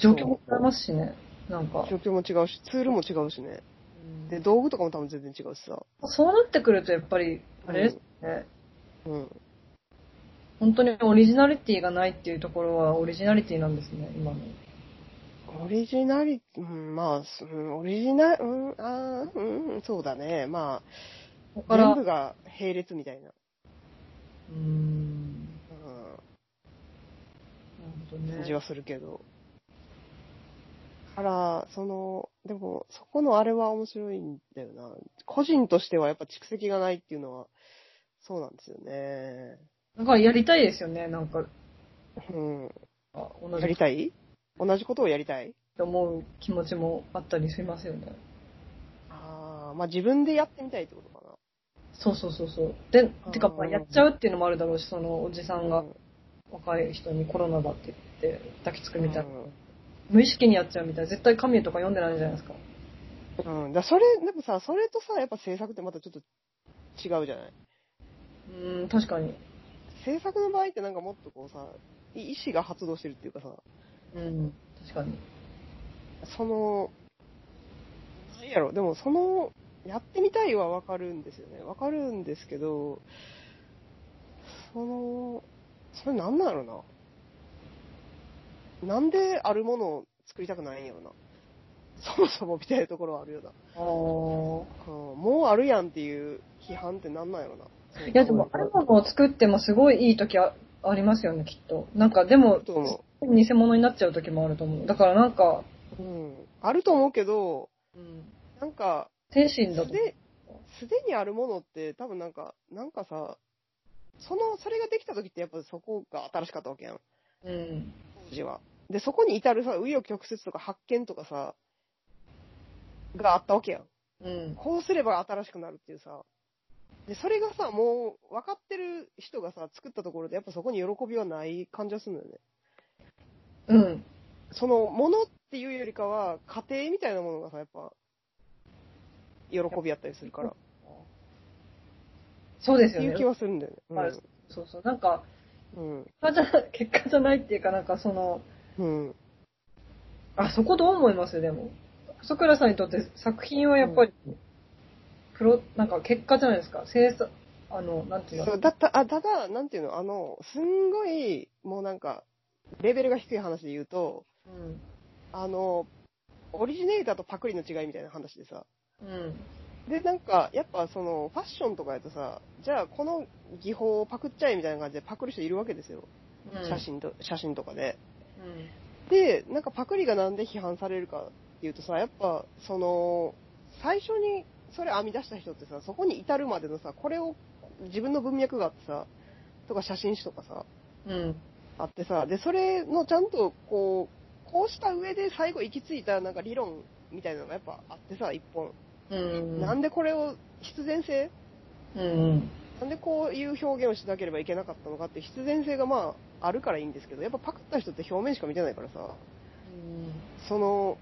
S2: 状況も違いますしね。なんか。
S1: 状況も違うし、ツールも違うしね。
S2: で
S1: で、道具とかも多分全然違うしさ。
S2: そうなってくると、やっぱり、あれですね。
S1: うん。
S2: 本当にオリジナリティがないっていうところは、オリジナリティなんですね、今の。
S1: オリジナリ、うん、まあ、すうんオリジナ、うん、あーうん、そうだね。ま
S2: ここ
S1: あ、
S2: か
S1: 全
S2: ら、
S1: 部
S2: う
S1: が並列みたいな。
S2: ーん。
S1: うん。
S2: なるほど
S1: 感じ
S2: ね。
S1: はするけど。から、その、でも、そこのあれは面白いんだよな。個人としてはやっぱ蓄積がないっていうのは、そうなんですよね。
S2: だからやりたいですよね、なんか、
S1: う
S2: あ
S1: ん。
S2: 同
S1: や
S2: じ
S1: りたい同じことをやりたい
S2: と思う気持ちもあったりしますよね。
S1: ああ、まあ自分でやってみたいってことか
S2: そうそうそうそう。で、てか、
S1: うん
S2: まあ、やっちゃうっていうのもあるだろうし、そのおじさん
S1: な。
S2: が若い人にコロナだって言って抱きつくみたいな。
S1: う
S2: 無意識にやっちゃうみたいな。絶対神とか読んでないじゃないですか。
S1: ん。うん。だそれ、でもさ、それとさ、やっぱ制作ってまたちょっと違うじゃない
S2: うん、確かに。
S1: 制作の場合ってなんかもっとこうさ、い意志が発動してるっていうかさ、
S2: うん、確かに。
S1: その、なんやろ、でもその、やってみたいはわかるんですよね。わかるんですけど、その、それなんなんやろな。なんであるものを作りたくないんやろな。そもそもみたいなところはあるよな。
S2: あ
S1: う
S2: あ。
S1: んもうあるやんっていう批判ってなんなんやろな。
S2: いや、でも、あるものを作ってもすごいいい時あありますよね、きっと。なんか、でも、
S1: と思
S2: 偽物になっちゃう時もあると思う。だから、なんか、
S1: う。うん。あると思うけど、
S2: うん、
S1: なんか、
S2: 精神だ
S1: 素
S2: と。
S1: で、素でにあるものって多分なんか、なんかさ、その、それができた時ってやっぱそこが新しかったわけやん、
S2: うん。
S1: 当時は。で、そこに至るさ、紆余曲折とか発見とかさ、があったわけやん。
S2: うん。
S1: こうすれば新しくなるっていうさ。で、それがさ、もう分かってる人がさ、作ったところでやっぱそこに喜びはない感じはするんだよね。
S2: うん。
S1: その、ものっていうよりかは、家庭みたいなものがさ、やっぱ、喜びやったりするから。っ
S2: そうで
S1: て
S2: すよ
S1: いう
S2: ね
S1: 気。はするんだよ
S2: はい
S1: ね。
S2: そうそう。なんか、
S1: うん。
S2: 結果じゃ、結果じゃないっていうか、なんかその、
S1: うん。うん。
S2: あ、そこどう思いますでも。細倉さんにとって作品はやっぱり、プロ、なんか結果じゃないですか。制作、あの、なんていう
S1: そ
S2: の
S1: う、だった、あ、ただ、なんていうの、あの、すんごい、もうなんか、レベルが低い話で言うと、
S2: うん。
S1: あの、オリジネーターとパクリの違いみたいな話でさ。
S2: うん。
S1: で、なんか、やっぱその、ファッションとかやとさ、じゃあこの技法をパクっちゃえみたいな感じでパクる人いるわけですよ。
S2: うん
S1: 写。真と、写真とかで。
S2: うん。
S1: で、なんかパクリがなんで批判されるかっていうとさ、やっぱ、その、最初にそれ編み出した人ってさ、そこに至るまでのさ、これを、自分の文脈があってさ、とか写真集とかさ、
S2: うん。
S1: あってさ、で、それのちゃんとこう、こうした上で最後行き着いたなんか理論みたいなのがやっぱあってさ、一本。
S2: うん。
S1: なんでこれを必然性
S2: うん。
S1: なんでこういう表現をしなければいけなかったのかって必然性がまああるからいいんですけど、やっぱパクった人って表面しか見てないからさ、
S2: うん。
S1: その、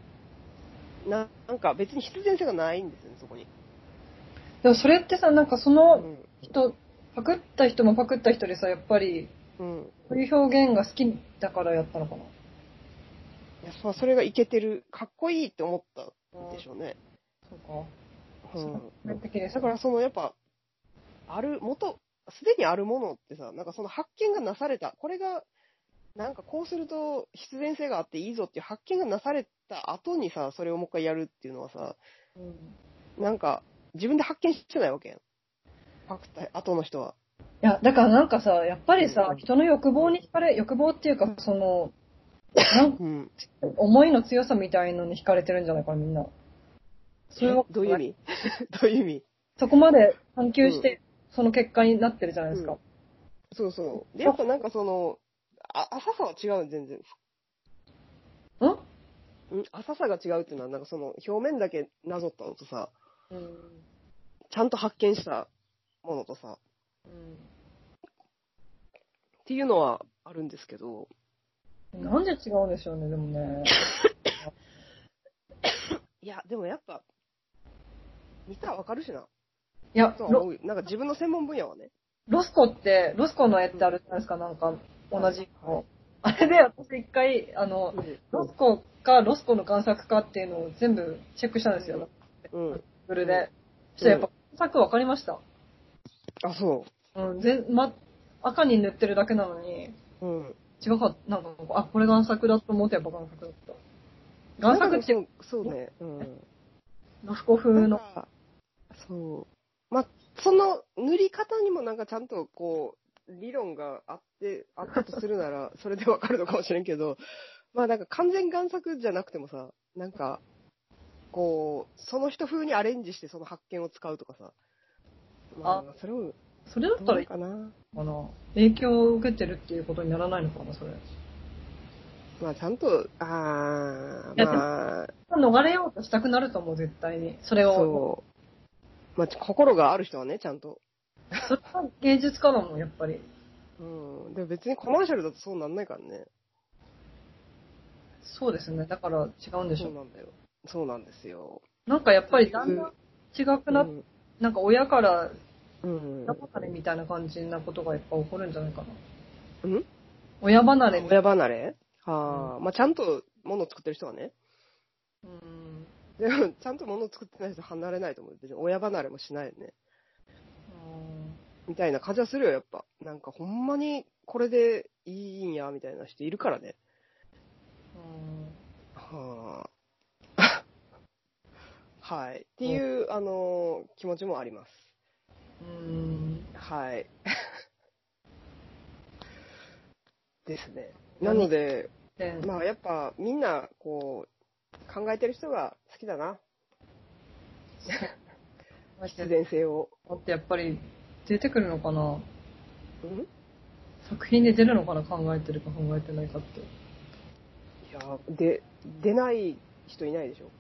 S1: ななんか別に必然性がないんですよね、そこに。
S2: でもそれってさ、なんかそうの
S1: ん。
S2: 人、パクった人もパクった人でさ、やっぱり、
S1: うん。
S2: こういう表現が好きだからやったのかな。
S1: いや、そうそれがいけてる、かっこいいって思ったんでしょうね。
S2: そうか。
S1: うん。
S2: 完璧です。
S1: だから、そのやっぱ、ある、元、すでにあるものってさ、なんかその発見がなされた、これが、なんかこうすると必然性があっていいぞっていう発見がなされた後にさ、それをもう一回やるっていうのはさ、
S2: うん
S1: なんか自分で発見してないわけやん。パクった後の人は。
S2: いや、だからなんかさ、やっぱり
S1: う
S2: さ
S1: ん、
S2: 人の欲望に惹かれ、欲望っていうか、その、なんか
S1: うん。
S2: 思いの強さみたいのに惹かれてるんじゃないかな、みんな。それは
S1: どういう意味 どういう意味
S2: そこまで探求して、その結果になってるじゃないですか。
S1: そうそう。で、やっぱなんかその、あ浅さは違うの全然。
S2: うん
S1: うん浅さが違うっていうのは、なんかその表面だけなぞったのとさ、
S2: うん。
S1: ちゃんと発見したものとさ、っていうのはあるんですけど、
S2: なんで違うんでしょうね、で もね。
S1: いや、でもやっぱ、見たらわかるしな、
S2: いや、
S1: とは
S2: ロ
S1: 思うよ。なんか自分の専門分野はね。
S2: ロスコって、ロスコの絵ってあるじゃないですか、なんか、同じの。あれで私一回、あの、ロスコかロスコの贋作かっていうのを全部チェックしたんですよ、
S1: うん。
S2: ブルで。そしたらやっぱ、贋作分かりました。
S1: あ、そ
S2: うん、全、ま、赤に塗ってるだけなのに、
S1: う。うん。
S2: 違うかった、なんか、あ、これ贋作だと思ってやっぱ贋作だった。贋
S1: なん
S2: 作
S1: か
S2: って
S1: そうそうね。うん。
S2: ロスコ風
S1: なん
S2: の。
S1: かそう。ま、その塗り方にもなんかちゃんとこう、理論があって、あったとするな ら、それでわかるのかもしれんけど、まあなんか完全贋作じゃなくてもさ、なんか、こう、その人風にアレンジしてその発見を使うとかさ。まあ、それも、
S2: それだった
S1: ど
S2: ら
S1: う
S2: いい
S1: かな。
S2: かな。影響を受けてるっていうことにならないのかな、それ。
S1: まあ、ちゃんと、あー、
S2: いやでも
S1: まあ、
S2: 逃れようとしたくなると思う、絶対に。それを。
S1: そう。まあ、心がある人はね、ちゃんと。
S2: それは芸術家だもん、やっぱり。
S1: うん。でも別にコマーシャルだとそうなんないからね。
S2: そうですね。だから違うんでし
S1: そ
S2: ょ
S1: うなんだよ。そうなんですよ。
S2: なんかやっぱりだんだん違くなっ、
S1: うん
S2: なんか親から、
S1: うん。
S2: 親離れみたいな感じなことがいっぱい起こるんじゃないかな。
S1: ん
S2: 親離れみたい
S1: 親離れああ、まあ、ちゃんと物を作ってる人はね。
S2: な。うん
S1: でも、ちゃんと物を作ってない人は離れないと思う。別に親離れもしないよね。みたいな感じはするよ、やっぱ。なんか、ほんまに、これでいいんや、みたいな人いるからね。
S2: うん
S1: はあ。 はい。っていう、あのー気持ちもあります。
S2: うん
S1: はい。 ですね。なので、
S2: で
S1: まあやっぱみんな、こう、考えてる人が好きだな。必然性を。
S2: だってやっぱり出てくるのかな
S1: うん
S2: 作品で出るのかな考えてるか考えてないかって。
S1: いやーで、出ない人いないでしょ。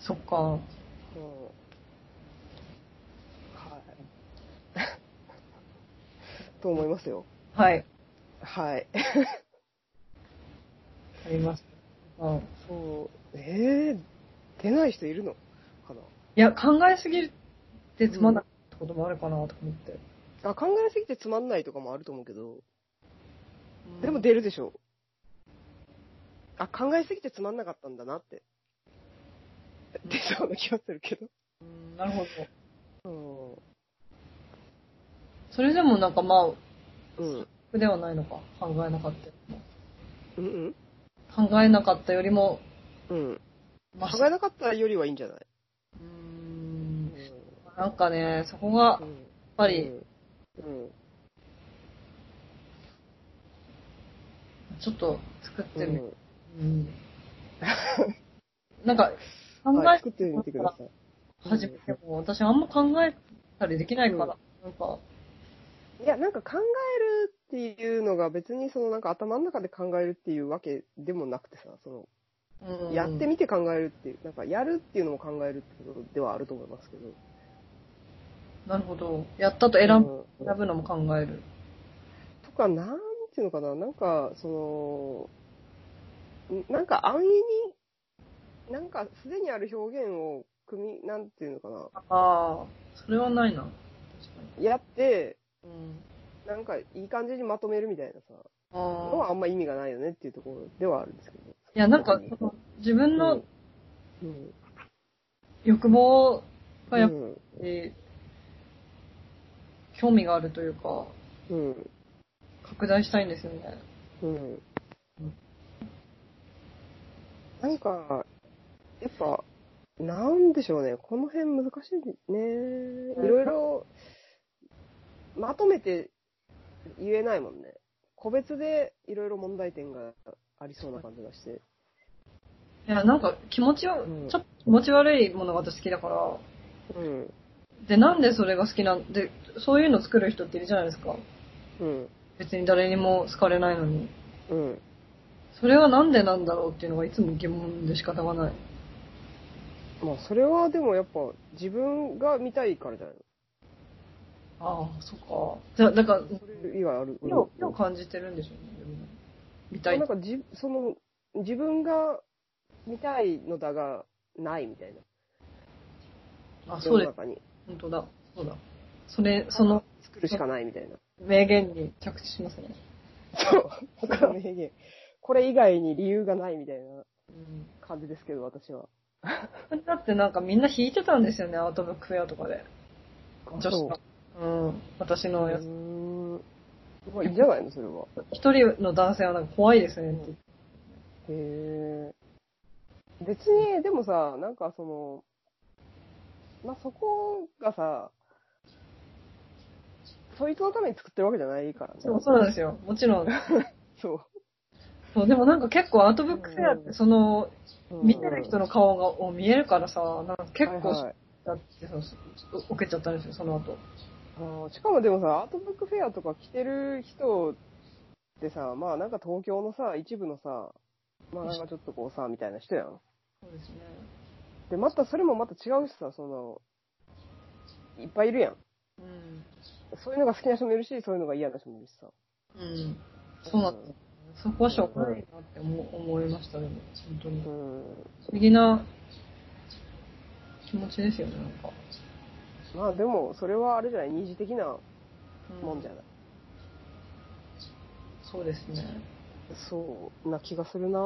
S2: そっか。
S1: うんはい。 と思いますよ。
S2: はい。
S1: はい。
S2: あります。うん。い
S1: そう、えー、出ない人いるのか
S2: や、考えすぎてつまんないってこともあるかなとか思って。
S1: なあ、考えすぎてつまんないとかもあると思うけど、でも出るでしょ。あ、考えすぎてつまんなかったんだなって。出そうな気がするけど。
S2: うん、なるほど。
S1: うん。
S2: それでもなんかま
S1: うん。
S2: あ、ではないのか。考えなかったよりも。
S1: うん
S2: 考えなかったよりも、
S1: うん。うん。
S2: ま
S1: 考えなかったよりはいいんじゃないううんん。
S2: なんかね、そこが、やっ
S1: うん
S2: ぱり、
S1: うん。
S2: ちょっと作っ
S1: う
S2: てみる。
S1: ん。
S2: うん。 なんか、考
S1: はい、
S2: え
S1: 作ってみてください。
S2: 始めても、私あんま考えたりできないから、なんか、
S1: いや、なんか考えるっていうのが別にそのなんか頭の中で考えるっていうわけでもなくてさ、その、
S2: うん
S1: やってみて考えるっていう、なんかやるっていうのも考えるってことではあると思いますけど。
S2: なるほど。やったと選ぶ、
S1: うん
S2: 選ぶのも考える。
S1: とか、なんていうのかな、なんか、その、んなんか安易に、なんかすでにある表現を組み、なんていうのかな、
S2: ああ、それはないな。確か
S1: やって、
S2: に。うん。
S1: なんかいい感じにまとめるみたいなさ、の
S2: ああ。
S1: はあんま意味がないよねっていうところではあるんですけど。
S2: いや、なんか、その自分
S1: う
S2: の
S1: んうん。
S2: 欲望がやっぱ
S1: うん
S2: り、興味があるというか、
S1: うん。
S2: 拡大したいんですよね。
S1: うん。なんか、やっぱ、なんでしょうね。この辺難しいね。いろいろ、まとめて言えないもんね。個別でいろいろ問題点がありそうな感じがして。
S2: いや、なんか気持ちは、
S1: うん
S2: ちょっと気持ち悪いものが私好きだから、
S1: うん。
S2: で、なんでそれが好きなんで、そういうの作る人っているじゃないですか。
S1: うん。
S2: 別に誰にも好かれないのに。
S1: うん。
S2: それはなんでなんだろうっていうのがいつも疑問で仕方がない。
S1: まあ、それはでもやっぱ、自分が見たいからじゃない
S2: ああ、そっか。じゃあ、だから、
S1: の。それ以外ある。
S2: 今を今を感じてるんでしょうね。みたい
S1: なんかじ、その、自分が見たいのだが、ないみたいな。
S2: あ、そうで
S1: 世の
S2: す。
S1: 中に
S2: 本当だ。そうだ。それ、その
S1: 作るしかないみたいな。
S2: 名言に着地しますね。
S1: そう。この名言。これ以外に理由がないみたいな
S2: うん。
S1: 感じですけど、私は。
S2: だってなんかみんな弾いてたんですよね、アートブックフェアとかで。女子が
S1: う。。
S2: うん。私の
S1: う
S2: や
S1: ー
S2: つ。
S1: ん。まあ、いいんじゃないのそれは。
S2: 一人の男性はなんか怖いですねって。
S1: へえ。別に、でもさ、なんかその、まあ、そこがさ、そいつのために作ってるわけじゃないからね。
S2: そうそうなんですよ。もちろん。
S1: そ
S2: そう、でもなんか結構アートブックフェアってその、
S1: う。
S2: 見てる人の顔がを見えるからさ、なんか結
S1: はい
S2: 構
S1: はい
S2: だってその、受けちゃったんですよ、その後。
S1: あーしかもでもさ、アートブックフェアとか来てる人ってさ、まあなんか東京のさ、一部のさ、まあなんかちょっとこうさ、みたいな人やん。
S2: そうですね。
S1: で、またそれもまた違うしさ、その、いっぱいいるやん。
S2: うん。
S1: そういうのが好きな人もいるし、そういうのが嫌な人もいるしさ。
S2: うん。そうなんです。そこはしょうがないなって思思いました、でも。本当
S1: う。
S2: に
S1: ん。
S2: 不思議な気持ちですよね、なんか。
S1: まあでも、それはあれじゃない、二次的な
S2: う
S1: もんじゃない。
S2: そうですね。
S1: そう、な気がするな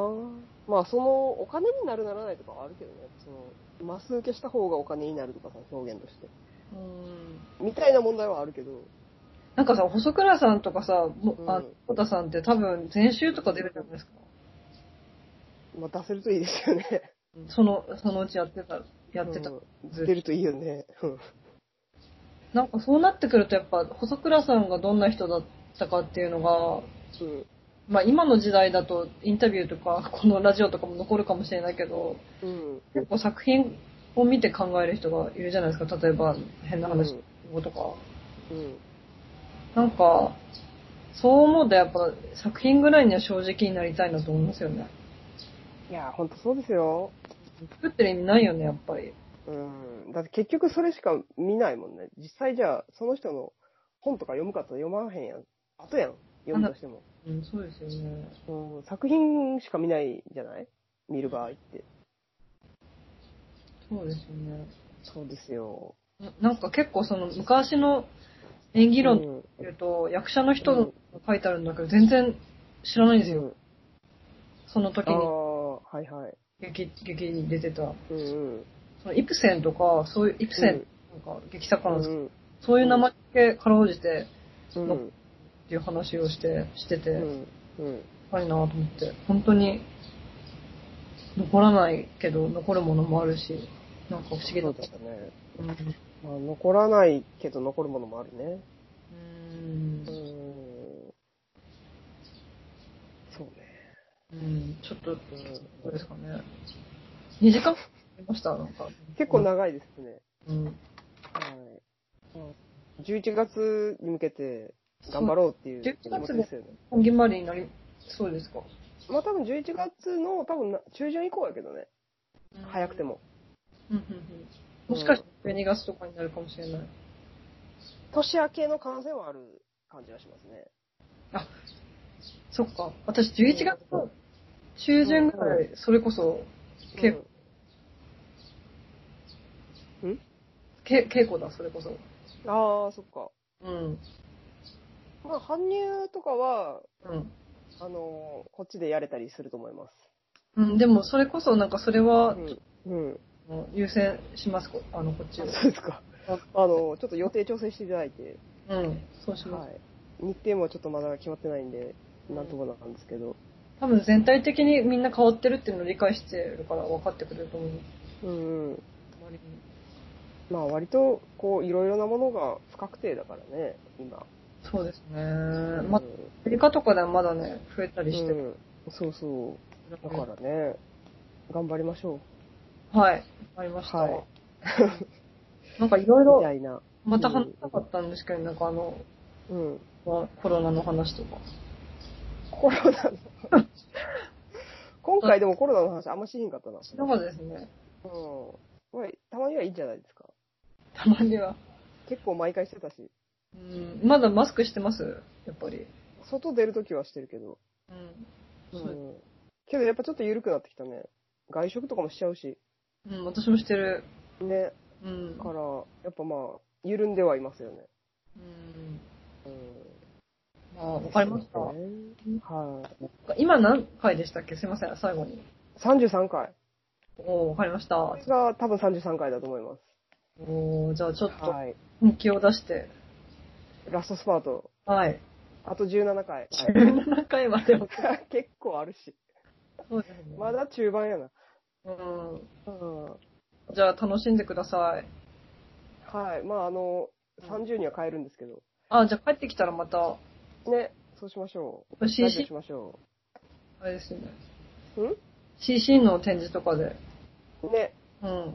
S1: まあその、お金になるならないとかはあるけどね。その、マス受けした方がお金になるとかさ、表現として。
S2: うん。
S1: みたいな問題はあるけど。
S2: なんかさ、細倉さんとかさ、もうあ
S1: うん
S2: 小田さんって多分、前週とか出るじゃないですか。
S1: まあ、出せるといいですよね。
S2: その、そのうちやってた、 やってた
S1: う。ん
S2: ずっと
S1: 出るといいよね。うん
S2: なんかそうなってくるとやっぱ、細倉さんがどんな人だったかっていうのが、まあ今の時代だとインタビューとか、このラジオとかも残るかもしれないけど、
S1: うん。
S2: 結構作品を見て考える人がいるじゃないですか。例えば、変な話とか。
S1: うん。
S2: なんか、そう思うとやっぱ作品ぐらいには正直になりたいなと思いますよね。
S1: いやー、ほんとそうですよ。
S2: 作ってる意味ないよね、やっぱり。
S1: うん。だって結局それしか見ないもんね。実際じゃあ、その人の本とか読むかって読まへんやん。あとやん。読むとしても。
S2: うん、そうですよね。
S1: うん、作品しか見ないじゃない見る場合って。
S2: そうですよね。
S1: そうですよ。
S2: ななんか結構その昔の演技論
S1: うん
S2: 言うと、役者の人が書いてあるんだけど、全然知らないんですよ。
S1: うん
S2: その時
S1: あ
S2: に
S1: あ、はいはい。
S2: 劇劇に出てた。
S1: うんうん。
S2: そのイプセンとか、そういう、イプセンなんか劇作家
S1: う
S2: なん
S1: ん
S2: ですけど、
S1: うん
S2: そういう名前だけかろうじて
S1: うんうん
S2: っていう話をして、してて、
S1: う
S2: やっ
S1: んうん
S2: ぱりなと思って、本当に残らないけど、残るものもあるし、なんか不思議だ
S1: そ
S2: っ
S1: う
S2: た
S1: だっ。たね。
S2: うん
S1: まあ、残らないけど残るものもあるね。
S2: うん
S1: うん。そうね。
S2: うんちょっと、どうですかね。2時間ありましたなんか。
S1: 結構長いですね。
S2: うん。
S1: はいまあ。11月に向けて頑張ろうっていう気持ちですよね。
S2: 本気まりになり、そうですか。
S1: まあ多分11月の多分な中旬以降やけどね。早くて
S2: も。
S1: も。
S2: うんうんうんもしかして12月とかになるかもしれない。
S1: 年明けの可能性はある感じがしますね。
S2: そっか。私11月の中旬ぐらい、それこそ、け
S1: うん
S2: け稽古だ、それこそ。
S1: ああ、そっか。
S2: うん。
S1: まあ、搬入とかは、
S2: うん。
S1: あのーこっちでやれたりすると思います。
S2: うん、でも、それこそ、なんか、それは、
S1: うん。うん。
S2: 優先します、こあの、こっち
S1: そ
S2: を。
S1: うですか。あのーちょっと予定調整していただいて、
S2: うん、そうします
S1: は。い。日程もちょっとまだ決まってないんで、なんともなんですけど。
S2: 多分、全体的にみんな変わってるっていうのを理解してるから、分かってくれると思う。
S1: うんうん。まあ、割と、こう、いろいろなものが不確定だからね、今。
S2: そうですね。
S1: うん
S2: まあ、アメリカとかではまだね、増えたりして
S1: う
S2: る。
S1: ん。そうそう。だからね、頑張りましょ
S2: はい。ありました。
S1: はい。
S2: なんか、いろいう
S1: みた
S2: ろ、
S1: いな。
S2: また話したかったんですけど、なんか、あの、
S1: うん。
S2: まあコロナの話とか。
S1: コロナの今回でもコロナの話あんましへんかったな。
S2: しなかったですね。
S1: うん。まあたまにはいいんじゃないですか。
S2: たまには。
S1: 結構毎回してたし、
S2: うん、まだマスクしてますやっぱり。
S1: 外出るときはしてるけど。
S2: うん。
S1: う。
S2: そうん
S1: けどやっぱちょっと緩くなってきたね。外食とかもしちゃうし。
S2: うん、私もしてる。
S1: ね。
S2: うん
S1: だ。から、やっぱまあ、緩んではいますよね。
S2: うん。
S1: うん。
S2: まあ、わかりました。
S1: そうですねはい。
S2: 今何回でしたっけすいません、最後に。
S1: 33回。
S2: おー、わかりました。
S1: これが多分33回だと思いま
S2: おー、じゃあちょっ
S1: す。
S2: と
S1: はい。
S2: 本気を出して。
S1: ラストスパート。
S2: はい。
S1: あと17回。
S2: 17回までは。
S1: はい 結構あるし。
S2: そうですね。
S1: まだ中盤やな。
S2: うん。
S1: うん。
S2: じゃあ楽しんでください。
S1: はい。まあ、あの、30には変えるんですけど。
S2: あ、じゃあ帰ってきたらまた、
S1: ね。そうしましょう。ラジオ
S2: CC
S1: し、ましょ
S2: あれですね。
S1: う。ん
S2: CC の展示とかで。
S1: ね。
S2: うん。